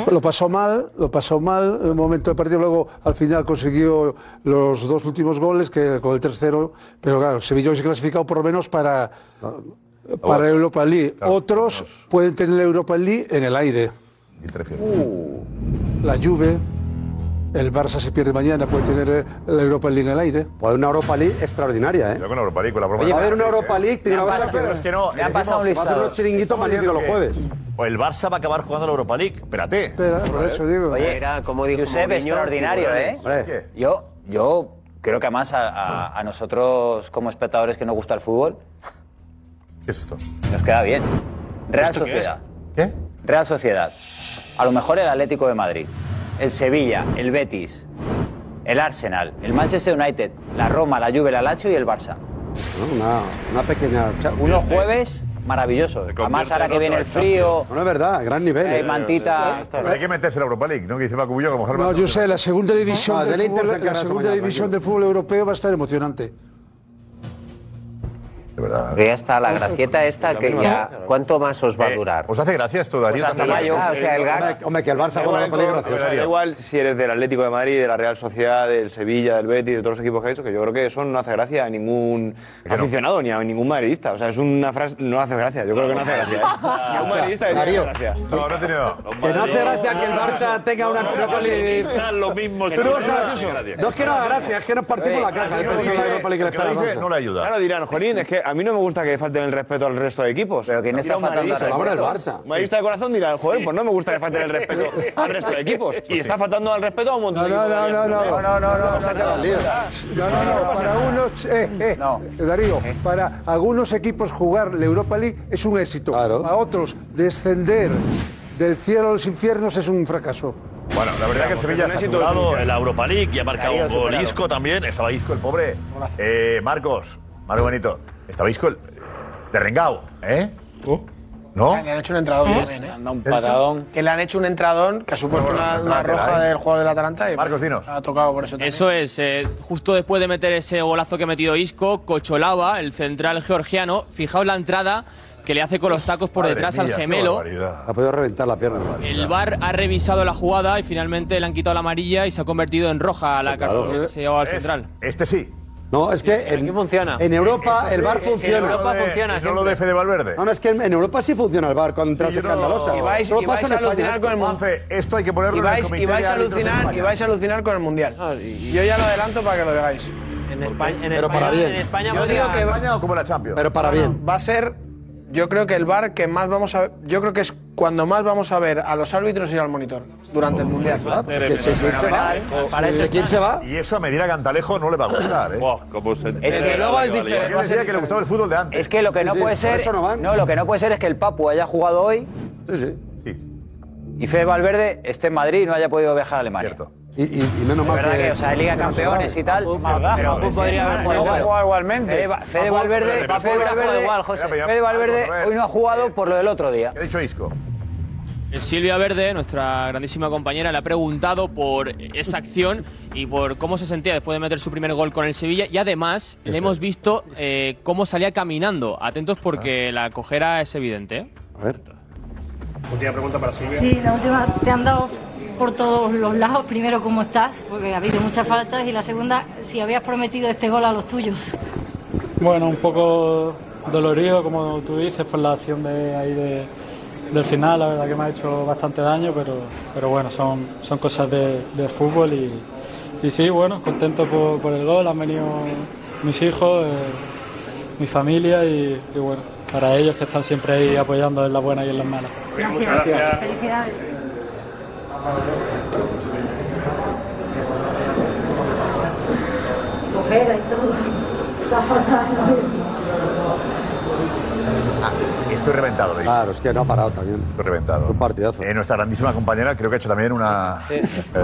Speaker 17: Lo pasó mal, lo pasó mal en el momento del partido. Luego, al final, consiguió los dos últimos goles que, con el tercero. Pero claro, Sevilla hoy se ha clasificado por lo menos para,
Speaker 9: Ah,
Speaker 17: para Europa League. Otros pueden tener la Europa League en el aire. Uh.
Speaker 9: Y el tercero.
Speaker 17: La Juve, el Barça se pierde mañana, puede tener eh, la Europa League en el aire.
Speaker 8: Pues una Europa League extraordinaria, ¿eh?
Speaker 9: Yo con la Europa League, con la broma
Speaker 8: Oye,
Speaker 9: de
Speaker 8: va a haber una
Speaker 9: Madrid,
Speaker 8: Europa
Speaker 9: ¿eh?
Speaker 8: League, tiene una cosa
Speaker 9: Pero es que no. eh,
Speaker 8: le han pasado un
Speaker 9: decimos,
Speaker 8: listado. Va a hacer unos chiringuitos
Speaker 9: estamos
Speaker 8: magníficos los
Speaker 9: diciendo
Speaker 8: jueves.
Speaker 9: que O el Barça va a acabar jugando la Europa League. Espérate.
Speaker 17: Espera, por eso digo.
Speaker 6: Oye,
Speaker 21: Era como dijo
Speaker 6: Josep,
Speaker 21: Mourinho,
Speaker 6: extraordinario, ¿eh? Yo, yo creo que además a, a- a nosotros como espectadores que nos gusta el fútbol...
Speaker 9: ¿Qué es esto?
Speaker 6: Nos queda bien. Real
Speaker 9: ¿Esto qué
Speaker 6: Sociedad.
Speaker 9: ¿Qué?
Speaker 6: Real Sociedad. A lo mejor el Atlético de Madrid, el Sevilla, el Betis, el Arsenal, el Manchester United, la Roma, la Juve, la Lazio y el Barça.
Speaker 8: ¿no? Una, una pequeña... cha-
Speaker 6: Unos jueves maravillosos. Además ahora que viene el frío...
Speaker 8: No, no es verdad, gran nivel.
Speaker 6: Eh,
Speaker 8: ¿eh?
Speaker 6: mantita.
Speaker 9: Pero Hay que meterse en la Europa League, ¿no? Que dice Paco Bullo, que a lo mejor
Speaker 17: No,
Speaker 9: Barça-
Speaker 17: yo sé, la segunda división,
Speaker 8: Ah, del
Speaker 17: del,
Speaker 8: Inter se
Speaker 17: fútbol,
Speaker 8: encarga
Speaker 17: la
Speaker 8: esa
Speaker 17: segunda
Speaker 8: mañana,
Speaker 17: división del fútbol europeo va a estar emocionante.
Speaker 21: Pero ya está, la gracieta esta que ya. ¿Cuánto más os va a durar?
Speaker 9: Eh, ¿Os hace gracia esto, Darío?
Speaker 21: Pues hasta mayo. Ah, o sea, el gag.
Speaker 8: Hombre, que el Barça
Speaker 28: Da
Speaker 8: con
Speaker 28: igual,
Speaker 8: la Europa League,
Speaker 28: con-
Speaker 8: gracioso.
Speaker 28: da igual si eres del Atlético de Madrid, de la Real Sociedad, del Sevilla, del Betis, de todos los equipos que he hecho, que yo creo que eso no hace gracia a ningún aficionado ni a ningún madridista. O sea, es una frase, no hace gracia, yo creo que no hace gracia. ¿eh? Ni un
Speaker 8: O sea,
Speaker 28: madridista le tiene
Speaker 8: Darío,
Speaker 28: gracia.
Speaker 9: No, no ha tenido.
Speaker 8: Que no hace gracia que el Barça tenga una Europa League.
Speaker 7: lo mismo.
Speaker 8: Tú no vas a- No es que no haga gracia, es que nos partimos la caja. ¿eh? Esto es una Europa League que le espera al Barça.
Speaker 28: Claro, dirán, Jolín, es que a mí no me gusta que falten el respeto al resto de equipos. Pero
Speaker 8: ¿quién está faltando al respeto? Barça.
Speaker 28: Madridista de corazón dirá, joder, pues no me gusta que falten el respeto al resto de equipos. Y está faltando al respeto a un montón de
Speaker 17: No,
Speaker 28: equipos.
Speaker 17: no, no, no.
Speaker 28: no, no, no, no, no, no,
Speaker 17: No, no, no, para unos, eh, eh, Darío, para algunos equipos jugar la Europa League es un éxito. Para otros, descender del cielo a los infiernos es un fracaso.
Speaker 9: Bueno, la verdad que el
Speaker 2: pues
Speaker 9: Sevilla ha
Speaker 28: es un éxito
Speaker 9: asegurado
Speaker 28: de
Speaker 9: en la Europa League y ha marcado
Speaker 28: Darío
Speaker 9: un gol.
Speaker 28: superado.
Speaker 9: Isco también. Estaba Isco, el pobre. Eh, Marcos, Marco Benito. Estaba Isco, el de Rengao, ¿eh? ¿No?
Speaker 15: Le han hecho un entradón
Speaker 3: ¿Eh?
Speaker 15: también, ¿eh?
Speaker 3: Anda un patadón.
Speaker 15: Que le han hecho un entradón que ha supuesto una, una roja del jugador del Atalanta. Y Marcos,
Speaker 9: dinos.
Speaker 15: Ha tocado por eso también.
Speaker 11: Eso es, eh, justo después de meter ese golazo que ha metido Isco, Cocholava, el central georgiano, fijaos la entrada que le hace con los tacos por
Speaker 8: Madre
Speaker 11: detrás
Speaker 8: mía,
Speaker 11: al
Speaker 8: qué
Speaker 11: gemelo.
Speaker 8: barbaridad. Ha podido reventar la pierna.
Speaker 11: El VAR ha revisado la jugada y finalmente le han quitado la amarilla y se ha convertido en roja a la cartulina que se llevaba al
Speaker 9: Es-
Speaker 11: central.
Speaker 9: Este sí.
Speaker 8: No, es que en, en Europa el bar funciona.
Speaker 9: ¿No lo de Fede Valverde?
Speaker 8: No, no, es que en, en Europa sí funciona el bar con
Speaker 9: Sí,
Speaker 8: tras
Speaker 9: yo no-
Speaker 8: escandalosa.
Speaker 9: Y vais-
Speaker 8: Solo
Speaker 9: y
Speaker 8: pasa
Speaker 9: vais
Speaker 8: en
Speaker 9: a
Speaker 8: España.
Speaker 9: alucinar con el mundo. Juanfe, esto hay que ponerlo
Speaker 15: y
Speaker 9: en el
Speaker 15: vais,
Speaker 9: comité
Speaker 15: y vais
Speaker 9: de
Speaker 15: a
Speaker 9: árbitros de
Speaker 15: alucinar,
Speaker 9: España.
Speaker 15: y vais a alucinar con el mundial. Yo ya lo adelanto para que lo veáis. En España,
Speaker 8: Pero España- para bien. en España
Speaker 15: yo
Speaker 8: va a
Speaker 15: digo
Speaker 8: ser
Speaker 15: que
Speaker 9: España o como la Champions.
Speaker 8: Pero para bien.
Speaker 15: Va a ser, yo creo que el bar que más vamos a, yo creo que es cuando más vamos a ver a los árbitros y al monitor durante el mundial.
Speaker 9: Ah, pues que- que- que se va.
Speaker 8: ¿eh?
Speaker 9: Que- que- Y eso a medida Cantalejo no le va a gustar. ¿eh?
Speaker 6: Es que luego es diferente.
Speaker 9: Porque decía que le gustaba el fútbol de antes.
Speaker 6: Es que lo que no puede ser. No, lo que no puede ser es que el Papu haya jugado hoy. Y Fede Valverde esté en Madrid y no haya podido viajar a Alemania.
Speaker 8: Y, y- y menos
Speaker 6: La
Speaker 8: mal
Speaker 6: verdad
Speaker 8: que,
Speaker 6: que, o sea, Liga de
Speaker 8: que no se
Speaker 6: Campeones
Speaker 8: grave.
Speaker 6: y tal. Pero
Speaker 8: Papu podría haber jugado
Speaker 6: Bueno,
Speaker 8: igual.
Speaker 6: igualmente. Fede, Va- Fede Valverde,
Speaker 9: Papu
Speaker 6: Fede
Speaker 9: hubiera jugado
Speaker 6: Valverde,
Speaker 9: igual, José.
Speaker 6: Fede Valverde hoy no ha jugado por lo del otro día.
Speaker 9: ¿Qué ha dicho Isco?
Speaker 11: Eh, Silvia Verde, nuestra grandísima compañera, le ha preguntado por esa acción y por cómo se sentía después de meter su primer gol con el Sevilla. Y además
Speaker 8: Este
Speaker 11: le hemos visto eh, cómo salía caminando. Atentos
Speaker 8: Ah.
Speaker 11: porque la cojera es evidente. ¿eh?
Speaker 8: A ver.
Speaker 11: Última pregunta para Silvia.
Speaker 12: Sí, la última te han dado por todos los lados. Primero, ¿cómo estás? Porque ha habido muchas faltas. Y la segunda, si habías prometido este gol a los tuyos.
Speaker 37: Bueno, un poco dolorido, como tú dices, por la acción de ahí de- del final. La verdad que me ha hecho bastante daño, pero, pero bueno, son, son cosas de, de fútbol y, y sí, bueno, contento por, por el gol. Han venido mis hijos, eh, mi familia y, y bueno, para ellos que están siempre ahí apoyando en las buenas y en las malas.
Speaker 12: Pues Muchas gracias. Felicidades. Cojera y todo. Está
Speaker 9: Ah, Estoy reventado, Luis.
Speaker 8: Claro, es que no ha parado también.
Speaker 9: Estoy reventado. Un
Speaker 8: partidazo.
Speaker 9: nuestra grandísima compañera creo que ha hecho también una.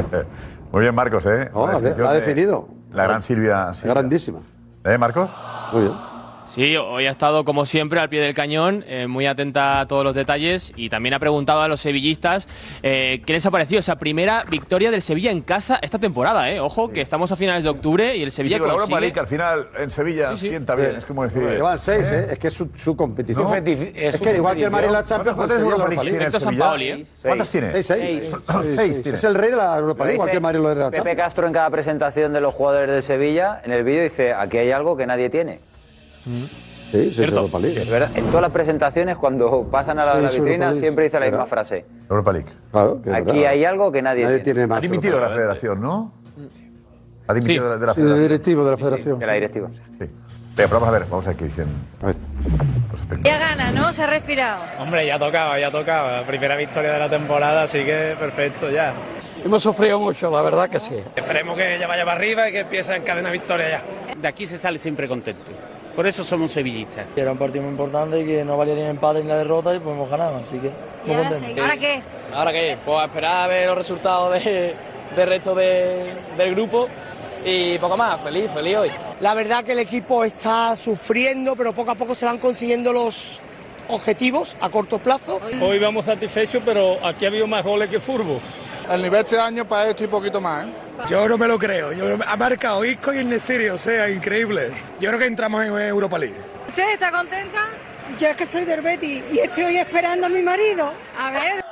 Speaker 9: Muy bien, Marcos, ¿eh? La
Speaker 8: No, la Oh, ha de-
Speaker 9: descripción
Speaker 8: la ha
Speaker 9: de-
Speaker 8: definido.
Speaker 9: La gran Silvia.
Speaker 8: Grandísima.
Speaker 9: ¿Eh, Marcos?
Speaker 8: Muy bien.
Speaker 11: Sí, hoy ha estado como siempre al pie del cañón, eh, muy atenta a todos los detalles y también ha preguntado a los sevillistas eh, qué les ha parecido esa primera victoria del Sevilla en casa esta temporada. Eh. Ojo, que estamos a finales de octubre y el Sevilla
Speaker 9: Digo, la Europa
Speaker 11: consigue...
Speaker 9: League al final en Sevilla sienta bien. Es como decir.
Speaker 8: Llevan seis, ¿eh? Es que es su, su competición.
Speaker 9: No.
Speaker 8: Es, que igual que el Madrid en la Champions.
Speaker 9: ¿Cuántas
Speaker 8: conseguía la
Speaker 9: Europa Leagues tiene el
Speaker 8: League.
Speaker 9: Sevilla? ¿Cuántas tiene?
Speaker 8: Seis, seis.
Speaker 9: Seis,
Speaker 8: Seis
Speaker 9: tiene.
Speaker 8: Es el rey de la
Speaker 6: Lo
Speaker 8: Europa League, igual
Speaker 6: dice
Speaker 8: que el Madrid lo es de la
Speaker 6: Pepe
Speaker 8: Champions.
Speaker 6: Castro en cada presentación de los jugadores del Sevilla, en el vídeo dice, aquí hay algo que nadie tiene.
Speaker 8: Sí, sí, es Europa League.
Speaker 6: Es verdad, en todas las presentaciones cuando pasan a la,
Speaker 8: Sí,
Speaker 6: la
Speaker 8: es Europa
Speaker 6: vitrina
Speaker 8: League.
Speaker 6: siempre dice la
Speaker 8: ¿Verdad?
Speaker 6: misma frase.
Speaker 9: Europa League.
Speaker 8: Claro, que es
Speaker 6: Aquí
Speaker 8: verdad.
Speaker 6: hay algo que nadie,
Speaker 8: Nadie tiene más.
Speaker 9: Ha dimitido la federación, ¿no?
Speaker 8: Mm.
Speaker 9: Ha dimitido de la- de la
Speaker 38: Sí, de
Speaker 9: federación.
Speaker 38: directivo de la federación.
Speaker 6: De la directiva.
Speaker 9: Venga, pero vamos a ver, vamos a ver qué dicen. A ver.
Speaker 12: Ya gana, ¿no? Se ha respirado.
Speaker 29: Hombre, ya tocaba, ya tocaba. Primera victoria de la temporada, así que perfecto ya.
Speaker 37: Hemos sufrido mucho, la verdad que sí.
Speaker 29: Esperemos que ella vaya para arriba y que empiece a encadenar victoria ya. De aquí se sale siempre contento. Por eso somos sevillistas.
Speaker 14: Era un partido muy importante que no valía ni el empate ni la derrota y pues hemos ganado, así que muy contento.
Speaker 12: qué?
Speaker 29: ¿Ahora qué? Pues a esperar a ver los resultados de, del resto de- del grupo y poco más. Feliz, feliz hoy.
Speaker 39: La verdad que el equipo está sufriendo, pero poco a poco se van consiguiendo los objetivos a corto plazo.
Speaker 24: Hoy vamos satisfechos, pero aquí ha habido más goles que furbo. El nivel este año para esto y poquito más. ¿eh?
Speaker 30: Yo no me lo creo. Yo, ha marcado Isco y el Nesiri, o sea, increíble. Yo creo que entramos en Europa League.
Speaker 1: ¿Usted está contenta? Yo es que soy del Betty y estoy esperando a mi marido. A ver.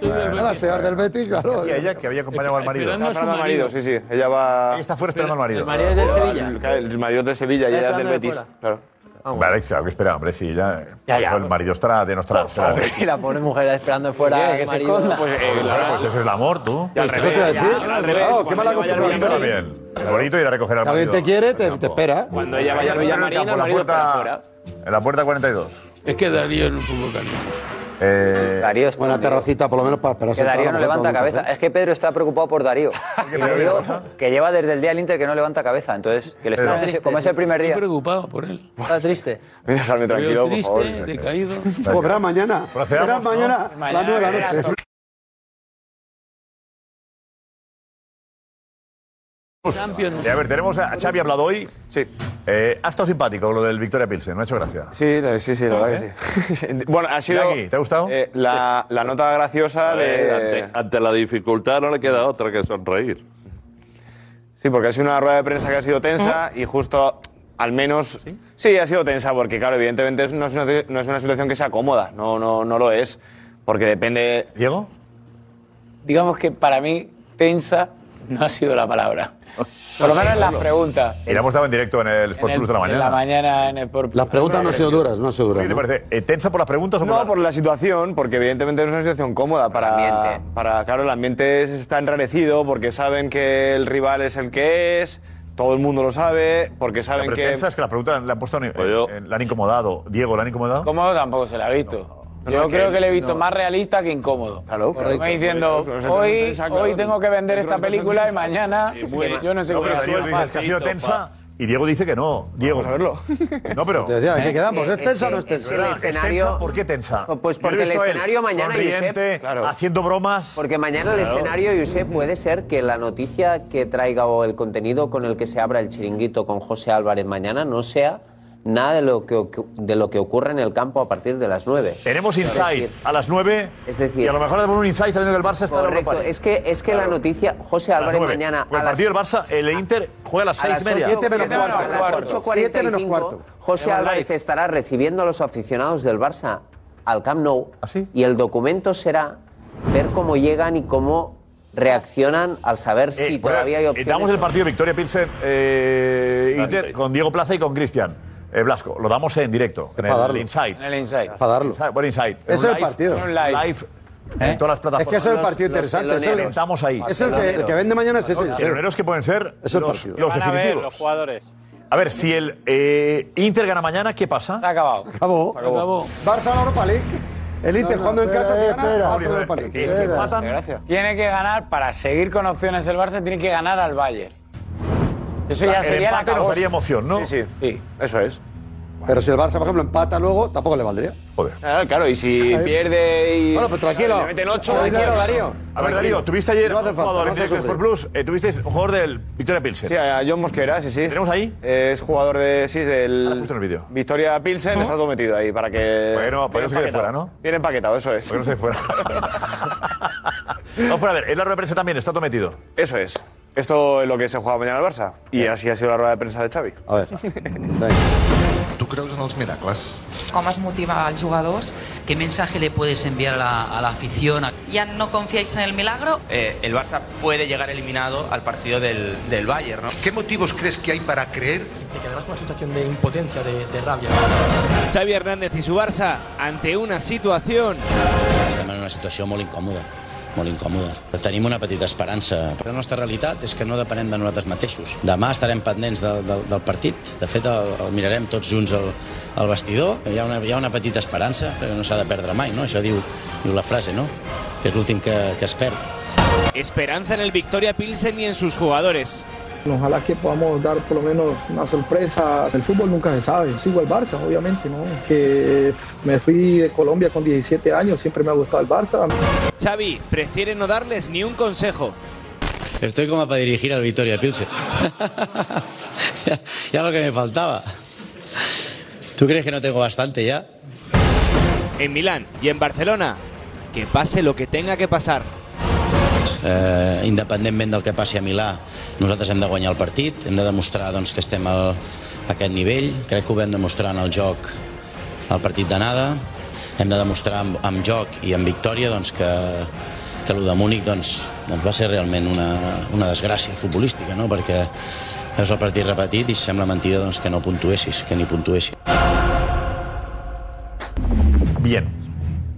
Speaker 8: La señora del Betis, claro.
Speaker 9: Y ella que había acompañado al marido.
Speaker 3: Está esperando al marido, sí, sí. Ella va.
Speaker 9: Ella está fuera esperando al marido.
Speaker 3: ¿El marido es del Sevilla? El marido es del Sevilla y Está ella es del esperando de Betis. fuera. Claro.
Speaker 9: Vale, claro, que espera, hombre, sí, ya. El marido estará de nuestra. será-
Speaker 1: Y la pobre mujer esperando fuera al marido.
Speaker 9: Pues, claro, pues eso es el amor, tú.
Speaker 1: Pues eso te iba a decir.
Speaker 8: Claro, qué mala
Speaker 9: El bonito
Speaker 8: costumbre.
Speaker 9: también. El bonito ir a recoger al
Speaker 8: Si alguien
Speaker 9: marido.
Speaker 8: te quiere, te, te espera.
Speaker 3: Cuando ella vaya al Villamarina,
Speaker 9: En
Speaker 3: el
Speaker 9: la
Speaker 3: marido estará
Speaker 9: puerta, en la puerta 42.
Speaker 3: Es que Darío no pudo caliente.
Speaker 9: Eh,
Speaker 6: Darío está
Speaker 8: Buena terracita, por lo menos para esperar.
Speaker 6: Que Darío no levanta cabeza.
Speaker 8: ¿eh?
Speaker 6: Es que Pedro está preocupado por Darío. Y le digo que lleva desde el día al Inter que no levanta cabeza. Entonces, que le
Speaker 3: Pero-
Speaker 6: está como es el primer día.
Speaker 3: Estoy
Speaker 1: preocupado por él. Está triste.
Speaker 3: Déjame tranquilo, por
Speaker 1: triste,
Speaker 3: favor.
Speaker 1: decaído.
Speaker 8: Podrá mañana. Será
Speaker 3: Procedamos, ¿no?
Speaker 8: mañana a las
Speaker 3: Mañana,
Speaker 8: 9 de la noche.
Speaker 3: Champions.
Speaker 9: Eh, a ver, tenemos a Xavi hablado hoy. Eh,
Speaker 3: Sí.
Speaker 9: ha estado simpático lo del Victoria Pilsen, me ha hecho gracia.
Speaker 3: Sí, la- sí, sí,
Speaker 9: Ah,
Speaker 3: la verdad
Speaker 9: ¿eh?
Speaker 3: que sí. bueno, ha sido.
Speaker 9: Iñaki, ¿te ha gustado?
Speaker 3: eh, la, la nota graciosa
Speaker 7: A ver,
Speaker 3: de.
Speaker 7: ante, ante la dificultad no le queda otra que sonreír.
Speaker 3: Sí, porque ha sido una rueda de prensa que ha sido tensa y justo al menos. ¿Sí? ha sido tensa porque, claro, evidentemente es- no es una, no es una situación que sea cómoda, no, no, no lo es. Porque depende.
Speaker 9: ¿Diego?
Speaker 40: Digamos que para mí, tensa,
Speaker 29: No ha sido la palabra. Por lo menos en las preguntas.
Speaker 9: Y la hemos dado en directo en el
Speaker 29: En
Speaker 9: Sport
Speaker 29: el-
Speaker 9: Plus de la mañana.
Speaker 29: En la mañana en el Sport Plus.
Speaker 9: Las preguntas no han sido
Speaker 3: duras, no han sido duras.
Speaker 9: ¿Qué te parece? Eh, ¿Tensa por las preguntas o por
Speaker 3: No, por la situación, porque evidentemente no es una situación cómoda para, para claro, el ambiente es- está enrarecido porque saben que el rival es el que es, todo el mundo lo sabe, porque
Speaker 9: la
Speaker 3: saben que
Speaker 9: pretensa es que la pregunta la han puesto,
Speaker 3: Pues
Speaker 9: en- en- la han incomodado. Diego, ¿la han incomodado?
Speaker 29: Cómodo tampoco se la ha visto. Yo creo que le he visto más realista que incómodo.
Speaker 9: Claro,
Speaker 29: Porque me diciendo, hoy, hoy tengo que vender esta película y
Speaker 21: Eh,
Speaker 29: mañana yo no sé
Speaker 9: No,
Speaker 29: qué voy
Speaker 9: pero
Speaker 29: a hacer.
Speaker 9: Diego dices que ha sido tensa y Diego dice que no. Diego. a verlo. No, pero.
Speaker 3: Te decía, ¿en qué
Speaker 9: quedamos?
Speaker 3: ¿Es tensa o no es tensa?
Speaker 9: ¿Es,
Speaker 3: El escenario-
Speaker 9: tensa? ¿Por qué tensa?
Speaker 21: Pues
Speaker 9: Yo le he
Speaker 21: porque el
Speaker 9: visto a él
Speaker 21: escenario mañana,
Speaker 9: sonriente,
Speaker 21: Josep, Claro.
Speaker 9: haciendo bromas.
Speaker 21: Porque mañana el
Speaker 9: Claro.
Speaker 21: escenario, Josep, puede ser que la noticia que traiga o el contenido con el que se abra el chiringuito con José Álvarez mañana no sea nada de lo que, ocu- de lo que ocurre en el campo a partir de las 9.
Speaker 9: Tenemos insight a las 9.
Speaker 21: Es decir,
Speaker 9: Y a lo mejor damos un insight saliendo del Barça está la Europa
Speaker 21: Correcto,
Speaker 9: League.
Speaker 21: es que, es que la noticia, José
Speaker 9: A las
Speaker 21: Álvarez
Speaker 9: nueve.
Speaker 21: mañana
Speaker 9: Pues
Speaker 21: a
Speaker 9: el
Speaker 21: las
Speaker 9: partido del Barça, el Inter juega a las
Speaker 21: a
Speaker 9: 6 y media.
Speaker 21: ocho- a las 8:45, José Álvarez estará recibiendo a los aficionados del Barça al Camp Nou.
Speaker 9: ¿Ah,
Speaker 21: Y el documento será ver cómo llegan y cómo reaccionan al saber si
Speaker 9: Eh, bueno,
Speaker 21: todavía hay
Speaker 9: eh,
Speaker 21: opciones.
Speaker 9: Damos el partido Victoria Pilsen eh, Inter con Diego Plaza y con Cristian eh, Blasco. Lo damos en directo, en
Speaker 29: para
Speaker 9: el,
Speaker 29: darlo.
Speaker 9: Insight.
Speaker 29: En el Insight.
Speaker 9: Para darlo. Buen Insight. En
Speaker 29: Es
Speaker 9: un
Speaker 29: el partido.
Speaker 9: en un live.
Speaker 29: ¿Eh?
Speaker 9: En todas las plataformas.
Speaker 29: Es que es el Los- partido los interesante, es el- teloneros.
Speaker 9: Calentamos ahí.
Speaker 8: Es el que- el que vende mañana es ese,
Speaker 9: Los
Speaker 8: sí.
Speaker 9: teloneros que pueden ser
Speaker 8: Es el
Speaker 9: los,
Speaker 8: partido.
Speaker 9: los
Speaker 41: Van a ver
Speaker 9: definitivos.
Speaker 41: los jugadores.
Speaker 9: A ver, si el eh, Inter gana mañana, ¿qué pasa? Está
Speaker 29: acabado.
Speaker 9: Acabó.
Speaker 8: Barça Europa League. El Inter jugando en casa se gana. Barça Europa League.
Speaker 9: Que se empatan. Gracias.
Speaker 29: Tiene que ganar, para seguir con opciones el Barça, tiene que ganar al Bayern. Eso
Speaker 8: La-
Speaker 29: ya
Speaker 8: el
Speaker 29: sería la
Speaker 8: empate nos daría
Speaker 9: emoción, ¿no? Sí,
Speaker 29: sí.
Speaker 3: Eso es.
Speaker 8: Pero si el Barça, por ejemplo, empata luego, tampoco le valdría.
Speaker 9: Joder.
Speaker 3: Claro, claro, y si pierde y.
Speaker 8: Bueno, pues tranquilo.
Speaker 3: Le meten 8.
Speaker 8: Tranquilo, Darío.
Speaker 9: A ver, Darío, tuviste ayer
Speaker 3: No hace
Speaker 9: un
Speaker 3: falta,
Speaker 9: jugador
Speaker 3: no
Speaker 9: en
Speaker 3: se
Speaker 9: directo en
Speaker 3: sufre.
Speaker 9: Sport Plus, eh, tuvisteis un jugador del Victoria Pilsen.
Speaker 3: Sí, a John Mosquera, sí, sí.
Speaker 9: ¿Tenemos ahí?
Speaker 3: Es jugador de. Sí, del. Victoria Pilsen, está todo metido ahí para que.
Speaker 9: Bueno, para que no se
Speaker 3: Viene
Speaker 9: quede fuera,
Speaker 3: empaquetado.
Speaker 9: ¿no?
Speaker 3: Viene empaquetado, eso es.
Speaker 9: Para que no se quede fuera. Vamos por a ver, en la rueda de prensa también está todo metido.
Speaker 3: Eso es. Esto es lo que se juega mañana al Barça. Y así ha sido la rueda de prensa de Xavi.
Speaker 8: A ver.
Speaker 16: Tu creus en els miracles? Com es motiva als jugadors?
Speaker 42: ¿Qué mensaje le puedes enviar a la, a la afición?
Speaker 14: ¿Ya no confiáis en el milagro?
Speaker 32: Eh, el Barça puede llegar eliminado al partido del, del Bayern, ¿no? ¿Qué motivos crees que hay para creer?
Speaker 15: Te quedarás con una sensación de impotencia, de, rabia.
Speaker 43: Xavi Hernández y su Barça ante una situación.
Speaker 31: Estem en una situació molt incòmoda, molt incòmoda. Però tenim una petita esperança. La nostra realitat és que no depenem de nosaltres mateixos. Demà estarem pendents de, de, del partit. De fet, el, el mirarem tots junts al, al vestidor. Hi ha, una, hi ha una petita esperança, però no s'ha de perdre mai, no? Això diu, diu la frase, no? Que és l'últim que, que es perd.
Speaker 43: Esperanza en el Victoria Pilsen y en sus jugadores.
Speaker 15: Ojalá que podamos dar por lo menos una sorpresa. El fútbol nunca se sabe. Sigo al Barça, obviamente, ¿no? Que me fui de Colombia con 17 años, siempre me ha gustado el Barça.
Speaker 43: Xavi prefiere no darles ni un consejo.
Speaker 31: Estoy como para dirigir al Victoria Pilsen. ya lo que me faltaba. ¿Tú crees que no tengo bastante ya?
Speaker 43: En Milán y en Barcelona, que pase lo que tenga que pasar.
Speaker 31: Eh, independentment del que passi a Milà, nosaltres hem de guanyar el partit, hem de demostrar doncs, que estem al, a aquest nivell. Crec que ho vam demostrar en el joc al partit d'anada. Hem de demostrar amb, amb joc i amb victòria doncs, que, que el de Múnich doncs, doncs va ser realment una, una desgràcia futbolística, no? perquè és el partit repetit i sembla mentida doncs, que no puntuessis, que ni puntuessis.
Speaker 9: Bien.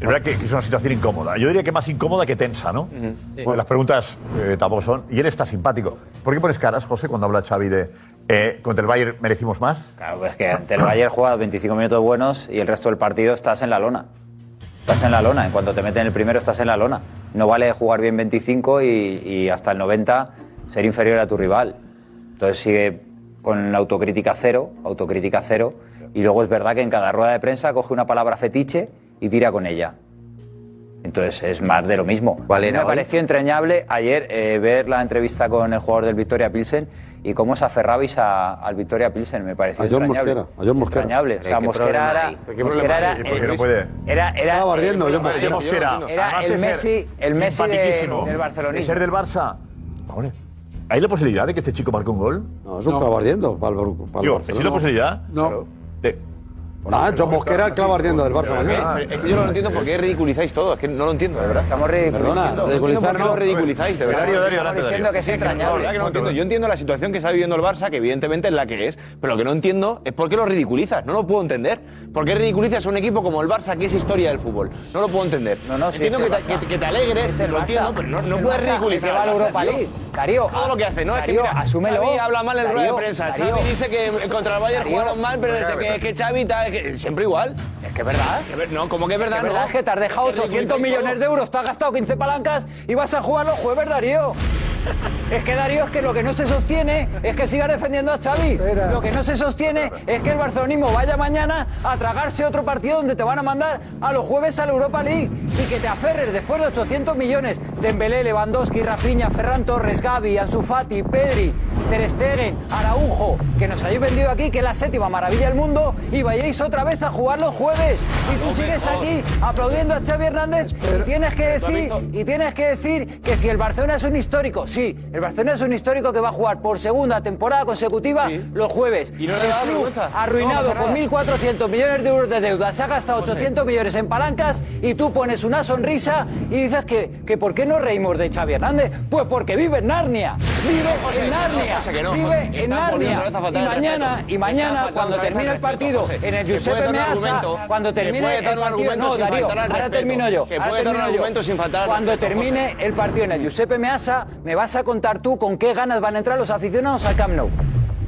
Speaker 9: Es verdad que que es una situación incómoda. Yo diría que más incómoda que tensa, ¿no?
Speaker 8: Sí.
Speaker 9: Porque las preguntas eh, tampoco son. Y él está simpático. ¿Por qué pones caras, José, cuando habla Xavi de eh, contra el Bayern merecimos más?
Speaker 6: Claro, pues que ante el Bayern juegas 25 minutos buenos y el resto del partido estás en la lona. Estás en la lona. En cuanto te meten el primero, estás en la lona. No vale jugar bien 25 y, y hasta el 90 ser inferior a tu rival. Entonces sigue con la autocrítica cero, autocrítica cero. Y luego es verdad que en cada rueda de prensa coge una palabra fetiche y tira con ella. Entonces es más de lo mismo.
Speaker 21: era
Speaker 6: me
Speaker 21: hoy?
Speaker 6: pareció entrañable ayer eh, ver la entrevista con el jugador del Victoria Pilsen y cómo se aferrabais a- al Victoria Pilsen. Me pareció
Speaker 8: A John
Speaker 6: entrañable.
Speaker 8: Mosquera, a John Mosquera.
Speaker 6: Entrañable. O
Speaker 8: Pero
Speaker 6: sea,
Speaker 8: qué
Speaker 6: Mosquera
Speaker 8: problema
Speaker 6: era.
Speaker 8: hay. Pero qué
Speaker 6: Mosquera
Speaker 8: problema
Speaker 6: era.
Speaker 8: hay,
Speaker 6: el-
Speaker 8: porque no puede.
Speaker 6: Era, era-
Speaker 8: Estaba ardiendo, John Mosquera.
Speaker 6: Era-
Speaker 8: Mosquera.
Speaker 6: Era
Speaker 9: Además de
Speaker 6: el
Speaker 9: ser
Speaker 6: Messi, el Messi de-
Speaker 9: simpatiquísimo,
Speaker 6: del Barcelona.
Speaker 9: de ser del Barça. Hombre, ¿hay la posibilidad de que este chico marque un gol?
Speaker 8: No, es un clavo ardiendo para el- para el
Speaker 9: Digo,
Speaker 8: Barcelona.
Speaker 9: ¿existe la posibilidad?
Speaker 8: No.
Speaker 9: De-
Speaker 8: Ah, John Mosquera, el clavo ardiendo del Barça mañana.
Speaker 3: Es que yo no lo entiendo porque ridiculizáis todo, es que no lo entiendo, de verdad. Estamos
Speaker 8: Perdona, ridiculizar
Speaker 3: no
Speaker 8: no.
Speaker 3: ridiculizáis, de verdad. Darío, Darío, Estamos adelante, diciendo Darío. que es Sí, que no, entrañable. la verdad que no entiendo. Yo entiendo la situación que está viviendo el Barça, que evidentemente es la que es, pero lo que no entiendo es por qué lo ridiculizas. No lo puedo entender. ¿Por qué ridiculizas a un equipo como el Barça, que es historia del fútbol? No lo puedo entender.
Speaker 28: sí,
Speaker 3: entiendo
Speaker 28: es
Speaker 3: que,
Speaker 28: el
Speaker 3: te,
Speaker 28: Barça.
Speaker 3: que- que te alegres,
Speaker 28: Es el
Speaker 3: lo
Speaker 28: Barça.
Speaker 3: entiendo, pero no,
Speaker 28: Es
Speaker 3: no
Speaker 28: el
Speaker 3: puedes
Speaker 28: Barça,
Speaker 3: ridiculizar.
Speaker 28: que va a la
Speaker 3: al Barça,
Speaker 28: Europa
Speaker 3: tío.
Speaker 28: League. Darío,
Speaker 3: todo lo que hace, ¿no?
Speaker 28: Darío,
Speaker 3: es que mira,
Speaker 28: asúmelo.
Speaker 3: Xavi habla mal en rueda de
Speaker 28: Darío,
Speaker 3: prensa.
Speaker 28: Darío.
Speaker 3: Xavi dice que contra el Bayern
Speaker 28: Darío.
Speaker 3: jugaron mal, pero
Speaker 28: Venga,
Speaker 3: dice que,
Speaker 28: venga.
Speaker 3: que Xavi tal, que- siempre igual.
Speaker 28: Es que es verdad.
Speaker 3: Que ver- No, como que es verdad?
Speaker 28: Que verdad
Speaker 3: no.
Speaker 28: es que te has dejado
Speaker 3: Es que
Speaker 28: 800
Speaker 3: ridiculizas
Speaker 28: millones de euros, te has gastado 15 palancas y vas a jugar los jueves, Darío. Es que Darío, es que lo que no se sostiene es que sigas defendiendo a Xavi. Lo que no se sostiene es que el barcelonismo vaya mañana a tragarse otro partido donde te van a mandar a los jueves a la Europa League y que te aferres después de 800 millones de Dembélé, Lewandowski, Rafinha, Ferran Torres, Gavi, Ansu Fati, Pedri, Ter Stegen, Araujo, que nos habéis vendido aquí, que es la séptima maravilla del mundo, y vayáis otra vez a jugar los jueves. Y tú sigues aquí aplaudiendo a Xavi Hernández y tienes que decir, y tienes que decir que si el Barcelona es un histórico, sí, el Barcelona es un histórico que va a jugar por segunda temporada consecutiva los jueves.
Speaker 3: Y no le
Speaker 28: El
Speaker 3: da
Speaker 28: club
Speaker 3: vergüenza. No
Speaker 28: arruinado
Speaker 3: pasa
Speaker 28: con
Speaker 3: nada.
Speaker 28: 1.400 millones de euros de deuda, se ha gastado 800 millones en palancas y tú pones una sonrisa y dices que, que ¿por qué no reímos de Xavi Hernández? Pues porque vive en Narnia, vive
Speaker 3: José, que
Speaker 28: en
Speaker 3: no,
Speaker 28: Narnia,
Speaker 3: José, que no,
Speaker 28: vive
Speaker 3: José.
Speaker 28: en
Speaker 3: Estás volviendo
Speaker 28: Narnia
Speaker 3: otra vez a
Speaker 28: y
Speaker 3: faltar el
Speaker 28: mañana,
Speaker 3: respeto.
Speaker 28: y
Speaker 3: Estás
Speaker 28: mañana
Speaker 3: faltando
Speaker 28: cuando
Speaker 3: otra vez
Speaker 28: termine
Speaker 3: al
Speaker 28: el partido
Speaker 3: respeto, José.
Speaker 28: en el
Speaker 3: Que puedes
Speaker 28: Giuseppe
Speaker 3: dar un
Speaker 28: Meazza,
Speaker 3: argumento,
Speaker 28: cuando
Speaker 3: que
Speaker 28: termine
Speaker 3: puedes
Speaker 28: el
Speaker 3: dar un
Speaker 28: partido,
Speaker 3: argumento
Speaker 28: no,
Speaker 3: sin
Speaker 28: Darío,
Speaker 3: faltar al
Speaker 28: ahora
Speaker 3: respeto,
Speaker 28: termino yo,
Speaker 3: que
Speaker 28: ahora
Speaker 3: puedes dar
Speaker 28: termino
Speaker 3: un
Speaker 28: yo.
Speaker 3: argumento sin faltar al
Speaker 28: Cuando
Speaker 3: respeto, José.
Speaker 28: termine el partido en el Giuseppe Meazza, me vas a contar tú con qué ganas van a entrar los aficionados al Camp Nou.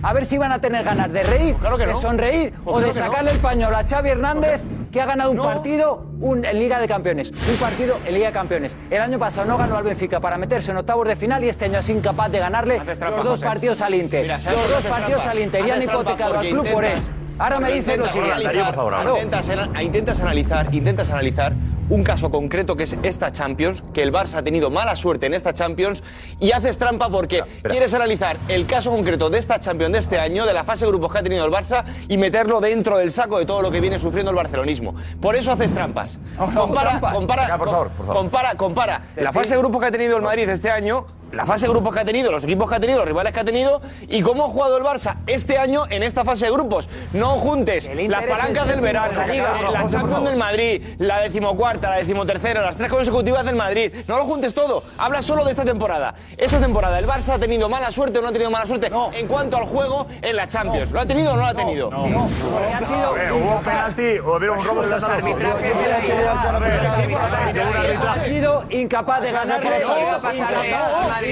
Speaker 28: A ver si van a tener ganas de reír,
Speaker 3: que
Speaker 28: de
Speaker 3: no.
Speaker 28: sonreír
Speaker 3: Pues
Speaker 28: o de
Speaker 3: claro que no.
Speaker 28: sacarle el pañuelo a Xavi Hernández que ha ganado un partido un- en Liga de Campeones. Un partido en Liga de Campeones. El año pasado no ganó al Benfica para meterse en octavos de final y este año es incapaz de ganarle
Speaker 3: trampa,
Speaker 28: los dos
Speaker 3: José.
Speaker 28: partidos al Inter.
Speaker 3: Mira, ¿sabes
Speaker 28: los
Speaker 3: por qué
Speaker 28: dos
Speaker 3: haces
Speaker 28: partidos
Speaker 3: trampa?
Speaker 28: al Inter y han
Speaker 3: Haces trampa
Speaker 28: hipotecado al
Speaker 3: porque
Speaker 28: club por él.
Speaker 3: intentas-
Speaker 28: Ahora me
Speaker 3: porque
Speaker 28: dicen lo
Speaker 3: intentas
Speaker 28: siguiente.
Speaker 3: analizar-
Speaker 28: No.
Speaker 3: Intentas, ana- intentas analizar, intentas analizar un caso concreto que es esta Champions, que el Barça ha tenido mala suerte en esta Champions y haces trampa porque quieres analizar el caso concreto de esta Champions de este año, de la fase de grupos que ha tenido el Barça y meterlo dentro del saco de todo lo que viene sufriendo el barcelonismo. Por eso haces trampas. compara, compara,
Speaker 9: Venga, por favor, por favor.
Speaker 3: compara, compara la
Speaker 9: Estoy-
Speaker 3: fase de grupos que ha tenido el Madrid este año, la fase de grupos que ha tenido, los equipos que ha tenido, los rivales que ha tenido y cómo ha jugado el Barça este año en esta fase de grupos. No juntes
Speaker 28: Inter
Speaker 3: las
Speaker 28: es
Speaker 3: palancas
Speaker 28: el
Speaker 3: del verano,
Speaker 28: segundo de la liga.
Speaker 3: eh, la
Speaker 28: José, por
Speaker 3: Champions
Speaker 28: favor.
Speaker 3: del Madrid, la decimocuarta, la decimotercera, las tres consecutivas del Madrid. No lo juntes todo, habla solo de esta temporada. Esta temporada el Barça ha tenido mala suerte o no ha tenido mala suerte en cuanto al juego en la Champions. ¿Lo ha tenido o no lo ha tenido?
Speaker 28: Porque ha sido
Speaker 9: Eh, Hubo un penalti, o hubo un robo escandaloso.
Speaker 28: Ha sido incapaz de ganarle.
Speaker 21: incapaz, incapaz,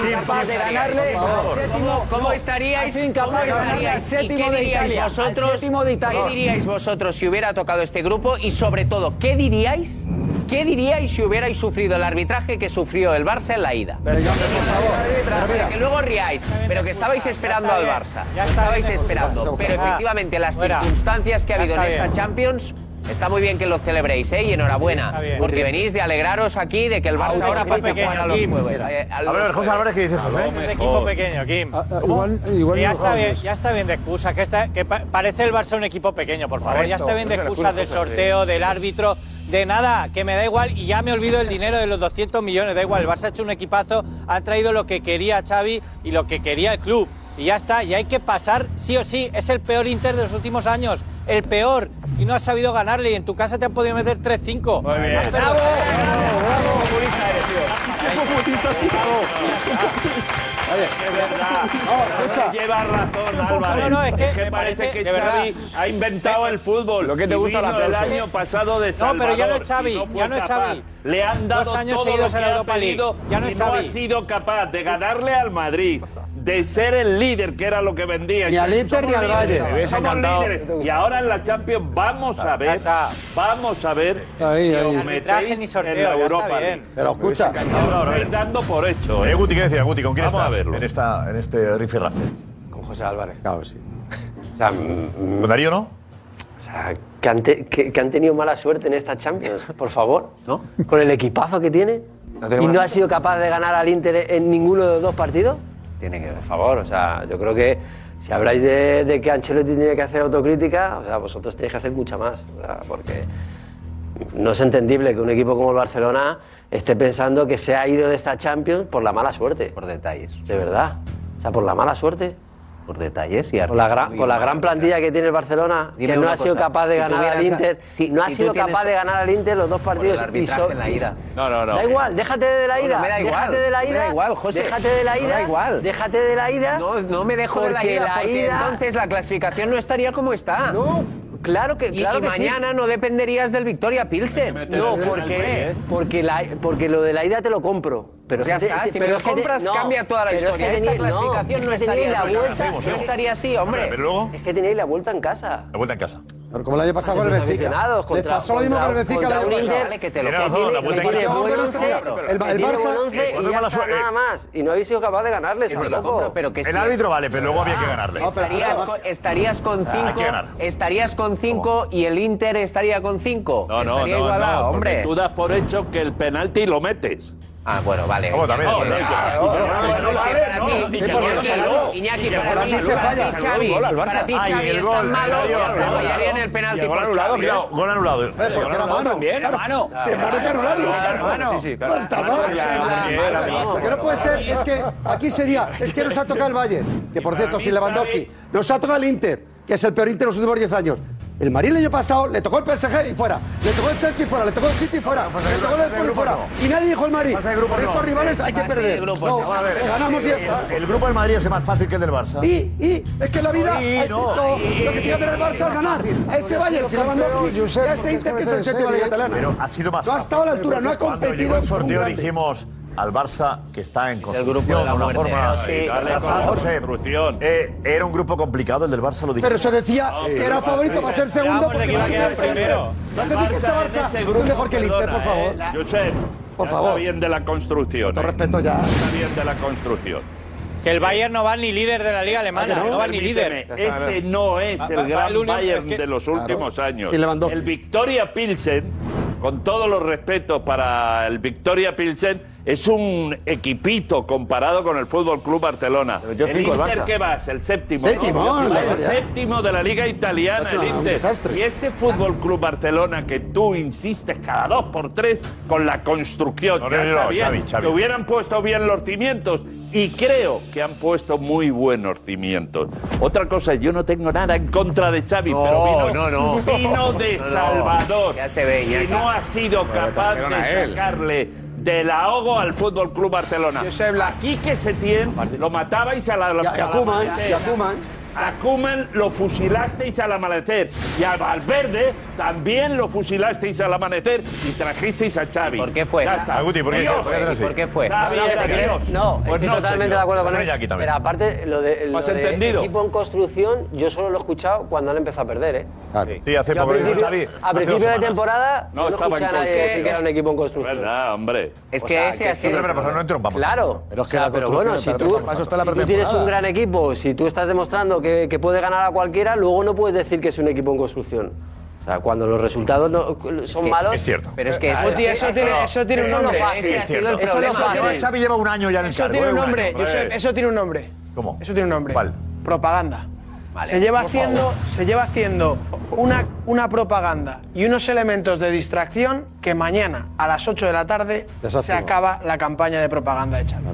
Speaker 28: Incapaz de ganarle al séptimo.
Speaker 21: ¿Cómo
Speaker 28: no,
Speaker 21: estaríais?
Speaker 28: ha sido incapaz
Speaker 21: ¿Cómo
Speaker 28: de ganarle
Speaker 21: estaríais?
Speaker 28: al
Speaker 21: ¿Y
Speaker 28: séptimo
Speaker 21: qué
Speaker 28: de
Speaker 21: diríais
Speaker 28: Italia, al
Speaker 21: vosotros,
Speaker 28: séptimo de Italia.
Speaker 21: ¿Qué diríais vosotros si hubiera tocado este grupo? Y sobre todo, ¿qué diríais? ¿Qué diríais si hubierais sufrido el arbitraje que sufrió el Barça en la ida? Para que luego riáis, pero que estabais esperando al Barça.
Speaker 4: Ya está
Speaker 21: Estabais
Speaker 4: bien,
Speaker 21: esperando,
Speaker 4: Jesús.
Speaker 21: pero
Speaker 4: Ah,
Speaker 21: efectivamente las
Speaker 4: fuera.
Speaker 21: circunstancias que ha
Speaker 4: Ya
Speaker 21: habido en
Speaker 4: está
Speaker 21: esta
Speaker 4: bien.
Speaker 21: Champions está muy bien que lo celebréis, ¿eh? Y enhorabuena,
Speaker 4: Está bien.
Speaker 21: porque venís de alegraros aquí de que el Barça
Speaker 4: Ahora
Speaker 21: ahora
Speaker 4: equipo
Speaker 21: pase a
Speaker 4: pequeño,
Speaker 21: jugar a los
Speaker 4: Kim,
Speaker 21: juegos.
Speaker 4: mira.
Speaker 21: eh, a
Speaker 9: A
Speaker 21: los
Speaker 9: ver, José
Speaker 21: juegos.
Speaker 9: Álvarez, ¿qué dice José?
Speaker 4: Es de equipo pequeño, Kim.
Speaker 5: Ah,
Speaker 9: igual- igual
Speaker 4: Que ya,
Speaker 9: no
Speaker 4: está
Speaker 9: jugamos.
Speaker 4: bien, ya está bien de excusa, que, está- que pa- parece el Barça un equipo pequeño, por favor. ya
Speaker 3: Correcto,
Speaker 4: está bien de
Speaker 3: eso es
Speaker 4: excusas
Speaker 3: excusa,
Speaker 4: del
Speaker 3: José,
Speaker 4: sorteo,
Speaker 3: sí.
Speaker 4: del árbitro, de nada, que me da igual y ya me olvido el dinero de los 200 millones, da igual. El Barça ha hecho un equipazo, ha traído lo que quería Xavi y lo que quería el club. Y ya está, y hay que pasar sí o sí. Es el peor Inter de los últimos años, el peor. Y no has sabido ganarle y en tu casa te han podido meter 3-5. Has perdido-
Speaker 7: Lleva razón, Álvarez.
Speaker 4: No, no, es que me
Speaker 7: parece,
Speaker 4: parece-
Speaker 7: que
Speaker 4: de verdad.
Speaker 7: Xavi ha inventado el fútbol.
Speaker 4: Lo que te
Speaker 7: Y
Speaker 4: gusta la
Speaker 7: vino el
Speaker 4: pelota.
Speaker 7: año pasado de
Speaker 4: No, pero ya no es
Speaker 7: Salvador
Speaker 4: Xavi,
Speaker 7: y fue
Speaker 4: ya no es
Speaker 7: capaz.
Speaker 4: Xavi.
Speaker 7: Le han dado
Speaker 4: Dos años
Speaker 7: todo
Speaker 4: seguidos
Speaker 7: lo
Speaker 4: en
Speaker 7: que
Speaker 4: la
Speaker 7: ha
Speaker 4: Europa League.
Speaker 7: tenido
Speaker 4: Ya no
Speaker 7: y
Speaker 4: es
Speaker 7: no ha
Speaker 4: Xavi.
Speaker 7: sido capaz de ganarle al Madrid, de ser el líder que era lo que vendía.
Speaker 8: Ni al Inter
Speaker 7: Somos
Speaker 8: ni al
Speaker 7: líderes,
Speaker 8: Bayern. Me hubiese
Speaker 7: somos
Speaker 8: encantado.
Speaker 7: líderes. Y ahora en la Champions vamos a ver, vamos a ver
Speaker 8: ahí,
Speaker 7: que
Speaker 8: ahí.
Speaker 7: os
Speaker 8: Arbitraje
Speaker 7: metéis
Speaker 8: ni sorteo,
Speaker 7: en la
Speaker 8: ya está
Speaker 7: Europa
Speaker 8: bien.
Speaker 7: League.
Speaker 8: Pero escucha.
Speaker 7: Me hubiese encantado. Lo estáis dando por hecho.
Speaker 9: Eh,
Speaker 7: ¿eh?
Speaker 9: Guti, ¿qué decía? Guti, ¿con quién
Speaker 7: Vamos
Speaker 9: estás
Speaker 7: a verlo.
Speaker 9: En, esta, en este rifirrafe.
Speaker 3: Con José Álvarez.
Speaker 8: Claro, sí.
Speaker 3: O sea, mm,
Speaker 9: ¿Con Darío no?
Speaker 3: o sea, que han, te- que- que han tenido mala suerte en esta Champions, por favor, ¿no?
Speaker 16: Con el equipazo que tiene y
Speaker 3: tenemos
Speaker 16: no
Speaker 3: nada.
Speaker 16: ha sido capaz de ganar al Inter en ninguno de los dos partidos. Tiene que, por favor, o sea, yo creo que si habláis de, de que Ancelotti tiene que hacer autocrítica, o sea, vosotros tenéis que hacer mucha más, o sea, porque no es entendible que un equipo como el Barcelona esté pensando que se ha ido de esta Champions por la mala suerte. Por detalles. De verdad, o sea, por la mala suerte.
Speaker 21: por detalles y
Speaker 16: Con la gran, con la gran plantilla que tiene el Barcelona,
Speaker 21: Dime
Speaker 16: que no
Speaker 21: una
Speaker 16: ha sido
Speaker 21: cosa,
Speaker 16: capaz de
Speaker 21: si
Speaker 16: ganar al
Speaker 21: tuvieras-
Speaker 16: Inter,
Speaker 21: si-
Speaker 16: no
Speaker 21: si
Speaker 16: ha
Speaker 21: tú
Speaker 16: sido
Speaker 21: tienes-
Speaker 16: capaz de ganar al Inter los dos partidos
Speaker 21: el
Speaker 16: y
Speaker 21: arbitraje
Speaker 16: so-
Speaker 21: en la
Speaker 16: y-
Speaker 21: ida.
Speaker 16: No, no,
Speaker 21: no.
Speaker 16: Da igual, déjate de la
Speaker 21: Bueno,
Speaker 16: ida,
Speaker 21: me da igual,
Speaker 16: déjate de la
Speaker 21: me da
Speaker 16: ida.
Speaker 21: igual, José.
Speaker 16: Déjate de la
Speaker 21: No
Speaker 16: ida.
Speaker 21: da igual.
Speaker 16: Déjate de la ida.
Speaker 21: No, no me dejo de la
Speaker 16: porque
Speaker 21: ida,
Speaker 16: la
Speaker 21: porque
Speaker 16: ida-
Speaker 21: entonces la clasificación no estaría como está. No,
Speaker 16: claro que-
Speaker 21: y,
Speaker 16: claro
Speaker 21: y
Speaker 16: que sí.
Speaker 21: mañana no dependerías del Victoria Pilsen.
Speaker 16: No, porque, porque, la, porque lo de la ida te lo compro. Pero
Speaker 21: Ya
Speaker 16: es que-
Speaker 21: está, si me
Speaker 16: pero
Speaker 21: lo
Speaker 16: es que te-
Speaker 21: compras, cambia toda la
Speaker 16: pero
Speaker 21: historia.
Speaker 16: Es que
Speaker 21: Esta
Speaker 16: tenía- no,
Speaker 21: clasificación no
Speaker 16: es que tenía
Speaker 21: estaría así.
Speaker 16: la vuelta,
Speaker 21: Vemos,
Speaker 16: no
Speaker 21: vemos.
Speaker 16: estaría así, hombre.
Speaker 21: Pero luego-
Speaker 16: Es que tenéis la vuelta en casa.
Speaker 9: La vuelta en casa.
Speaker 8: Como el año pasado con el
Speaker 16: Los
Speaker 8: Benfica.
Speaker 16: aficionados
Speaker 8: Les
Speaker 16: contra-
Speaker 8: pasó lo mismo con
Speaker 16: contra-
Speaker 8: el Benfica el
Speaker 16: contra
Speaker 8: año
Speaker 16: un
Speaker 8: pasado.
Speaker 16: Inter que te lo- que tiene- que tiene buen once,
Speaker 8: El-
Speaker 16: que
Speaker 8: El
Speaker 16: tiene buen
Speaker 8: Barça...
Speaker 16: once y ya está, nada más. Y no habéis sido capaz de ganarles
Speaker 21: Es verdad.
Speaker 16: tampoco.
Speaker 21: Pero que El sí.
Speaker 9: árbitro vale, pero luego había que ganarle.
Speaker 21: Ah, pero estarías,
Speaker 16: escucha,
Speaker 21: con, estarías con
Speaker 9: Ah, hay que
Speaker 21: cinco,
Speaker 9: ganar.
Speaker 21: estarías con cinco y el Inter estaría con cinco.
Speaker 7: No, no,
Speaker 21: estaría
Speaker 7: no,
Speaker 21: igualado,
Speaker 7: no, porque
Speaker 21: hombre.
Speaker 7: tú das por hecho que el penalti lo metes.
Speaker 21: Ah, bueno, vale.
Speaker 7: ¿Cómo también?
Speaker 21: No,
Speaker 7: No, no,
Speaker 21: no,
Speaker 7: que-
Speaker 21: no,
Speaker 7: que-
Speaker 21: no,
Speaker 7: que-
Speaker 21: Pues es que para
Speaker 7: Ah, no,
Speaker 21: ti-
Speaker 7: no,
Speaker 21: Iñaki,
Speaker 7: que- que-
Speaker 21: para ti- Iñaki,
Speaker 7: que-
Speaker 21: para
Speaker 7: que-
Speaker 21: ti-
Speaker 7: que-
Speaker 21: para ti,
Speaker 7: que-
Speaker 21: Xavi,
Speaker 7: gol al Barça.
Speaker 21: para ti,
Speaker 7: Ay,
Speaker 21: Xavi,
Speaker 7: el
Speaker 21: es
Speaker 7: gol,
Speaker 21: tan malo
Speaker 7: el
Speaker 21: que hasta
Speaker 7: gol,
Speaker 21: fallaría en
Speaker 7: gol.
Speaker 21: el penalti
Speaker 7: Y el gol
Speaker 21: por
Speaker 7: anulado,
Speaker 21: Xavi. ¿eh?
Speaker 7: cuidado, gol anulado.
Speaker 9: eh.
Speaker 7: El gol anulado también.
Speaker 8: Sí, hermano, hay que anularlo.
Speaker 9: Sí, sí, claro.
Speaker 8: Está mal.
Speaker 9: Claro, claro, claro.
Speaker 8: Que no puede ser, es que aquí sería, es que nos ha tocado el Bayern, que por cierto, sin Lewandowski, nos ha tocado el Inter, que es el peor Inter de los últimos 10 años. El Madrid el año pasado le tocó el PSG y fuera, le tocó el Chelsea y fuera, le tocó el City y fuera, le tocó el Spurs y fuera. Y nadie dijo el Madrid,
Speaker 9: Este
Speaker 8: por estos rivales hay que perder. No,
Speaker 9: Vamos a ver.
Speaker 8: ganamos y ya está.
Speaker 9: El grupo del Madrid es más fácil que el del Barça.
Speaker 8: Y, y, es que en la vida
Speaker 9: Y,
Speaker 8: hay-
Speaker 9: no.
Speaker 8: lo- lo que tiene que tener el Barça es ganar. A ese Bayern, sin Lewandowski, a ese Inter que es el séptimo de la Liga Catalana.
Speaker 9: Pero ha sido más
Speaker 8: No ha estado a la altura, no ha
Speaker 9: Cuando
Speaker 8: competido.
Speaker 9: llegó el sorteo
Speaker 8: un grande.
Speaker 9: dijimos al Barça que está en construcción,
Speaker 8: grupo de la
Speaker 9: una
Speaker 8: muerte,
Speaker 9: forma
Speaker 8: ¿no? Sí,
Speaker 9: y tal,
Speaker 8: por
Speaker 9: tal,
Speaker 8: favor.
Speaker 9: no sé, eh, era un grupo complicado el del Barça, lo dijimos.
Speaker 8: Pero se decía que era favorito para ser segundo porque no se el primero. No se dice que este Barça es mejor que el Inter, por favor.
Speaker 7: eh.
Speaker 4: ¿eh?
Speaker 7: Josep, por favor. Está bien de la construcción. Con respeto
Speaker 8: ya.
Speaker 7: Está bien de la construcción.
Speaker 4: Que el Bayern no va ni líder de la liga alemana, no, va ni
Speaker 7: Eh, Permíteme,
Speaker 4: líder.
Speaker 7: Este no es
Speaker 8: Ah,
Speaker 4: Va-
Speaker 7: el
Speaker 4: va- va
Speaker 7: gran
Speaker 4: único-
Speaker 7: Bayern
Speaker 4: es que-
Speaker 7: de los últimos años.
Speaker 8: Sin Lewandowski.
Speaker 7: el Victoria Pilsen, con todos los respetos para el Victoria Pilsen, es un equipito comparado con el Fútbol Club Barcelona.
Speaker 8: yo
Speaker 7: el
Speaker 8: cinco, el
Speaker 7: Inter
Speaker 8: Barça.
Speaker 7: que vas, el séptimo. ¿no?
Speaker 8: Séptimo, en la
Speaker 7: el
Speaker 8: Serie A.
Speaker 7: séptimo de la Liga Italiana,
Speaker 8: Es
Speaker 7: el
Speaker 8: una- un
Speaker 7: Inter.
Speaker 8: desastre.
Speaker 7: Y este Fútbol Club Barcelona que tú insistes cada dos por tres con la construcción.
Speaker 9: No,
Speaker 7: Ya
Speaker 9: no, no,
Speaker 7: está
Speaker 9: no,
Speaker 7: bien,
Speaker 9: Xavi, Xavi.
Speaker 7: que hubieran puesto bien los cimientos y creo que han puesto muy buenos cimientos. Otra cosa, yo no tengo nada en contra de Xavi, pero vino,
Speaker 21: no, no.
Speaker 7: vino de
Speaker 21: No, no.
Speaker 7: Salvador
Speaker 21: Ya se ve,
Speaker 7: y
Speaker 21: Iñaki.
Speaker 7: no ha sido
Speaker 21: Pero
Speaker 7: capaz
Speaker 21: trajeron a
Speaker 7: de
Speaker 21: él.
Speaker 7: sacarle del ahogo al Fútbol Club Barcelona. Aquí que Setién lo matabais a la,
Speaker 8: Y a- y a
Speaker 7: a la
Speaker 8: Koeman,
Speaker 7: mañana.
Speaker 8: y a Koeman.
Speaker 7: A Koeman lo fusilasteis al amanecer y a Valverde también lo fusilasteis al amanecer y trajisteis a Xavi. ¿Por qué fue? Ya está.
Speaker 9: Ah, Guti, ¿por qué?
Speaker 7: Dios.
Speaker 9: ¿Por qué era así? ¿Por qué fue?
Speaker 7: Xavi
Speaker 16: No, no,
Speaker 7: era
Speaker 16: te creo.
Speaker 7: Dios.
Speaker 16: No,
Speaker 7: Pues
Speaker 16: estoy
Speaker 7: no,
Speaker 16: totalmente
Speaker 7: señor.
Speaker 16: de acuerdo con
Speaker 7: Pues
Speaker 16: él.
Speaker 7: ya aquí también.
Speaker 16: Pero aparte, lo de, lo
Speaker 7: ¿Has
Speaker 16: de
Speaker 7: entendido?
Speaker 16: equipo en construcción, yo solo lo he escuchado cuando han empezado a perder, ¿eh?
Speaker 9: Sí, hace
Speaker 16: Yo
Speaker 9: poco
Speaker 16: a
Speaker 9: lo dijo
Speaker 16: principio,
Speaker 9: Xavi.
Speaker 16: a
Speaker 9: hace dos
Speaker 16: principio
Speaker 9: semanas.
Speaker 16: de temporada
Speaker 9: No,
Speaker 16: no,
Speaker 9: estaba en
Speaker 16: escuché a nadie
Speaker 9: construcción.
Speaker 16: decir que era un equipo en construcción.
Speaker 7: verdad, hombre.
Speaker 16: Es
Speaker 7: O
Speaker 16: que
Speaker 7: sea,
Speaker 16: ese
Speaker 7: que-
Speaker 16: así.
Speaker 7: No, pero, pero no entrompamos.
Speaker 16: Claro.
Speaker 7: Pero es que
Speaker 16: O sea,
Speaker 7: la
Speaker 16: pero
Speaker 7: construcción
Speaker 16: bueno,
Speaker 7: es
Speaker 16: si
Speaker 7: la
Speaker 16: tú,
Speaker 7: pretemporada. Eso está
Speaker 16: si
Speaker 7: la
Speaker 16: tú tienes
Speaker 7: pretemporada.
Speaker 16: un gran equipo, si tú estás demostrando que, que puede ganar a cualquiera, luego no puedes decir que es un equipo en construcción. O sea, cuando los resultados no- son
Speaker 15: que-
Speaker 16: malos.
Speaker 15: es cierto.
Speaker 16: Pero es que
Speaker 15: Guti, eso tiene- eso tiene un
Speaker 16: no
Speaker 15: nombre.
Speaker 16: fácil,
Speaker 15: Ese
Speaker 16: ha
Speaker 15: es
Speaker 16: sido el
Speaker 15: cierto. Eso no
Speaker 16: problema.
Speaker 15: fácil. Pero
Speaker 9: Xavi lleva un año ya en el
Speaker 15: Eso
Speaker 9: cargo,
Speaker 15: tiene
Speaker 9: ¿eh?
Speaker 15: un
Speaker 9: año,
Speaker 15: nombre,
Speaker 9: joder.
Speaker 15: Josep, eso tiene un nombre.
Speaker 9: ¿Cómo?
Speaker 15: Eso tiene un nombre.
Speaker 9: ¿Cuál?
Speaker 15: Propaganda.
Speaker 16: Vale,
Speaker 15: se lleva
Speaker 16: por
Speaker 15: haciendo,
Speaker 16: favor.
Speaker 15: se lleva haciendo una, una propaganda y unos elementos de distracción que mañana a las 8 de la tarde se
Speaker 8: Desactiva.
Speaker 15: acaba la campaña de propaganda de Xavi.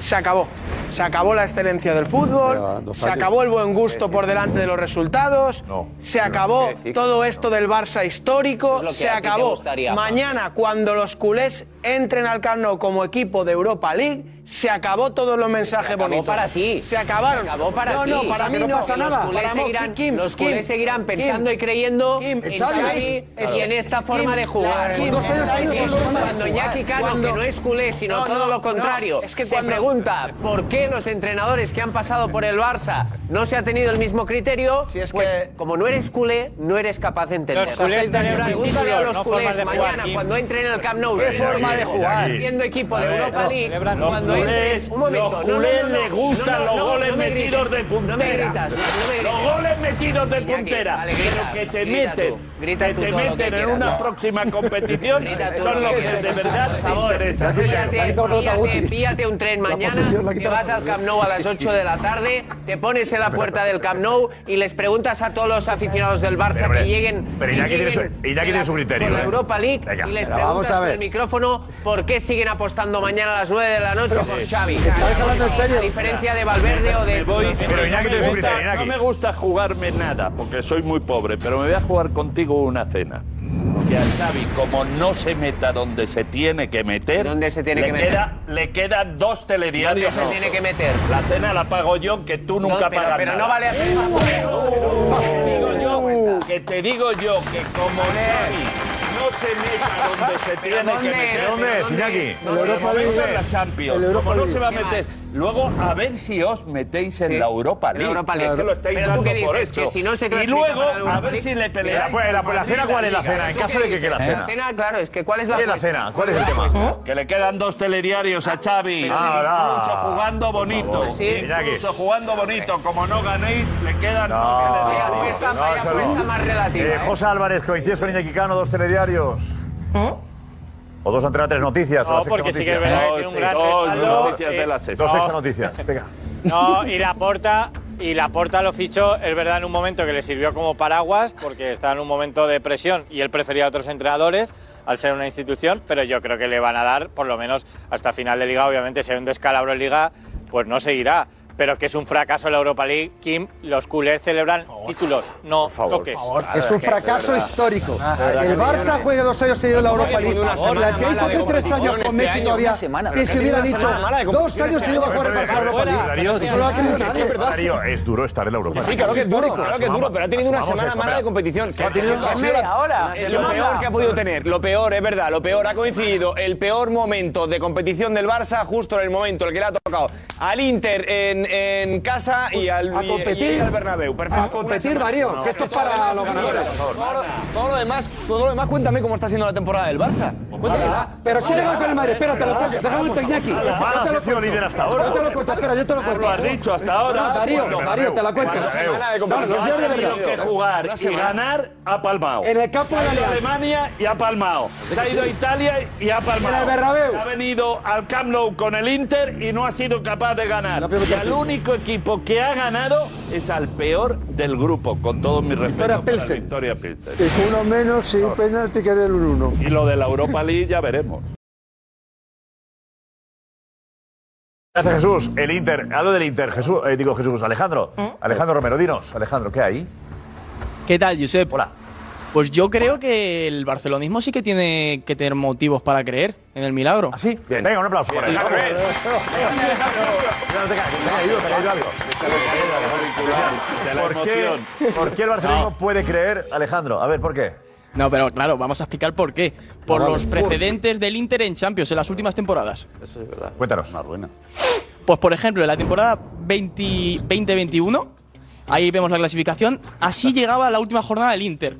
Speaker 15: Se acabó. Se acabó la excelencia del
Speaker 8: Lleva
Speaker 15: fútbol,
Speaker 8: dos
Speaker 15: se
Speaker 8: años.
Speaker 15: acabó el buen gusto por delante de los resultados, se acabó todo esto del Barça histórico,
Speaker 21: Es lo que
Speaker 15: se
Speaker 21: a ti te
Speaker 15: acabó.
Speaker 21: gustaría,
Speaker 15: Mañana, cuando los culés entren al Camp Nou como equipo de Europa League, se acabó todos los mensajes
Speaker 21: acabó
Speaker 15: bonitos.
Speaker 21: para ti.
Speaker 15: Se acabaron.
Speaker 21: Se acabó para
Speaker 15: no,
Speaker 21: ti.
Speaker 15: No, para
Speaker 21: O sea,
Speaker 15: mí
Speaker 21: que
Speaker 15: no
Speaker 21: no
Speaker 15: pasa
Speaker 21: pasa
Speaker 15: nada.
Speaker 21: nada. Los culés
Speaker 15: Para Mo-
Speaker 21: seguirán- los culés seguirán pensando y creyendo en Xavi y en esta forma de jugar.
Speaker 15: Kim,
Speaker 21: Dos años
Speaker 15: Xavi
Speaker 21: seguidos
Speaker 15: es
Speaker 21: son
Speaker 15: una
Speaker 21: cuando
Speaker 15: forma de
Speaker 21: Iñaki
Speaker 15: jugar.
Speaker 21: Cano,
Speaker 15: Cuando-
Speaker 21: que no es culé, sino
Speaker 15: No,
Speaker 21: todo
Speaker 15: no,
Speaker 21: lo contrario,
Speaker 15: no, es que
Speaker 21: se
Speaker 15: cuando-
Speaker 21: pregunta por qué los entrenadores que han pasado por el Barça no se ha tenido el mismo criterio, pues como no eres culé, no eres capaz de entender.
Speaker 4: Los culés celebran
Speaker 21: Pregúntale a
Speaker 4: títulos,
Speaker 21: los
Speaker 4: no
Speaker 21: culés
Speaker 4: formas de jugar,
Speaker 21: mañana
Speaker 4: Kim.
Speaker 21: cuando entren en el Camp Nou,
Speaker 4: Desde
Speaker 21: siendo-
Speaker 4: aquí, desde aquí.
Speaker 21: siendo equipo
Speaker 4: A
Speaker 21: de
Speaker 4: ver,
Speaker 21: Europa
Speaker 4: no,
Speaker 21: League,
Speaker 4: celebran no.
Speaker 21: cuando
Speaker 4: Los culés-
Speaker 21: entres... Un momento,
Speaker 4: los
Speaker 21: no, no,
Speaker 4: culés
Speaker 21: no, no.
Speaker 4: les gustan
Speaker 21: No, no,
Speaker 4: los
Speaker 21: no,
Speaker 4: goles
Speaker 21: no me grites.
Speaker 7: metidos de
Speaker 21: No me
Speaker 7: puntera.
Speaker 21: gritas, no, no me grites.
Speaker 7: Los goles metidos de
Speaker 21: Iñaki,
Speaker 7: puntera.
Speaker 21: vale, grita,
Speaker 7: pero que te
Speaker 21: grita
Speaker 7: meten,
Speaker 21: tú, grita
Speaker 7: que
Speaker 21: tú
Speaker 7: te
Speaker 21: todo lo
Speaker 7: meten
Speaker 21: que
Speaker 7: en
Speaker 21: quieras.
Speaker 7: una próxima competición
Speaker 21: Grita tú lo
Speaker 7: son los
Speaker 21: que
Speaker 7: que
Speaker 21: quieras.
Speaker 7: de verdad
Speaker 21: Por
Speaker 7: te
Speaker 21: favor,
Speaker 7: interesan.
Speaker 21: Píllate, píllate,
Speaker 7: Guti.
Speaker 21: píllate un tren mañana,
Speaker 7: posesión la
Speaker 21: te
Speaker 7: quitaba.
Speaker 21: vas al Camp Nou a las 8 de la tarde, te pones en la puerta del Camp Nou y les preguntas a todos los aficionados del Barça
Speaker 9: Pero, hombre,
Speaker 21: que lleguen.
Speaker 9: pero
Speaker 21: que
Speaker 9: Iñaki tiene
Speaker 21: lleguen
Speaker 9: su- Iñaki
Speaker 21: en la-
Speaker 9: tiene su criterio,
Speaker 21: Con la
Speaker 9: ¿eh?
Speaker 21: Europa League
Speaker 9: Venga,
Speaker 21: y les
Speaker 9: pero vamos
Speaker 21: preguntas
Speaker 9: a
Speaker 21: por
Speaker 9: ver.
Speaker 21: el micrófono no, ¿por qué siguen apostando mañana a las 9 de la noche por Xavi?
Speaker 1: ¿Estáis hablando en serio?
Speaker 21: A diferencia de Valverde o de...
Speaker 7: Me voy-
Speaker 21: Pero Iñaki
Speaker 7: no,
Speaker 21: tiene
Speaker 7: me
Speaker 21: su
Speaker 7: gusta,
Speaker 21: criterio, Iñaki.
Speaker 7: no me gusta jugarme nada, porque soy muy pobre, pero me voy a jugar contigo una cena. Porque a Xavi, como no se meta donde se tiene que meter,
Speaker 21: ¿Dónde se tiene
Speaker 7: le,
Speaker 21: que meter?
Speaker 7: queda, le quedan dos telediarios.
Speaker 21: ¿Dónde se tiene que meter?
Speaker 7: La cena la pago yo, que tú nunca
Speaker 21: No, pero,
Speaker 7: pagas
Speaker 21: pero
Speaker 7: nada.
Speaker 21: no vale hacer...
Speaker 7: Digo yo, que te digo yo que como Xavi no se meta donde se tiene que meter.
Speaker 9: ¿Dónde es, Iñaki?
Speaker 7: No, no, no,
Speaker 9: League.
Speaker 7: no, en la Champions.
Speaker 9: El Europa
Speaker 7: Como no
Speaker 9: League.
Speaker 7: se va a
Speaker 9: ¿Qué
Speaker 7: meter. Luego, a ver si os metéis en
Speaker 9: Sí.
Speaker 7: la Europa
Speaker 9: En la
Speaker 7: League.
Speaker 9: Europa
Speaker 7: que
Speaker 9: League.
Speaker 7: es que lo estáis
Speaker 9: Pero tú
Speaker 7: dando
Speaker 9: qué dices,
Speaker 7: por hecho.
Speaker 9: que si no se
Speaker 7: y
Speaker 9: clasifica
Speaker 7: luego,
Speaker 9: para la Europa
Speaker 7: a ver
Speaker 9: League.
Speaker 7: si le
Speaker 9: Pero,
Speaker 7: peleáis.
Speaker 9: pues,
Speaker 7: con
Speaker 9: la- pues, la
Speaker 7: Madrid ¿Eh?
Speaker 9: cena, ¿cuál es la
Speaker 7: Liga.
Speaker 9: cena? En caso de que- que la cena.
Speaker 21: La cena, claro, es que ¿cuál es la
Speaker 9: ¿Qué es la
Speaker 21: apuesta?
Speaker 9: cena? ¿Cuál es el tema?
Speaker 7: ¿Eh?
Speaker 9: Ah,
Speaker 7: Que le quedan dos telediarios a Xavi. Ah,
Speaker 9: Pero- Ahora.
Speaker 7: Incluso jugando bonito.
Speaker 21: Sí.
Speaker 7: Incluso jugando bonito. Como no ganéis, le quedan dos telediarios.
Speaker 21: Apuesta, hay
Speaker 9: eso
Speaker 21: apuesta más relativa.
Speaker 9: Ah, Eh,
Speaker 21: ¿eh?
Speaker 9: José Álvarez, coincides con Iñaki Cano, dos telediarios. O dos antena tres noticias. o
Speaker 4: No,
Speaker 9: la sexta
Speaker 4: porque sí que es
Speaker 9: noticia.
Speaker 4: verdad que tiene un gran respaldo. eh,
Speaker 9: Dos
Speaker 4: no,
Speaker 9: sexta noticias. Venga.
Speaker 4: No, y la porta. Y la porta lo fichó, es verdad, en un momento que le sirvió como paraguas, porque estaba en un momento de presión y él prefería a otros entrenadores al ser una institución, pero yo creo que le van a dar, por lo menos hasta final de liga, obviamente, si hay un descalabro en liga, pues no seguirá. Pero que es un fracaso la Europa League, Kim, los culés celebran títulos, no toques.
Speaker 8: Es un fracaso histórico.
Speaker 4: verdad
Speaker 8: el
Speaker 4: que
Speaker 8: Barça
Speaker 4: millones.
Speaker 8: juega dos años seguidos en la
Speaker 4: Tampoco
Speaker 8: Europa
Speaker 4: hay
Speaker 8: League.
Speaker 4: ninguna
Speaker 8: Os
Speaker 4: semana
Speaker 8: planteáis
Speaker 4: mala de
Speaker 8: hace tres
Speaker 4: competición
Speaker 8: años con
Speaker 4: este
Speaker 8: Messi
Speaker 4: año.
Speaker 8: todavía
Speaker 4: Una semana.
Speaker 8: que
Speaker 4: Pero
Speaker 8: se
Speaker 4: que
Speaker 8: hubiera
Speaker 4: tiene una
Speaker 8: dicho
Speaker 4: semana mala de
Speaker 8: dos
Speaker 4: competición
Speaker 8: años
Speaker 4: este
Speaker 8: seguidos va a
Speaker 4: año.
Speaker 8: jugar el
Speaker 4: Pero,
Speaker 8: Barça
Speaker 4: pero,
Speaker 8: Europa League.
Speaker 4: Darío,
Speaker 8: Eso no lo ha creído
Speaker 9: Es que
Speaker 8: nadie.
Speaker 9: es verdad. Darío, es duro estar en la Europa.
Speaker 3: Sí, claro que es duro, claro que es duro, pero ha tenido una
Speaker 9: Asumamos
Speaker 3: semana
Speaker 9: eso,
Speaker 3: mala de
Speaker 9: mira.
Speaker 3: competición.
Speaker 9: Ha tenido una
Speaker 3: Ha sido la-
Speaker 9: semana.
Speaker 3: ahora,
Speaker 9: Una
Speaker 3: lo
Speaker 9: semana.
Speaker 3: peor que ha podido tener, lo peor, es verdad, lo peor ha coincidido el peor momento de competición del Barça justo en el momento en el que le ha tocado al Inter en, en casa y al
Speaker 8: A
Speaker 3: y-
Speaker 8: competir.
Speaker 3: y al Bernabéu. Perfecto.
Speaker 8: A competir,
Speaker 3: Una semana.
Speaker 8: Darío,
Speaker 3: No,
Speaker 8: que esto es
Speaker 3: todo lo
Speaker 8: para
Speaker 3: demás
Speaker 8: los
Speaker 3: es
Speaker 8: ganadores.
Speaker 3: mierda. Todo, todo lo demás, todo lo demás, cuéntame cómo está siendo la temporada del Barça. Cuéntamela.
Speaker 8: Pues Pero si llega con el Madrid, espérate, lo cuento. Déjame un Iñaki.
Speaker 3: Mala,
Speaker 8: Yo te lo
Speaker 3: ha sido
Speaker 8: cuento.
Speaker 3: líder hasta ahora.
Speaker 8: Yo te lo cuento, espera, yo te lo cuento.
Speaker 7: Lo has dicho hasta ahora.
Speaker 8: No, Darío,
Speaker 7: Bueno,
Speaker 8: Darío, te la cuento.
Speaker 7: Bernabéu.
Speaker 8: No, no, es de
Speaker 7: Ha tenido
Speaker 8: verdad.
Speaker 7: que jugar
Speaker 8: Una
Speaker 7: y
Speaker 8: semana.
Speaker 7: ganar ha palmao.
Speaker 8: En el campo de
Speaker 7: Ha ido a
Speaker 8: Alianza.
Speaker 7: Alemania y ha palmao. Se ha ido a Italia y ha palmao.
Speaker 8: En el Bernabéu.
Speaker 7: Se Ha venido al Camp Nou con el Inter y no ha sido capaz de ganar. Y el único equipo que ha ganado es al peor del grupo, con todo mi respeto. para Victoria Pilsen.
Speaker 17: Que con uno menos y un penalti que era el 1-1.
Speaker 7: Y lo de la Europa League ya veremos.
Speaker 9: Gracias, Jesús. El Inter, hablo del Inter, Jesús, eh, digo Jesús, Alejandro.
Speaker 3: ¿Mm?
Speaker 9: Alejandro Romero, dinos, Alejandro, ¿qué hay?
Speaker 32: ¿Qué tal, Josep?
Speaker 9: Hola.
Speaker 32: Pues yo creo que el barcelonismo sí que tiene que tener motivos para creer en el milagro.
Speaker 9: ¿Así? ¿Ah, Venga, un aplauso para Alejandro. ¿Por qué, por qué el barcelonismo puede creer, Alejandro? A ver, ¿por qué?
Speaker 32: No, pero claro, vamos a explicar por qué. Por
Speaker 9: Ah, vale.
Speaker 32: los precedentes del Inter en Champions en las últimas temporadas.
Speaker 9: Eso es verdad. Cuéntanos. Una ruina.
Speaker 32: Pues por ejemplo, en la temporada 20 2021, ahí vemos la clasificación, así llegaba la última jornada del Inter.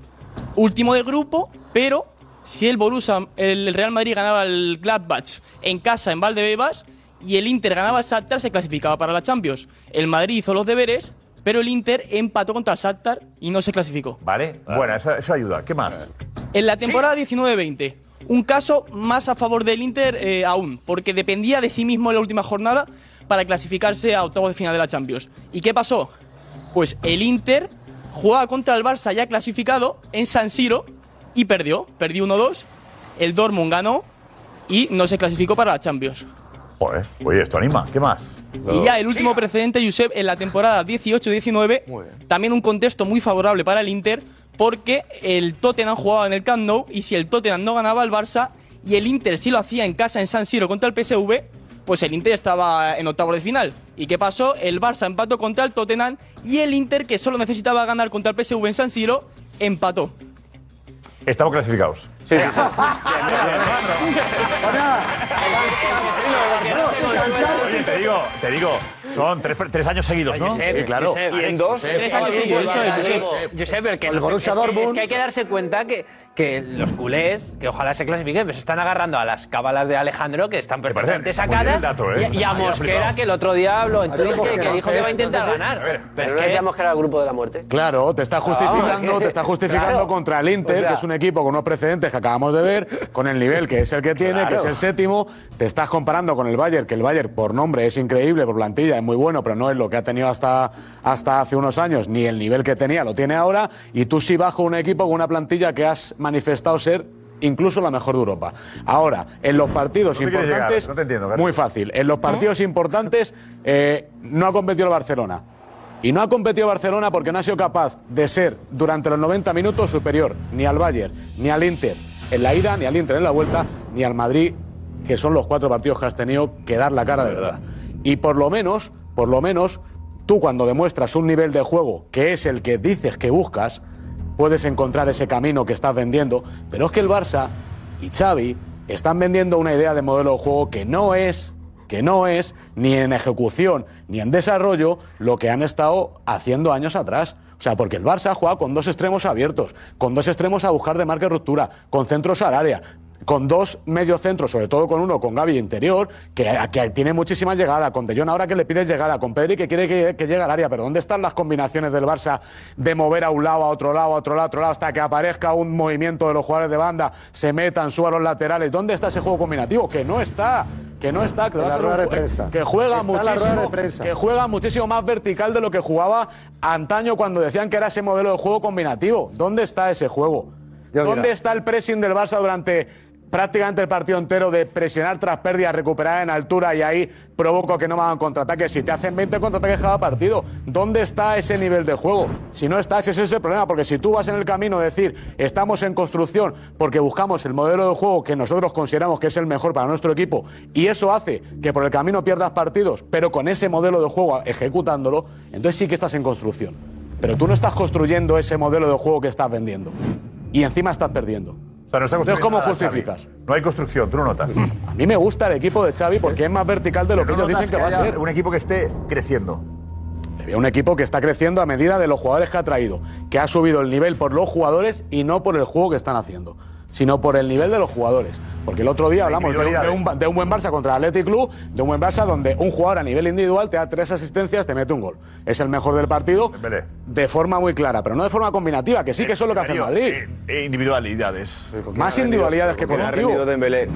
Speaker 32: Último de grupo, pero si el Borussia, el Real Madrid ganaba el Gladbach en casa en Valdebebas y el Inter ganaba Shakhtar se clasificaba para la Champions. El Madrid hizo los deberes, pero el Inter empató contra Shakhtar y no se clasificó.
Speaker 9: Vale, bueno, eso, eso ayuda. ¿Qué más?
Speaker 32: En la temporada 19-20, un caso más a favor del Inter eh, aún, porque dependía de sí mismo en la última jornada para clasificarse a octavos de final de la Champions. ¿Y qué pasó? Pues el Inter jugaba contra el Barça ya clasificado en San Siro y perdió. Perdió 1-2, el Dortmund ganó y no se clasificó para la Champions.
Speaker 9: Joder, oye, esto anima. ¿Qué más?
Speaker 32: Y ya el último precedente, Josep, en la temporada 18-19, también un contexto muy favorable para el Inter, porque el Tottenham jugaba en el Camp Nou y si el Tottenham no ganaba al Barça y el Inter sí lo hacía en casa en San Siro contra el PSV, pues el Inter estaba en octavos de final. ¿Y qué pasó? El Barça empató contra el Tottenham y el Inter, que solo necesitaba ganar contra el PSV en San Siro, empató.
Speaker 9: Estamos clasificados.
Speaker 3: Sí, sí, sí.
Speaker 9: Oye, te digo, te digo, son tres, tres años seguidos, ¿no?
Speaker 3: Josep, Josep,
Speaker 9: Y en
Speaker 3: Alex,
Speaker 9: dos.
Speaker 3: Josep, Alex, Josep, Josep, Josep, el que
Speaker 8: El
Speaker 3: no se-
Speaker 8: Borussia
Speaker 3: es que-
Speaker 8: Dortmund.
Speaker 3: Es que hay que darse cuenta que, que los culés, que ojalá se clasifiquen, pero se están agarrando a las cábalas de Alejandro, que están perfectamente
Speaker 9: muy bien el
Speaker 3: sacadas,
Speaker 9: dato, ¿eh?
Speaker 3: y, y a Ah, ya Mosquera, flipado. que el otro día habló, entonces, Adiós, que, que Mosquera. dijo que va a intentar Entonces, ganar. a ver, Pero pero es que-
Speaker 16: decíamos que era el grupo de la muerte.
Speaker 22: Claro, te está justificando, te está justificando
Speaker 16: Claro.
Speaker 22: contra el Inter,
Speaker 16: O sea-
Speaker 22: que es un equipo con unos precedentes que acabamos de ver, con el nivel que es el que tiene, que
Speaker 9: Claro.
Speaker 22: es el séptimo. Te estás comparando con el Bayern, que el Bayern por nombre es increíble, por plantilla es muy bueno, pero no es lo que ha tenido hasta, hasta hace unos años, ni el nivel que tenía lo tiene ahora. Y tú sí vas con un equipo con una plantilla que has manifestado ser incluso la mejor de Europa. Ahora, en los partidos
Speaker 9: ¿Dónde quieres llegar?
Speaker 22: importantes.
Speaker 9: No te entiendo, Carlos.
Speaker 22: Muy fácil. En los partidos importantes eh, no ha competido el Barcelona. Y no ha competido Barcelona porque no ha sido capaz de ser durante los 90 minutos superior ni al Bayern, ni al Inter en la ida, ni al Inter en la vuelta, ni al Madrid, que son los cuatro partidos que has tenido que dar la cara de verdad. Y por lo menos, por lo menos, tú cuando demuestras un nivel de juego que es el que dices que buscas, puedes encontrar ese camino que estás vendiendo. Pero es que el Barça y Xavi están vendiendo una idea de modelo de juego que no es que no es ni en ejecución ni en desarrollo lo que han estado haciendo años atrás. O sea, porque el Barça juega con dos extremos abiertos, con dos extremos a buscar de marca y ruptura, con centros al área, con dos mediocentros, sobre todo con uno, con Gaby interior, que, que tiene muchísima llegada, con De Jong ahora que le pide llegada, con Pedri que quiere que, que llegue al área, pero ¿dónde están las combinaciones del Barça de mover a un lado, a otro lado, a otro lado, a otro lado, hasta que aparezca un movimiento de los jugadores de banda, se metan, suban los laterales? ¿Dónde está ese juego combinativo? Que no está, que no está, que lo
Speaker 44: En
Speaker 22: va a
Speaker 44: la
Speaker 22: ser un
Speaker 44: rueda de
Speaker 22: jue-
Speaker 44: prensa.
Speaker 22: que juega
Speaker 44: Está en la rueda de
Speaker 22: muchísimo,
Speaker 44: prensa.
Speaker 22: que juega muchísimo más vertical de lo que jugaba antaño cuando decían que era ese modelo de juego combinativo. ¿Dónde está ese juego? ¿Dónde
Speaker 3: mira.
Speaker 22: está el pressing del Barça durante prácticamente el partido entero de presionar tras pérdida, recuperar en altura y ahí provoco que no me hagan contraataques? Si te hacen 20 contraataques cada partido, ¿dónde está ese nivel de juego? Si no estás, ese es el problema, porque si tú vas en el camino de decir, estamos en construcción porque buscamos el modelo de juego que nosotros consideramos que es el mejor para nuestro equipo y eso hace que por el camino pierdas partidos, pero con ese modelo de juego ejecutándolo, entonces sí que estás en construcción. Pero tú no estás construyendo ese modelo de juego que estás vendiendo y encima estás perdiendo. Entonces, ¿cómo justificas?
Speaker 9: No hay construcción, tú lo notas.
Speaker 22: A mí me gusta el equipo de Xavi porque es más vertical de lo que
Speaker 9: Pero no
Speaker 22: ellos dicen
Speaker 9: notas
Speaker 22: que,
Speaker 9: que
Speaker 22: va a
Speaker 9: haya
Speaker 22: ser.
Speaker 9: un equipo que esté creciendo.
Speaker 22: Un equipo que está creciendo a medida de los jugadores que ha traído, que ha subido el nivel por los jugadores y no por el juego que están haciendo, sino por el nivel de los jugadores. Porque el otro día hablamos de un, de un- de un buen Barça contra el Athletic Club, de un buen Barça donde un jugador a nivel individual te da tres asistencias, te mete un gol. Es el mejor del partido de forma muy clara, pero no de forma combinativa, que sí que eso es lo que hace el Madrid.
Speaker 9: Eh, individualidades.
Speaker 22: Más individualidades que colectivo.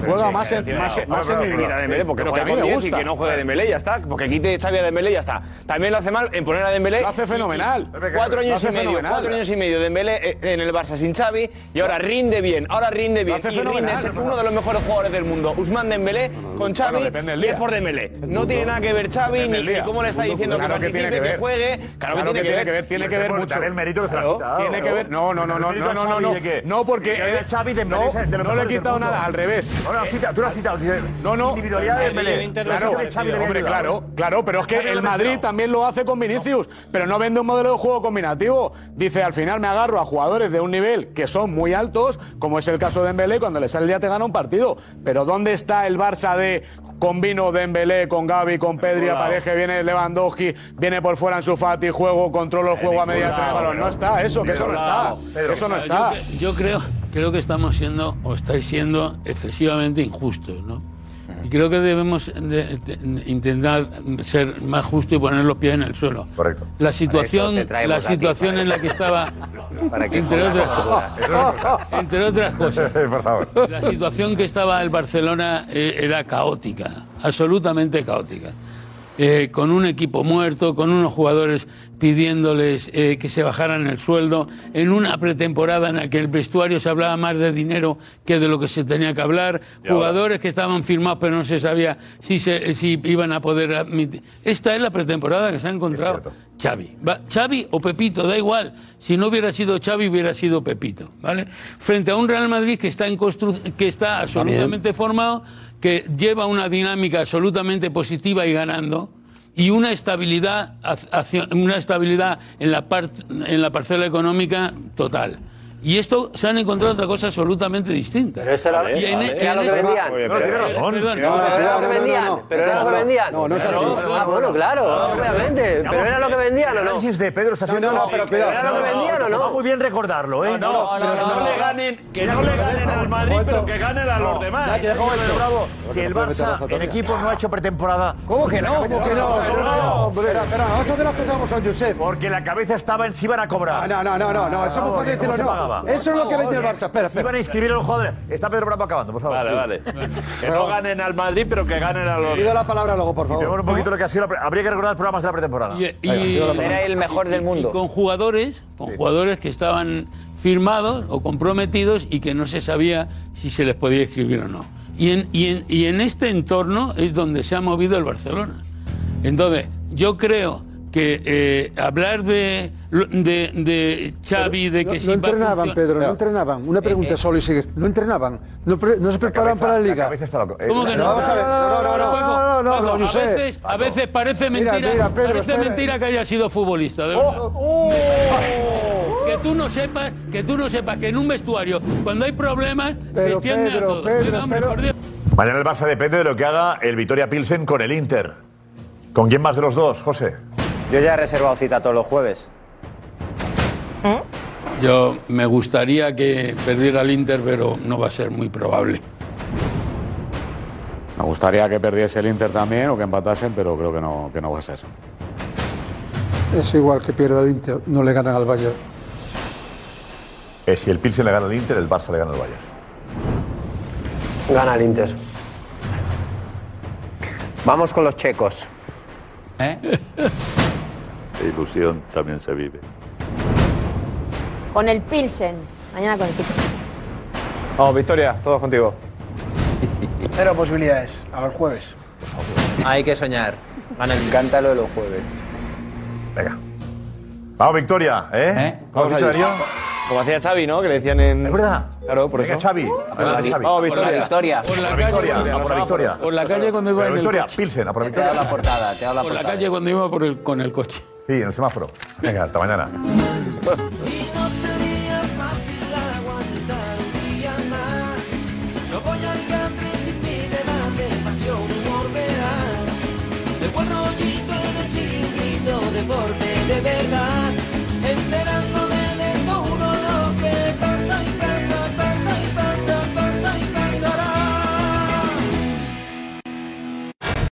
Speaker 22: Juega más en- más en- más en individualidad.
Speaker 3: Dembélé, porque
Speaker 22: Pero que a
Speaker 3: juega
Speaker 22: mí
Speaker 3: con
Speaker 22: me
Speaker 3: 10 y
Speaker 22: gusta.
Speaker 3: que no juegue Dembélé, ya está. Porque quite Xavi a Dembélé, ya está. También lo hace mal en poner a Dembélé.
Speaker 22: Lo hace
Speaker 3: Y- y-
Speaker 22: fenomenal.
Speaker 3: Cuatro
Speaker 22: Lo
Speaker 3: años
Speaker 22: hace
Speaker 3: y medio,
Speaker 22: fenomenal.
Speaker 3: cuatro años y medio Dembélé eh, en el Barça sin Xavi y ahora rinde bien, ahora rinde bien.
Speaker 22: hace
Speaker 3: y rinde
Speaker 22: fenomenal.
Speaker 3: es uno de los mejores jugadores del mundo. Usman Dembélé con
Speaker 22: Bueno,
Speaker 3: Xavi
Speaker 22: depende del
Speaker 3: y es
Speaker 22: día.
Speaker 3: por Dembélé. No
Speaker 22: mundo.
Speaker 3: tiene nada que ver Xavi
Speaker 22: Depende
Speaker 3: ni,
Speaker 22: del
Speaker 3: ni
Speaker 22: día.
Speaker 3: cómo le está
Speaker 22: El mundo
Speaker 3: diciendo
Speaker 22: claro
Speaker 3: que
Speaker 22: que tiene
Speaker 3: participe,
Speaker 22: que
Speaker 3: que,
Speaker 22: ver.
Speaker 3: juegue. Claro, que tiene que ver.
Speaker 22: tiene que ver mucho. Claro, Tiene que ver. No, no, no, no, no, no, no. No, porque eh, no, no le he quitado nada, al revés.
Speaker 9: tú lo has citado.
Speaker 22: No, no.
Speaker 9: Individualidad de Dembélé.
Speaker 22: Claro,
Speaker 9: Claro, Xavi
Speaker 22: hombre,
Speaker 9: Dembélé.
Speaker 22: claro, claro, pero es que
Speaker 9: ¿eh? Xavi
Speaker 22: el
Speaker 9: lo ha
Speaker 22: Madrid
Speaker 9: pensado.
Speaker 22: también lo hace con Vinicius, pero no vende un modelo de juego combinativo. Dice, al final me agarro a jugadores de un nivel que son muy altos, como es el caso de Dembélé, cuando le sale el día te gana un partido. Pero ¿dónde está el Barça de combino Dembélé con Gavi, con Pedri,
Speaker 9: Vinculado.
Speaker 22: aparece, viene Lewandowski, viene por fuera en su Fati, juego, controlo el juego a media tres balón?
Speaker 9: ¿eh?
Speaker 22: No está eso, que
Speaker 24: Ah,
Speaker 22: eso no está. Eso no está.
Speaker 24: Yo, cre- yo creo, creo que estamos siendo o estáis siendo excesivamente injustos, ¿no? Y creo que debemos de- de- intentar ser más justos y poner los pies en el suelo.
Speaker 9: Correcto.
Speaker 24: La
Speaker 9: Para
Speaker 24: situación,
Speaker 9: eso te traemos
Speaker 24: la
Speaker 9: aquí,
Speaker 24: situación
Speaker 9: para-
Speaker 24: en la que estaba,
Speaker 9: para que
Speaker 24: entre,
Speaker 9: jodas,
Speaker 24: otras,
Speaker 9: jodas. Eso no es verdad.
Speaker 24: entre otras cosas,
Speaker 9: Por favor.
Speaker 24: la situación que estaba el Barcelona eh, era caótica, absolutamente caótica. Eh, con un equipo muerto, con unos jugadores pidiéndoles eh, que se bajaran el sueldo, en una pretemporada en la que el vestuario se hablaba más de dinero que de lo que se tenía que hablar,
Speaker 45: Y ahora.
Speaker 24: jugadores que estaban firmados pero no se sabía si, se- si iban a poder admitir. Esta es la pretemporada que se ha encontrado Xavi. Va- Xavi o Pepito, da igual. Si no hubiera sido Xavi, hubiera sido Pepito, ¿vale? Frente a un Real Madrid que está, en constru- que está absolutamente formado, que lleva una dinámica absolutamente positiva y ganando y una estabilidad, hacia- una estabilidad en, la par- en la parcela económica total. Y esto se han encontrado otra cosa absolutamente distinta. Pero
Speaker 16: eso era- Vale, vale. Era lo que vendían. Oye, pero-
Speaker 24: tiene razón.
Speaker 16: Perdón, pero era lo que vendían, pero era lo que vendían.
Speaker 9: No, no es así.
Speaker 16: Ah, bueno, claro, obviamente. Pero era lo que vendían o
Speaker 9: El
Speaker 16: no.
Speaker 9: análisis de Pedro está haciendo.
Speaker 16: no, pero cuidado. ¿Era lo que vendían o no?
Speaker 9: Está muy bien recordarlo, ¿eh?
Speaker 7: No, no, no, le ganen, que no le ganen al Madrid, pero que ganen a los demás.
Speaker 9: Te dejo
Speaker 7: Eso es
Speaker 9: esto.
Speaker 7: bravo.
Speaker 9: Que el Barça, el equipo no ha hecho pretemporada. ¿Cómo
Speaker 8: que no? ¿Cómo que no?
Speaker 9: hombre. Espera, espera, vamos a hacer las cosas como son, Josep. Porque la cabeza estaba en si iban a cobrar.
Speaker 8: Ah, No, no, no, no, no, eso es muy fácil decirlo, no. Eso es lo que vende el Barça, espera,
Speaker 9: Si iban a
Speaker 8: espera.
Speaker 9: inscribir a los jugadores. Está Pedro Bravo acabando, por favor.
Speaker 7: Vale, vale. Que no ganen al Madrid, pero que ganen a los
Speaker 9: Pido
Speaker 8: la palabra luego, por
Speaker 9: favor. un poquito lo que ha sido. la pre- Habría que recordar los programas de la pretemporada.
Speaker 24: Y- y- Era el mejor del mundo. con jugadores, con jugadores que estaban firmados o comprometidos y que no se sabía si se les podía escribir o no. Y en, y en- y en este entorno es donde se ha movido el Barcelona. Entonces, yo creo que eh, hablar de, de, de Xavi, de
Speaker 17: No,
Speaker 24: que
Speaker 17: no
Speaker 24: si va a
Speaker 17: entrenaban,
Speaker 24: funcionar-
Speaker 17: Pedro, no entrenaban. Una pregunta solo y sigues. No entrenaban. No, pre- no se preparaban para la liga.
Speaker 24: ¿Cómo que no?
Speaker 17: Vamos a ver. Eh, No, no, no,
Speaker 24: Paco,
Speaker 17: no, no, no,
Speaker 24: Pablo,
Speaker 17: no,
Speaker 24: a,
Speaker 17: Josep.
Speaker 24: veces, a veces parece
Speaker 17: Mira,
Speaker 24: mentira,
Speaker 17: mira, Pedro,
Speaker 24: parece
Speaker 17: espera. Oh,
Speaker 24: mentira que haya sido futbolista. de verdad. Que tú no sepas, que tú no sepas que en un vestuario cuando hay problemas se extiende a todos. Venga, hombre, por Dios.
Speaker 9: Mañana el Barça depende de lo que haga el Vitoria Pilsen con el Inter. ¿Con quién más de los dos, José?
Speaker 6: Yo ya he reservado cita todos los jueves.
Speaker 24: Yo me gustaría que perdiera el Inter, pero no va a ser muy probable.
Speaker 22: Me gustaría que perdiese el Inter también o que empatasen, pero creo que no, que no va a ser.
Speaker 17: Es igual que pierda el Inter, no le ganan al Bayern.
Speaker 9: Eh, si el Pilsen le gana al Inter, el Barça le gana al Bayern.
Speaker 1: Gana el Inter. Vamos con los checos.
Speaker 7: La E ilusión también se vive.
Speaker 2: Con el Pilsen. Mañana con el Pilsen.
Speaker 3: Vamos, Victoria, todos contigo.
Speaker 15: Cero posibilidades. A los jueves.
Speaker 1: Hay que soñar.
Speaker 6: Me encanta lo de los jueves.
Speaker 9: Venga. Vamos, Victoria, ¿eh? ¿Cómo has
Speaker 3: Vamos
Speaker 9: dicho,
Speaker 3: allí.
Speaker 9: Darío?
Speaker 3: Como hacía Xavi, ¿no? Que le decían en...
Speaker 9: Es verdad.
Speaker 3: Claro, por
Speaker 9: Venga,
Speaker 3: eso.
Speaker 9: Xavi. Adelante, Xavi.
Speaker 3: Vamos, Victoria.
Speaker 24: Por la
Speaker 9: Por la victoria.
Speaker 24: calle,
Speaker 9: A por la victoria.
Speaker 24: Por la calle cuando iba
Speaker 9: Pero
Speaker 24: en el
Speaker 9: Victoria,
Speaker 24: coche.
Speaker 9: Pilsen, a por la
Speaker 24: Te da
Speaker 9: victoria.
Speaker 24: la portada, te da la Por la portada. calle cuando iba por el, con el coche.
Speaker 9: Sí, en el semáforo. Venga, hasta mañana.
Speaker 14: No sería fácil aguantar un día más. No voy al country sin mi debate, pasión, humor verás. De buen rollito en el chiringuito, deporte de verdad.